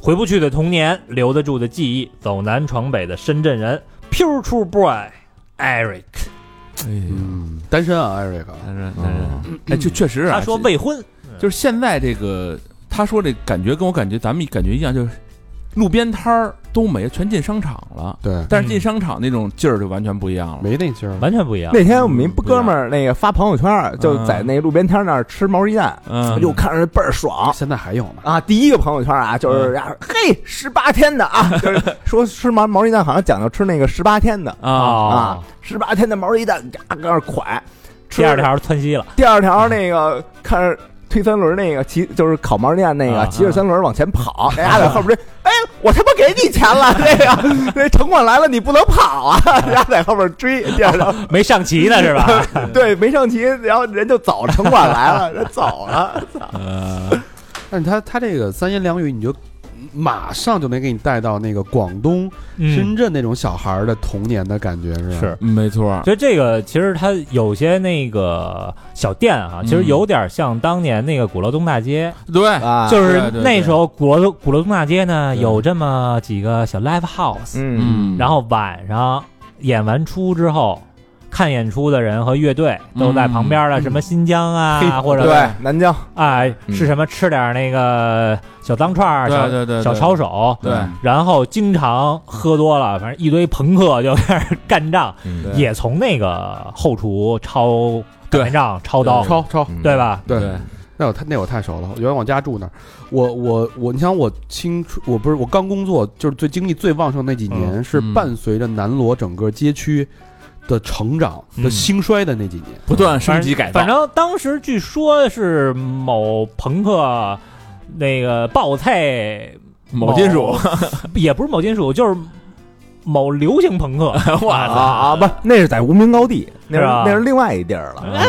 D: 回不去的童年，留得住的记忆，走南闯北的深圳人，Pure True Boy Eric，
F: 哎呦，
B: 嗯，单身啊，艾瑞克，
F: 但是但是，哎，就确实啊，
D: 他说未婚，
F: 就是现在这个，他说这感觉跟我感觉咱们感觉一样，就是路边摊儿都没，全进商场了。
B: 对，
F: 但是进商场那种劲儿就完全不一样了。
B: 没那劲儿，
D: 完全不一样。
C: 那天我们一哥们儿那个发朋友圈，
D: 嗯
C: 就在那路边摊那儿吃毛鸡蛋，
F: 嗯，
C: 又看着倍儿爽。
B: 现在还有呢。
C: 啊，第一个朋友圈啊，就是
D: 嗯
C: 呀，嘿，十八天的 啊，就是说吃毛毛鸡蛋好像讲究吃那个十八天的
D: 哦
F: 啊，
C: 啊，十八天的毛鸡蛋，嘎搁那儿蒯。吃
D: 第二条窜稀了，
C: 第二条那个看着推三轮那个骑就是烤毛线那个
D: 啊
C: 骑着三轮往前跑，
D: 嗯
C: 大家在后边 追，哎，我他妈给你钱了，这个那城管来了你不能跑啊，
D: 嗯
C: 人家在后边追。第二条
D: 没上齐呢是吧？
C: 对没上齐，然后人就走了，城 管来了人走了，
F: 呃，
B: 但是他他这个三言两语，你就马上就能给你带到那个广东、
D: 嗯
B: 深圳那种小孩儿的童年的感觉，嗯是吧？
D: 是
E: 没错，
D: 所以这个其实它有些那个小店啊，其实有点像当年那个鼓楼东大街，
E: 对，
C: 啊，
D: 就是
E: 对对对
D: 那时候鼓楼鼓楼东大街呢
E: 对
D: 有这么几个小 live house，
C: 嗯，
D: 然后晚上演完出之后。看演出的人和乐队都在旁边了，什么新疆啊，或者
C: 对，南疆
D: 哎，
C: 嗯
D: 是什么吃点那个小脏串儿、啊
E: 对
D: 小
E: 对对，
D: 小
E: 对
D: 抄手，
E: 对，
D: 然后经常喝多了，反正一堆朋克就开始干仗，
C: 嗯
E: 对
D: 也从那个后厨抄擀面杖、抄刀，
B: 超超
C: 嗯
D: 对吧？
B: 对，那我太那我太熟了，原来我家住那儿，我我我，你想我青春，我不是我刚工作，就是最精力最旺盛那几
E: 嗯
B: 年，是伴随着南锣整个街区的成长、
E: 嗯
B: 的兴衰的那几年。
F: 不断升级改造
D: 反。正当时据说是某朋克那个爆菜，
F: 某金属，
D: 哦也不是某金属，就是某流行 朋克。
C: 啊啊，不，那是在无名高地，那
D: 是啊嗯吧
C: 那是另外一地儿了。啊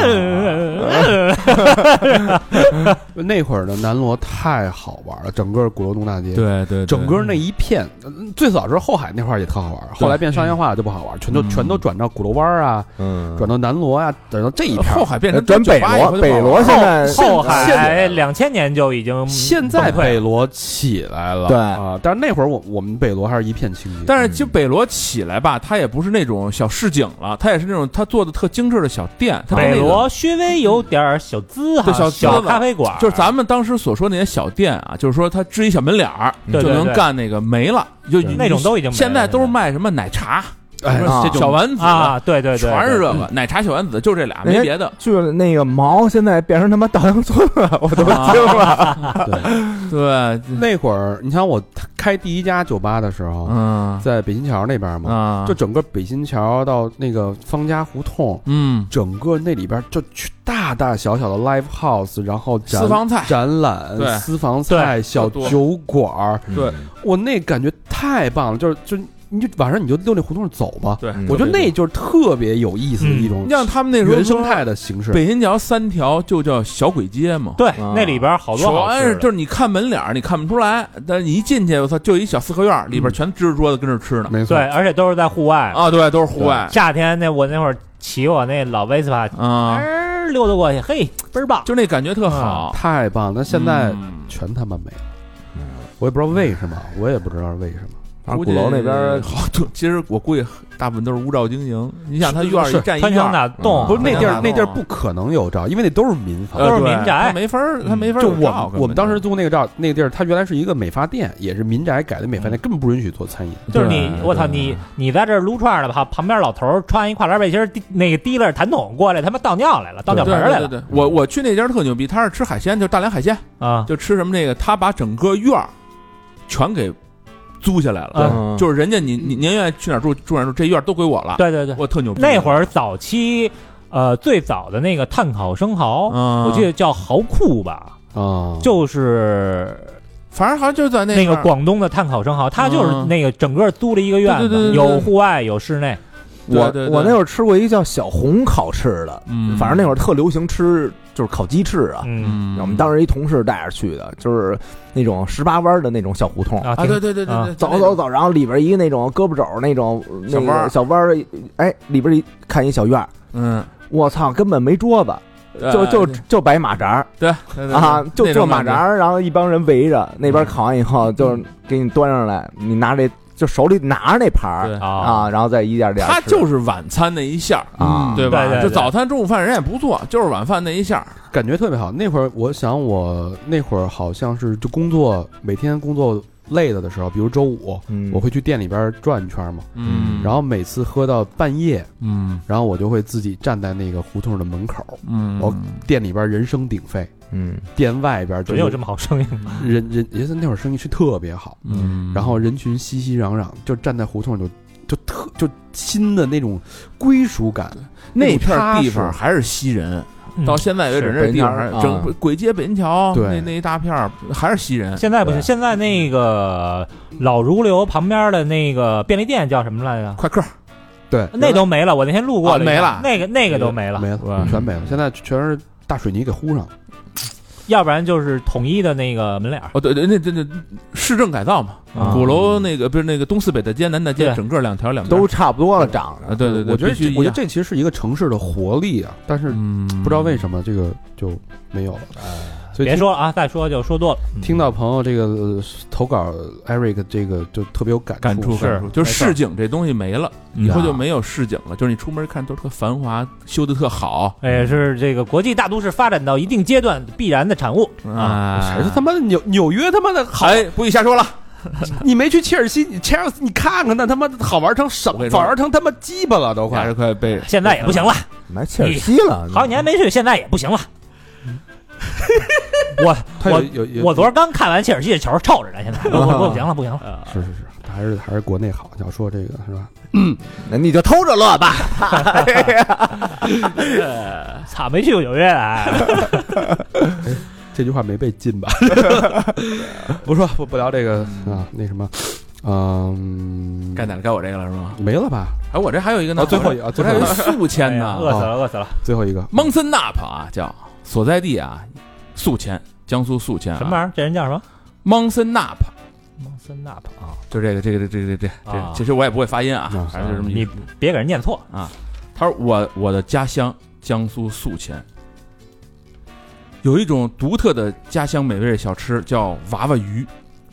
B: 那会儿的南锣太好玩了，整个鼓楼东大街，，
E: 对对，
B: 整个那一片，嗯最早是后海那块儿也特好玩，后来变商业化就不好玩，全都
E: 嗯
B: 全都转到鼓楼湾儿啊，
C: 嗯
B: 转到南锣啊，转到这一片儿。
E: 后海变成
C: 呃转北
E: 98以后
C: 罗，
E: 就
C: 北
E: 不好
C: 罗
E: 玩
C: 现在
D: 后
B: 现
D: 海哎两千年就已经
B: 现
D: 崩
B: 在
D: 溃了
B: 北锣起来了，
C: 对
B: 啊，但是那会儿我我们北锣还是一片清静，
E: 但是其实北罗起来吧，它也不是那种小市井了，它也是那种它做的特精致的小店。它跟那
D: 北
E: 个
D: 罗稍微有点小资哈，
E: 对小资了
D: 咖啡馆，
E: 就是咱们当时所说那些小店啊，就是说它支一小门脸儿
D: 对
E: 就
D: 对
E: 能
D: 对
E: 干那个没了，就
D: 那种都已经没了
E: 现在都是卖什么奶茶，
B: 哎
E: 什么
C: 啊
E: 小丸子，
D: 啊，对对嗯对，
E: 全是
D: 对
E: 这个奶茶小丸子，就这俩，
C: 那些
B: 哎
E: 没别的。
C: 去了那个毛，现在变成他妈稻香村了，我都
D: 啊
C: 惊了。
E: 对，
B: 那会儿，你像我开第一家酒吧的时候，
E: 嗯
B: 在北新桥那边嘛，
E: 啊，
B: 嗯就整个北新桥到那个方家胡同，
E: 嗯，
B: 整个那里边就去大大小小的 live house，然后展
E: 私房菜，
B: 展览、
E: 对
B: 私房菜、小
E: 特多
B: 酒馆儿，
C: 嗯
E: 对
B: 我那感觉太棒了，就是就你就晚上你就溜那胡同走吧，
E: 对，
C: 嗯
B: 我觉得那就是特别有意思的一种
E: 你像他们那时候
B: 原生
E: 说
B: 态的形式。
E: 北新桥三条就叫小鬼街嘛，
D: 对
C: 啊，
D: 那里边好多好
E: 全
D: 吃
E: 是
D: 的
E: 就是你看门脸儿你看不出来，但是你一进去，我操，就一小四合院儿，
B: 嗯
E: 里边全支着桌子跟这儿吃呢。
B: 没错
D: 对，，而且都是在户外。
E: 啊，对，都是户外
D: 夏天那我那会儿骑我那老 Vespa，
E: 啊，
D: 嗷溜达过去，嘿，倍儿棒。
E: 就那感觉特好。
B: 太棒！了，嗯现在
E: 嗯
B: 全他妈没了，我也不知道为什么，我也不知道为什么。
E: 啊
C: 反正鼓楼那边
E: 好多，其实我估计大部分都是无照经营。你想，他院儿
B: 是
E: 一占一
D: 穿
E: 院
D: 墙
E: 儿，嗯
D: 打洞，
C: 啊
B: 不是那地
E: 那
B: 儿，那地儿
E: 那
B: 不可能有照，因为那都是民房。
E: 呃
D: 都是
E: 对
D: 民宅
E: 他没法儿，他没法儿
B: 就
E: 有
B: 我
E: 照
B: 们
E: 根
B: 我们
E: 本
B: 当
E: 就
B: 时租那个照，那个地儿它原来是一个美发店，也是民宅改的美发店，根本不允许做餐饮。
D: 就是你
E: 对，
D: 我操你，你在这儿撸串儿呢，旁旁边老头儿穿一跨栏背心儿，滴那个提了着痰桶过来，他妈倒尿来了，倒
E: 对
D: 尿盆
E: 对
D: 儿来
E: 对
D: 了
E: 对，我我去那家特牛逼，他是吃海鲜，就大连海鲜，
D: 啊！
E: 就吃什么那个，他把整个院儿全给租下来了。
C: 儿
E: 就是人家你你您愿意去哪儿住住哪儿住，这院儿都归我了。
D: 对对对，
E: 我特牛逼。
D: 那会儿早期，呃，最早的那个碳烤生蚝，
E: 嗯
D: 我记得叫蚝库吧，
B: 啊，
D: 就是
E: 反正好像就在那
D: 那个
E: 块儿
D: 广东的碳烤生蚝，它就是
E: 嗯
D: 那个整个租了一个院
E: 对对
D: 子，
E: 对对
D: 有户外有室内，
C: 我
E: 对对对
C: 我那会儿吃过一个叫小红烤翅的，
E: 嗯，
C: 反正那会儿特流行吃就是烤鸡翅啊。
D: 嗯
E: 嗯，
C: 我们当时一同事带着去的，就是那种十八弯的那种小胡同，
D: 啊，
E: 啊，
D: 挺
E: 对对对对
D: 啊
E: 对，
C: 走走走，然后里边一个那种胳膊肘那种那
E: 小弯
C: 个
E: 儿
C: 小弯儿，哎，里边一看一小院儿，
E: 嗯，
C: 我操，根本没桌子，就就就摆马扎儿
E: 对
C: 啊，就坐马扎，儿，然后一帮人围着，那
E: 嗯
C: 边烤完以后就是给你端上来，你拿这就手里拿着那盘
E: 对
C: 儿
D: 啊，
C: 啊，然后再一点点吃，
E: 他就是晚餐那一下儿，
C: 啊，
E: 对吧？
D: 对对对
E: 就早餐、中午饭人也不做，就是晚饭那一下儿，
B: 感觉特别好。那会儿，我想我那会儿好像是就工作，每天工作累了的时候，比如周五，
C: 嗯
B: 我会去店里边转一圈嘛。
E: 嗯
B: 然后每次喝到半夜，
E: 嗯
B: 然后我就会自己站在那个胡同的门口，
E: 嗯，
B: 我店里边人声鼎沸，
C: 嗯
B: 店外边就
D: 准有这么好声音
B: 人人，也是那会儿生意是特别好，
E: 嗯，
B: 嗯然后人群熙熙攘攘，就站在胡同就就特就新的那种归属感，
E: 那
B: 种
E: 片
B: 踏
E: 儿地
B: 实
E: 方还是西人，
D: 嗯
E: 到现在为止
C: 是
E: 那地方
C: 北
E: 还
C: 京桥
E: 整鬼街、北新桥
B: 啊对
E: 那那一大片儿还是西人，
D: 现在不行，
C: 对
D: 现在那个老如流旁边的那个便利店叫什么来着？
E: 快客
B: 对，
D: 那都没了，我那天路过
E: 啊
D: 了一
E: 没
D: 下
E: 了
D: 那个那个都没了
B: 没了，全没了，现在全是大水泥给糊上了。
D: 要不然就是统一的那个门脸儿。
E: 哦，对对，那那那市政改造嘛，
D: 啊
E: 鼓楼那个不是那个东四北大街、南大街，
D: 对
E: 整个两条两边
C: 都差不多了，长
E: 啊，
C: 着。
E: 对对对，
B: 我觉得
E: 必须
B: 这
E: 一
B: 我觉
E: 样
B: 得这其实是一个城市的活力啊，但是
E: 嗯，
B: 不知道为什么这个就没有了。所以
D: 别
B: 听
D: 说了啊，再说就说多了。嗯
B: 听到朋友这个呃投稿 Eric 这个就特别有感
E: 感触
B: 触，
E: 感触，就是市井这东西没了，
D: 嗯
E: 以后就没有市井了，就是你出门看都特繁华，修的特好
D: 也哎是这个国际大都市发展到一定阶段必然的产物。
E: 啊
B: 还是他妈的纽纽约他妈的好，
E: 哎，不许瞎说了，
B: 你没去切尔西，你切尔西你看看那他妈好玩成什
E: 我
B: 么
E: 跟你，说
B: 好玩成他妈鸡巴了都
E: 还
B: 快
E: 是。快被
D: 现在也不行了，
C: 买切尔西了，
D: 好几年没去，现在也不行了。
B: 他有有有
D: 我昨儿刚看完切尔西的球，臭着呢，现在我我我不行了，不行了。
B: 是是是，还是还是国内好。要说这个是吧？
C: 那你就偷着乐吧。
D: 操，没去过纽约啊来，
B: 这句话没被禁 吧？不说不不聊这个啊，那什么，嗯，
E: 该哪个该我这个了是吗？
B: 没了吧？
E: 哎，我这还有一个呢，
B: 啊最后一
E: 一
B: 个
E: 我
B: 啊
E: 这
B: 最
E: 还
B: 后一
E: 有
B: 个
E: 一宿迁
D: 哎呀饿
E: 呢，
D: 死了，饿死了。
B: 最后一个
E: 蒙森纳帕啊，叫所在地啊，宿迁，江苏宿迁啊，
D: 什么玩意儿？这人叫什么？
E: 蒙森纳帕，
D: 蒙森纳帕啊！
E: 就这个这个这个这个这
D: 啊
E: 个，其实我也不会发音啊
B: 啊，
E: 反正就这么一
D: 你别给人念错，
E: 他说我我的家乡江苏宿迁，有一种独特的家乡美味小吃叫娃娃鱼。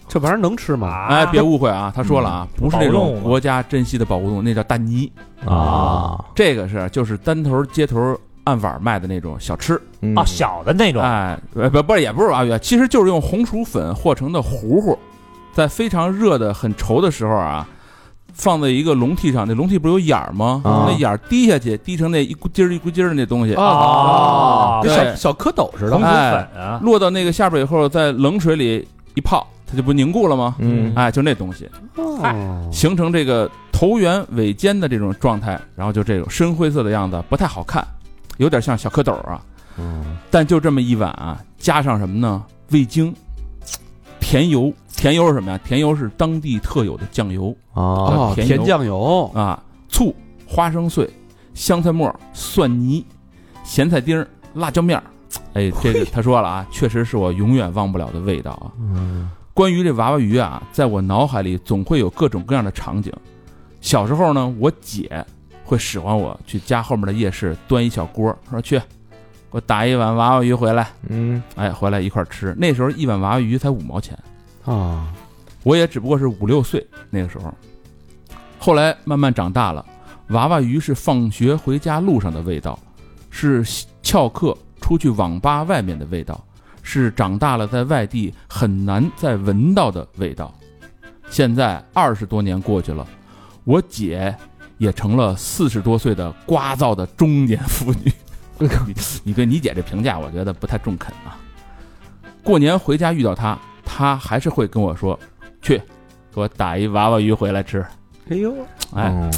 B: 这玩意儿能吃吗？
D: 啊
E: 哎，别误会啊，他说了啊，不是那
D: 保护动
E: 种
D: 物
E: 国家珍稀的保护动物，那叫蛋泥。
C: 啊
E: 这个是就是单头街头按碗卖的那种小吃。
C: 嗯
D: 哦，小的那种
E: 哎，呃不不是也不是娃娃鱼，其实就是用红薯粉和成的糊糊，在非常热的很稠的时候啊。放在一个笼屉上，那笼屉不是有眼儿吗？
C: 啊
E: 那眼儿滴下去，滴成那一咕叽儿一咕叽儿的那东西，
B: 啊
D: 哦
B: 跟
E: 对
B: 啊小小蝌蚪似
D: 红
B: 的
D: 薯
E: 哎。
D: 粉啊，
E: 落到那个下边以后，在冷水里一泡，它就不凝固了吗？
C: 嗯
E: 哎，就那东西
B: 哦
E: 形成这个头圆尾尖的这种状态，然后就这种深灰色的样子，不太好看，有点像小蝌蚪啊。
C: 嗯
E: 但就这么一碗啊，加上什么呢？味精、甜油，甜油是什么呀？甜油是当地特有的酱油
C: 啊
B: 哦，
E: 甜
B: 甜
E: 油
B: 酱油
E: 啊，醋、花生碎、香菜末、蒜泥、咸菜丁儿、辣椒面儿。哎，这个他说了啊，确实是我永远忘不了的味道啊。
C: 嗯
E: 关于这娃娃鱼啊，在我脑海里总会有各种各样的场景。小时候呢，我姐会使唤我去家后面的夜市端一小锅，说去给我打一碗娃娃鱼回来，
C: 嗯
E: 哎，回来一块儿吃。那时候一碗娃娃鱼才五毛钱，
B: 啊，
E: 我也只不过是五六岁那个时候。后来慢慢长大了，娃娃鱼是放学回家路上的味道，是翘课出去网吧外面的味道，是长大了在外地很难再闻到的味道。现在二十多年过去了，我姐也成了四十多岁的聒噪的中年妇女。你你对你姐这评价，我觉得不太中肯啊。过年回家遇到她，她还是会跟我说：“去，给我打一娃娃鱼回来吃。
B: 哎呦，”
E: 哎，
C: 嗯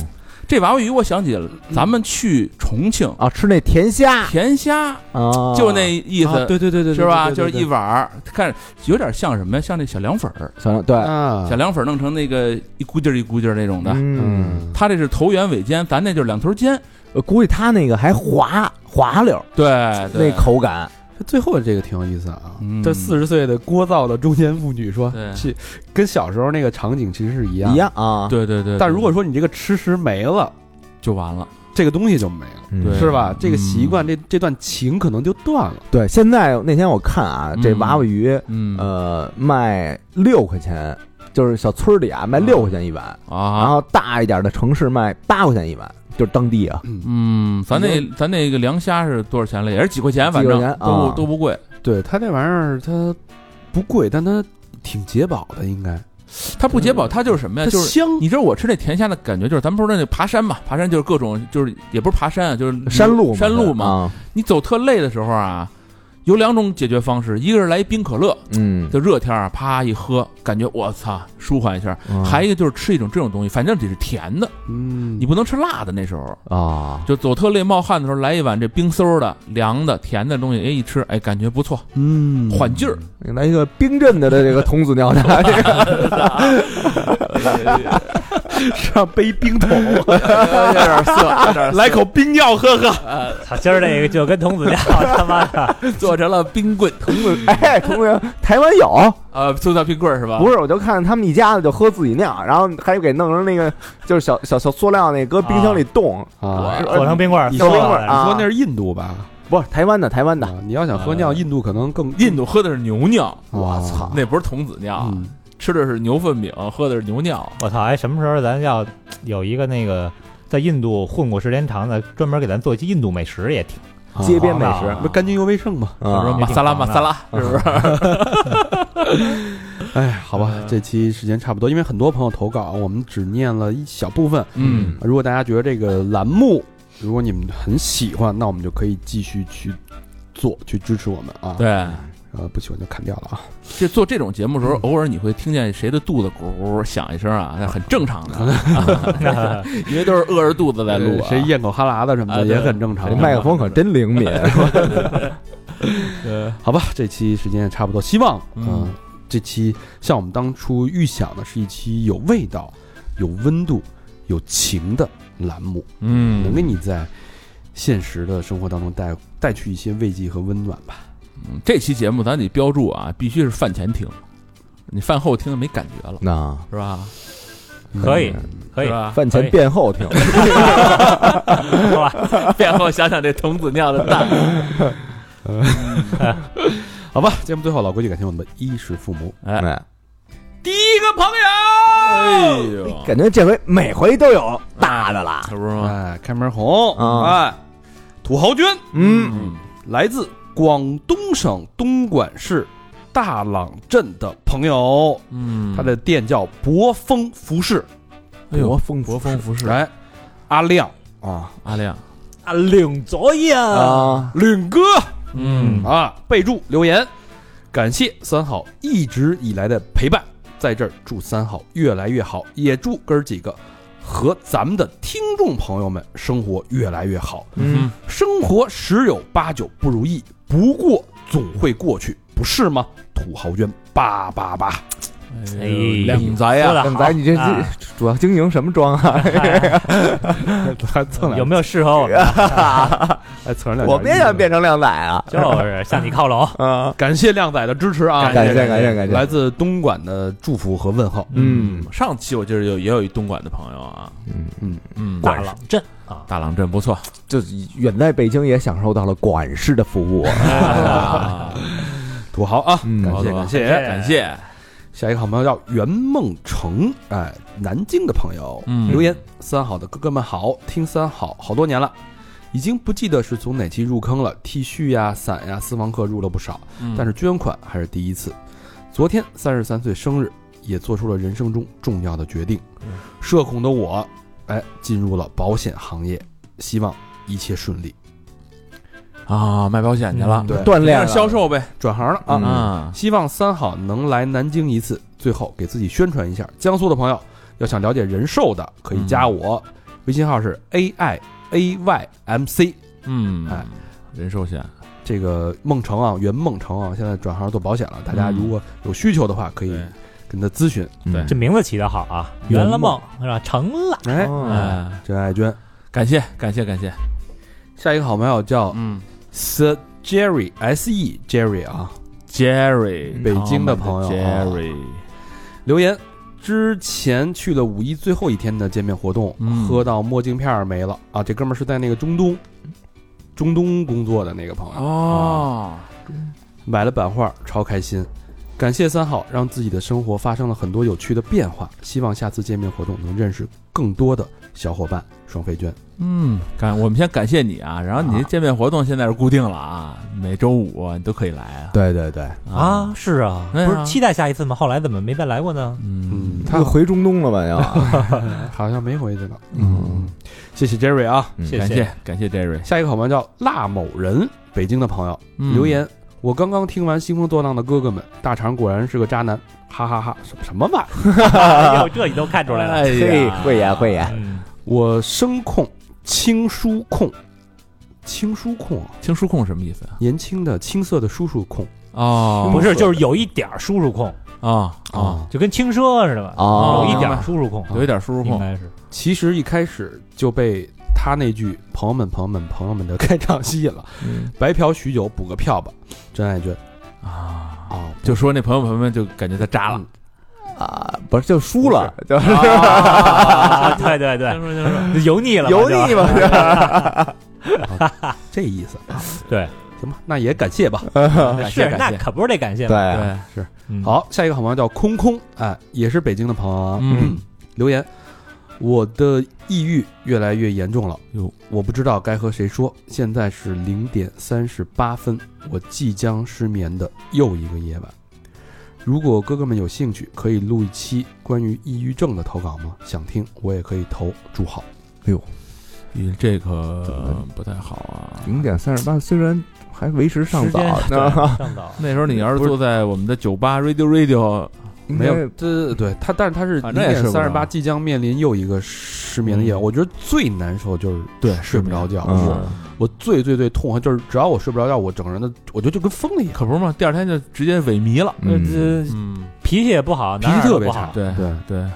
E: 这娃娃鱼，我想起了
B: 嗯
E: 咱们去重庆
C: 啊，吃那甜虾
E: 甜虾，
C: 啊，
E: 就那意
B: 啊
E: 思
B: 对对对对，
E: 是吧？
B: 对
E: 就
B: 对
E: 是一碗儿，看有点像什么呀？像那小凉粉儿，
C: 小对，
B: 啊
E: 小，凉粉儿弄成那个一咕叽儿一咕叽儿那种的。
C: 嗯，
B: 嗯，
E: 它这是头圆尾尖，咱那就是两头尖。
C: 我估计他那个还滑滑溜儿，
E: 对，
C: 那
E: 对
C: 口感，
B: 最后这个挺有意思啊。
E: 嗯
B: 这四十岁的聒噪的中年妇女说
E: 对：“
B: 去，跟小时候那个场景其实是一样
C: 一
B: 的。
C: 样啊，
E: 对对对。
B: 但如果说你这个吃食没了，
E: 就完了，
B: 这个东西就没了，
C: 嗯
E: 对
B: 是吧？这个
E: 嗯
B: 习惯，这这段情可能就断了。
C: 对。现在那天我看啊，这
E: 嗯
C: 娃娃鱼
E: 嗯
C: 呃卖六块钱，就是小村儿里啊卖六块钱一碗，然
E: 啊，
C: 后大一点的城市卖八块钱一碗，就是当地啊，
E: 嗯，咱那咱那个凉虾是多少钱来？也是几块钱，反
C: 几块
E: 正
C: 钱
E: 都
C: 啊
E: 不都不贵。
B: 对它这玩意儿，它不贵，但它挺解饱的，应该。
E: 它不解饱，它就是什么呀？
B: 它
E: 就是
B: 香，
E: 你知道我吃那甜虾的感觉，就是咱们不是那爬山嘛，爬山就是各种，就是也不是爬山啊，就是
C: 山路
E: 山路嘛。
C: 嘛，啊
E: 你走特累的时候啊，有两种解决方式，一个是来一冰可乐，
C: 嗯，
E: 就热天啊，啪一喝，感觉我操舒缓一下；
C: 嗯
E: 还一个就是吃一种这种东西，反正得是甜的，
B: 嗯，
E: 你不能吃辣的。那时候
C: 啊，
E: 就走特累冒汗的时候，来一碗这冰馊的、凉的、甜的东西，哎一吃，哎感觉不错，
B: 嗯
E: 缓劲儿。
C: 来一个冰镇的的这个童子尿的，
B: 上背冰桶，
E: 有点涩，有点
B: 来口冰药喝喝。
D: 操，今儿这个就跟童子尿他妈的，
E: 做成了冰棍，
C: 同志， 哎，同志，台湾有，
E: 呃，塑料冰棍是吧？
C: 不是，我就看他们一家子就喝自己酿，然后还给弄成那个就是小小小塑料那搁冰箱里冻，
B: 啊，
D: 火成冰棍儿，
B: 你
C: 小
B: 说
C: 冰
D: 疯
C: 棍
D: 了
C: 儿
B: 你
C: 啊
B: 说那是印度吧？
C: 不是台湾的台湾的，
B: 啊，你要想喝
E: 啊
B: 尿，印度可能更
E: 印度喝的是牛尿，
B: 我
C: 操
E: 那不是童子尿，
B: 嗯，
E: 吃的是牛粪饼，喝的是牛尿。
D: 我操！哎，什么时候咱要有一个那个在印度混过时间长的，专门给咱做一期印度美食也挺
B: 啊
C: 街边美
D: 好
C: 食
D: 吧
B: 不干净又卫生嘛。
E: 比如说
C: 啊
D: 嗯
E: 马萨拉
D: 也挺
E: 马
D: 棒
E: 萨拉，是不是？
B: 哎，好吧，
E: 呃
B: 这期时间差不多，因为很多朋友投稿，我们只念了一小部分。
E: 嗯，
B: 如果大家觉得这个栏目，如果你们很喜欢，那我们就可以继续去做，去支持我们啊。，
E: 对。
B: 呃，不喜欢就砍掉了啊。
E: 这做这种节目的时候，偶尔你会听见谁的肚子咕咕响一声啊，那很正常的，啊 因为都是饿着肚子在录啊。
B: 谁咽口哈喇子什么
E: 啊
B: 的
E: 对
B: 也很正常
C: 这。麦克风可真灵敏，
E: 呃
B: 好吧，这期时间也差不多，希望
E: 嗯
B: 嗯、呃这期像我们当初预想的是一期有味道、有温度、有情的栏目，
E: 嗯
B: 能给你在现实的生活当中带带去一些慰藉和温暖吧。
E: 嗯这期节目咱得标注啊，必须是饭前听，你饭后听没感觉了，
C: 那
E: 是吧？
D: 可
B: 嗯
D: 以，嗯可以
E: 是， 吧？
C: 啊饭前便后挺，
D: 好吧？
E: 饭后想想这童子尿的蛋，
B: 好吧，节目最后老规矩，感谢我们的衣食父母。
E: 哎
C: 哎，
E: 第一个朋友，哎呦，
C: 感觉这回每回都有大的啦，
E: 可不是吗？
B: 哎，开门红，
C: 啊
B: 哎，土豪君
C: 嗯，
E: 嗯，
B: 来自广东省东莞市大朗镇的朋友，
E: 嗯，
B: 他的店叫博丰服饰，
E: 哎呦
C: 国风
E: 国风服饰，
B: 哎，阿亮
C: 啊
E: 阿亮，
D: 啊，领左呀，
C: 啊，
B: 领哥
E: 嗯
B: 啊，备注留言，感谢三好一直以来的陪伴，在这儿祝三好越来越好，也祝哥儿几个和咱们的听众朋友们生活越来越好。
E: 嗯，
B: 生活十有八九不如意，不过总会过去，不是吗？土豪捐八八八，
E: 哎
D: 哎
E: 呦，靓仔
D: 说
E: 呀，
D: 的
C: 邓仔，你这这主要经营什么庄啊？
B: 还蹭
D: 有
B: 两，
D: 没有适合我们 的？
B: 还蹭两，
C: 我们也想。变成靓仔啊，
D: 就是向你靠拢，
C: 啊，
B: 感谢靓仔的支持啊！
C: 感谢感谢感谢
B: 来自东莞的祝福和问候。
C: 嗯，
E: 上期我记得有也有一东莞的朋友啊，
B: 嗯
E: 嗯，
D: 大朗镇啊，
E: 大朗镇不错，
C: 就远在北京也享受到了管式的服务，
E: 啊
B: 土豪啊，
C: 嗯
B: 感
E: 好
B: 谢
E: 的
B: 感谢。
E: 感谢，
B: 下一个好朋友叫袁梦成，哎，南京的朋友，
E: 嗯
B: 留言三好的哥哥们好，听三好好多年了，已经不记得是从哪期入坑了，T 恤呀、伞呀、私房课入了不少，
E: 嗯
B: 但是捐款还是第一次。昨天三十三岁生日，也做出了人生中重要的决定。社恐的我，哎，进入了保险行业，希望一切顺利。
E: 啊，卖保险去了
D: 嗯，
B: 对，
C: 锻炼了
E: 销售呗，
B: 转行了啊。
C: 嗯
E: 啊，
B: 希望三好能来南京一次。最后给自己宣传一下，江苏的朋友要想了解人寿的，可以
E: 嗯
B: 加我，微信号是 a i a y m c。
E: 嗯，
B: 哎，
E: 人寿险，
B: 这个孟成啊，袁孟成啊，现在转行做保险了。大家
E: 嗯
B: 如果有需求的话，可以嗯
E: 对
B: 跟他咨询。
E: 对
D: 这名字起得好啊，圆了梦是吧？成了，
B: 哎，
C: 哦
E: 哎，
B: 真爱娟，
E: 感谢感谢感谢，
B: 下一个好朋友叫
E: 嗯
B: Sir Jerry S E Jerry 啊，
E: ，Jerry，
B: 北京的朋友啊
E: Jerry，
B: 留言之前去了五一最后一天的见面活动，
E: 嗯
B: 喝到墨镜片儿没了啊！这哥们儿是在那个中东，中东工作的那个朋友，
E: 哦，
B: 买了版画，超开心。感谢三好，让自己的生活发生了很多有趣的变化。希望下次见面活动能认识更多的小伙伴。双飞娟，
E: 嗯，感我们先感谢你啊，然后你这见面活动现在是固定了啊，每周五你都可以来啊，
C: 对对对，
D: 啊，，是啊，不
E: 对啊
D: 是期待下一次吗？后来怎么没再来过呢？
E: 嗯，
B: 嗯，
C: 他
B: 他
C: 回中东了吧要？
B: 好像没回去呢。
C: 嗯，
B: 谢谢 Jerry 啊。
C: 嗯
D: 谢
E: 感
D: 谢
E: 谢感谢 Jerry，
B: 下一个好朋友叫辣某人，北京的朋友，
E: 嗯
B: 留言：我刚刚听完《兴风作浪的哥哥们》，大肠果然是个渣男，哈哈哈什么什么玩意儿？
D: 哎呦，这你都看出来了，
E: 哎
C: 嘿，
E: 呀，
C: 会演会演，
D: 嗯，
B: 我声控、轻叔控、轻叔控啊，
E: 听叔控什么意思啊？
B: 年轻的青涩的叔叔控，
E: 哦，
D: 不是，就是有一点儿叔叔控，
E: 啊啊，
D: 就跟轻奢似的吧，有
C: 哦
D: 一点
E: 明白
D: 叔叔控，
E: 有一点舒适
D: 应
E: 控，
D: 该是
B: 其实一开始就被他那句“朋友们，朋友们，朋友们”的开场吸引了。
C: 嗯
B: 白嫖许久，补个票吧，真爱券
E: 啊，
B: 啊！
E: 就说那朋友朋友们就感觉他渣了，
C: 啊，不是就输了，就
D: 啊， 对 对对，
E: 说就是
D: 油腻 了嘛，
C: 油腻
D: 就
C: 嘛，
B: 这意思啊，
D: 对，
B: 行吧，那也感谢吧。
E: 感谢
D: 是
E: 感
D: 那
E: 谢，
D: 可不是得感谢
C: 对
D: 嘛，
C: 啊，
E: 对，
D: 嗯，
B: 好，下一个好朋友叫空空，哎，也是北京的朋友啊，
E: 嗯，
B: 留言。我的抑郁越来越严重了，
E: 哟，
B: 我不知道该和谁说。现在是零点三十八分，我即将失眠的又一个夜晚。如果哥哥们有兴趣，可以录一期关于抑郁症的投稿吗？想听，我也可以投。祝好。
E: 咦这个不太好啊。
C: 零点三十八，虽然还为时尚
D: 时间
C: 早
D: 对
C: 呢，
D: 上早，
E: 那时候你要是坐在我们的酒吧 Radio Radio，
C: 应
B: 没
C: 该嗯
B: 有，这对他，但是他是
E: 反
B: 零
E: 正也睡
B: 点
E: 不着
B: 三十八，即将面临又一个失眠的夜
E: 嗯
B: 晚。我觉得最难受就是
E: 对
B: 睡不着觉。
C: 嗯
B: 我我最最最痛恨就是，只要我睡不着觉，我整个人的我觉得就跟疯了一样。
E: 可不是嘛，第二天就直接萎靡了。
D: 呃
C: 嗯
D: 这
E: 嗯，
D: 脾气也不好，
B: 脾
D: 哪
B: 气
D: 儿都
B: 特别
D: 不
B: 差
D: 好，
E: 对
B: 对，
E: 对，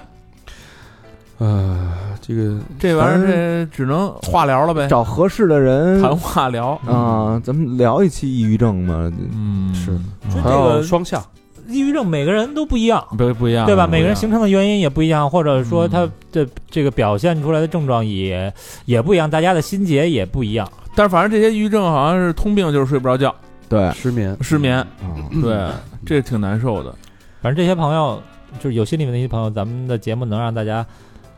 B: 呃，这个
E: 这玩意儿这只能化疗了呗，
C: 找合适的人
E: 谈话聊。
C: 啊，咱们聊一期抑郁症嘛，
E: 嗯，
B: 是
D: 就
B: 还
D: 这个
B: 有双向，
D: 抑郁症每个人都不一样，
E: 不不一样，
D: 对吧？
E: 嗯不一样
D: 每个人形成的原因也不一样，或者说
E: 嗯
D: 他的这个表现出来的症状也也不一样，大家的心结也不一样。
E: 但是反正这些抑郁症好像是通病，就是睡不着觉、
C: 对，
B: 失眠，
E: 失眠，
C: 啊
E: 嗯
B: 嗯
E: 对，这挺难受的。
D: 反正这些朋友，就是有心里面的一些朋友，咱们的节目能让大家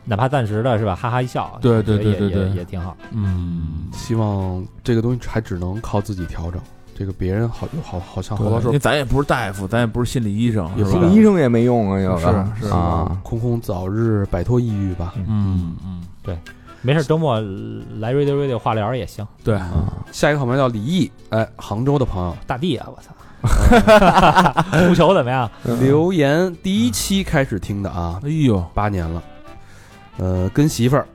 D: 哪怕暂时的是吧，哈哈一笑，
E: 对对
D: 也也
E: 对对对
D: 也也挺好。
E: 嗯，
B: 希望这个东西还只能靠自己调整。这个别人好好好像好多时
E: 因
B: 候
E: 为咱也不是大夫，咱也不是心理医生，
B: 也
E: 是
B: 不
E: 吧
B: 是
C: 医生也没用啊，有的
E: 是是
C: 啊，
B: 空空早日摆脱抑郁吧。
E: 嗯嗯，
D: 没事，周末来 radio radio 化疗也行。
E: 对，
B: 啊下一个好朋友叫李毅，哎，杭州的朋友
D: 大地啊，我操！ 足球怎么样？
B: 留言第一期开始听的啊，
E: 哎呦，
B: 八年了，呃，跟媳妇儿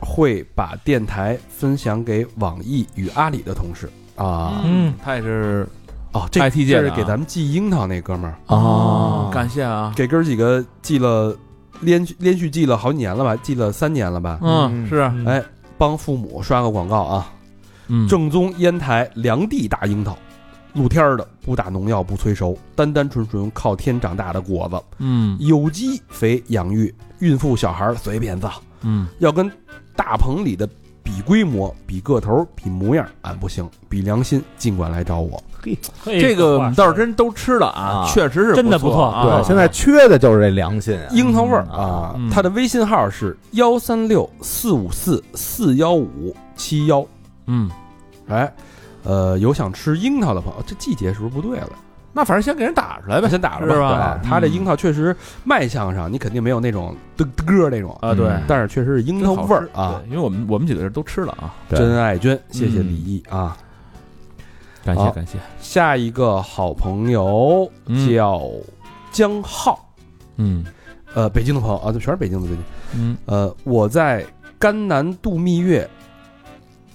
B: 会把电台分享给网易与阿里的同事啊。
D: 嗯，
E: 他也是
B: 哦，这
E: IT 界
B: 这
E: 的
B: 是
E: 啊
B: 给咱们寄樱桃那哥们儿，
C: 啊，
E: 感谢啊，
B: 给哥儿几个寄了连续连续寄了好几年了吧，寄了三年了吧。
E: 嗯，
C: 嗯
E: 是，
D: 嗯
B: 哎，帮父母刷个广告啊，
E: 嗯，
B: 正宗烟台良地大樱桃，露天儿的，不打农药，不催熟，单单纯纯靠天长大的果子，
E: 嗯
B: 有机肥养育，孕妇小孩儿随便造。
E: 嗯，
B: 要跟大棚里的比规模、比个头、比模样，俺不行，比良心，尽管来找我。
D: 嘿
E: 哎这个我
D: 话
E: 们
D: 说
E: 倒
D: 得
E: 是真都吃了啊，
C: 啊
E: 确实是
D: 真的
E: 不
D: 不错
E: 啊
C: 对，现在缺的就是这良心啊
B: 樱桃味儿
C: 嗯
B: 啊
E: 嗯！
B: 他的微信号是幺三六四五四四幺五七幺。
E: 嗯，
B: 哎，呃，有想吃樱桃的朋友，这季节是不是不对了？
E: 那反正先给人打出来呗，
B: 先打了
E: 是吧
B: 吧？
E: 嗯
B: 对他这樱桃确实卖相上，你肯定没有那种嘚嘚咯那种
E: 啊，对，
C: 嗯
B: 但是确实是樱桃味儿啊
E: 对！！因为我们我们几个人都吃了啊，
C: 对
B: 真爱娟，谢谢
E: 嗯
B: 李毅啊！
E: 感
B: 好
E: 谢感谢，
B: 下一个好朋友
E: 嗯
B: 叫江浩，
E: 嗯
B: 呃，北京的朋友啊，这全是北京的最近。
E: 嗯
B: 呃，我在甘南度蜜月，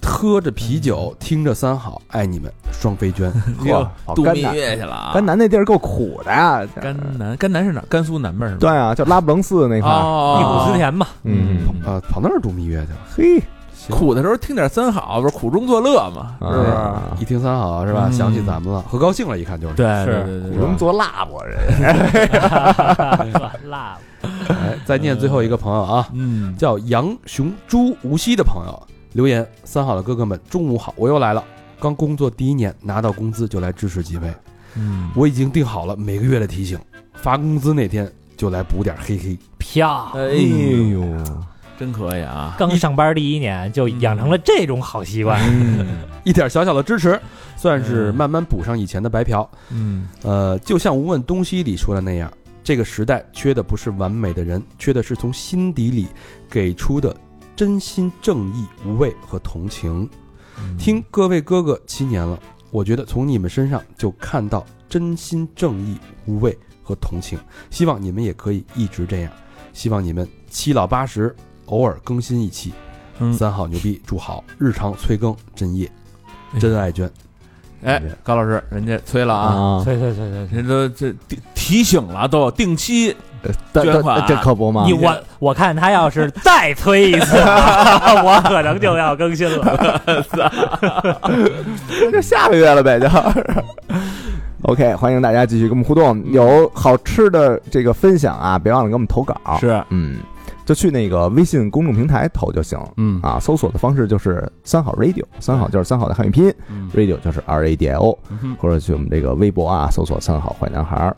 B: 喝着啤
E: 嗯
B: 酒，听着三好，爱你们，双 飞娟。
E: 哎
C: 呵，好
E: 度
C: 哦甘
E: 蜜
C: 南
E: 月去了啊，
C: 甘南那地儿够苦的呀，
E: 甘南甘南是哪儿？甘肃南边是吧？
C: 对啊，叫拉卜楞寺那块儿，
E: 哦，
D: 忆苦思甜嘛，
C: 嗯，
E: 嗯
B: 啊，跑那儿度蜜月去了，
C: 嘿，
E: 哦苦的时候听点三好，不是苦中作乐嘛，是不是？
C: 啊
B: 一听三好是吧？
E: 嗯
B: 想起咱们了，喝高兴了，一看就是。
E: 对
D: 是
E: 对对
C: 苦
E: 对对
C: 中作辣我人，
D: 辣
B: 哎，再念最后一个朋友啊，
E: 嗯，
B: 叫杨雄朱无锡的朋友留言：三好的哥哥们，中午好，我又来了。刚工作第一年，拿到工资就来支持几位，
E: 嗯，
B: 我已经定好了每个月的提醒，发工资那天就来补点，嘿嘿。
D: 漂
E: 哎
C: 哎
E: 呦，
C: 呦，
E: 真可以啊！
D: 刚上班第一年就养成了这种好习惯，
B: 一点小小的支持，算是慢慢补上以前的白嫖。
E: 嗯，
B: 呃，就像《无问东西》里说的那样，这个时代缺的不是完美的人，缺的是从心底里给出的真心、正义、无畏和同情。
E: 嗯
B: 听各位哥哥七年了，我觉得从你们身上就看到真心、正义、无畏和同情。希望你们也可以一直这样，希望你们七老八十偶尔更新一期。
E: 嗯
B: 三好牛逼，祝好，日常催更，真夜，
E: 哎
B: 真爱娟。
E: 哎，高老师，人家催了啊，
C: 啊，
D: 对对对对对，
E: 人家都这提提醒了，都定期
C: 但
E: 捐款
C: 但这可不
E: 嗯
C: 嘛
D: 你，我我看他要是再催 一次，我可能就要更新了。
C: 这 下个月了呗，就是 OK，欢迎大家继续跟我们互动，有好吃的这个分享啊，别忘了给我们投稿。
E: 是
C: 嗯，就去那个微信公众平台投就行。
B: 嗯
C: 啊，搜索的方式就是三好 radio，三好就是三好的汉语拼音、
B: 嗯
C: r a d i o 就是 R A D I O，、
E: 嗯
B: 哼
C: 或者去我们这个微博啊，搜索三好坏男孩儿，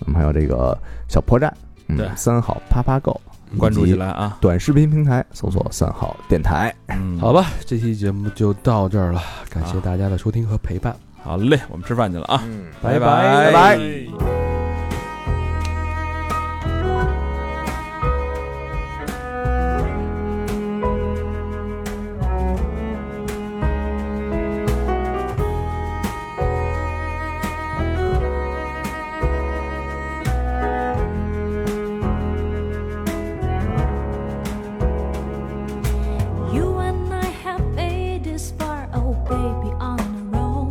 C: 我们还有这个小破站，嗯
E: 对，
C: 三好啪啪购，
E: 关注起，来啊，
C: 短视频平台搜索三好电台，
E: 嗯
B: 好吧，这期节目就到这儿了，感
E: 啊
B: 谢大家的收听和陪伴。
E: 好嘞，我们吃饭去了啊，
C: 嗯，
E: 拜拜
C: 拜拜。
G: You and I have made this far, oh baby, on our own.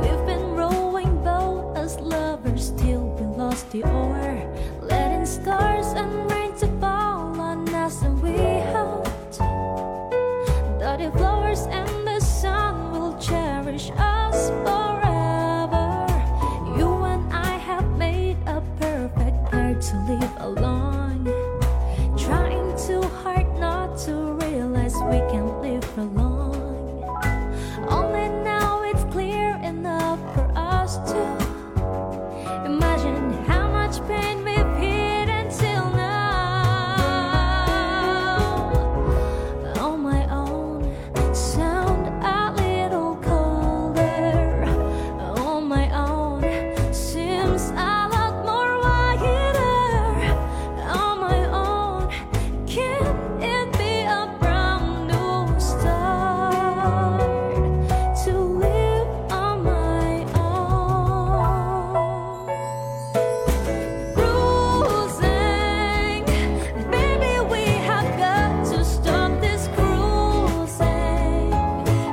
G: We've been rowing both as lovers till we lost the oar, letting stars and rain to fall on us, and we hoped that the flowers and the sun will cherish us forever. You and I have made a perfect pair to live along trying too hard not to realize we can't live for long. Only now it's clear enough for us to imagine how much pain we've hid until now. On my own, sound a little colder. On my own, seems a lot more wider. On my own, can it be a brand new start to live on my own? Cruising, baby, we have got to stop this cruising.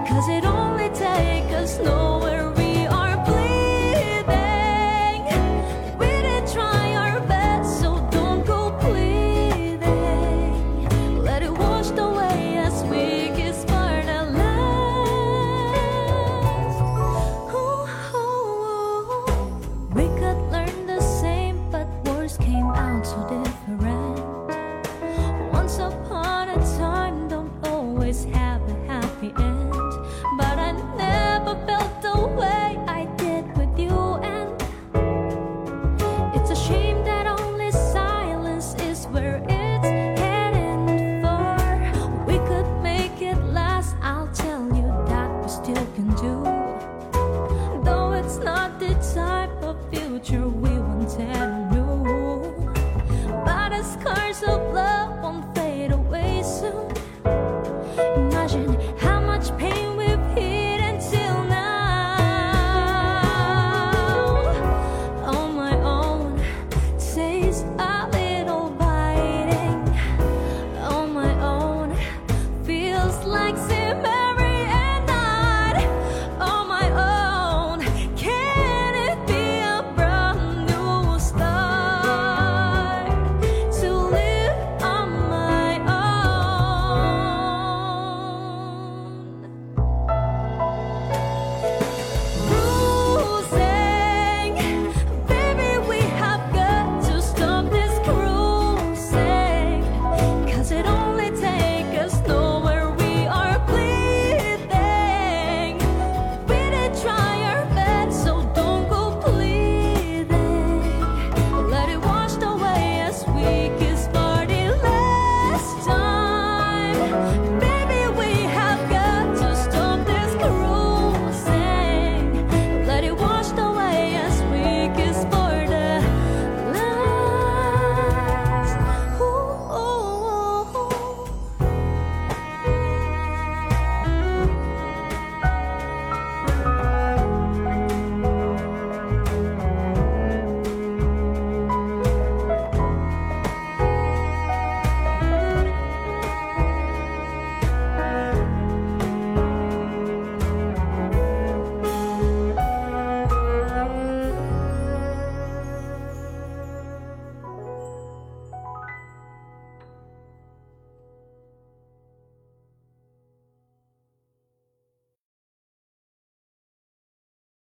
G: 'Cause it only takes us nowhere. We are bleeding. We did try our best, so don't go pleading. Let it wash away as we kiss for the last. Ooh, ooh, ooh. We could learn the same, but words came out so different. Once upon a time, don't always have a happy end.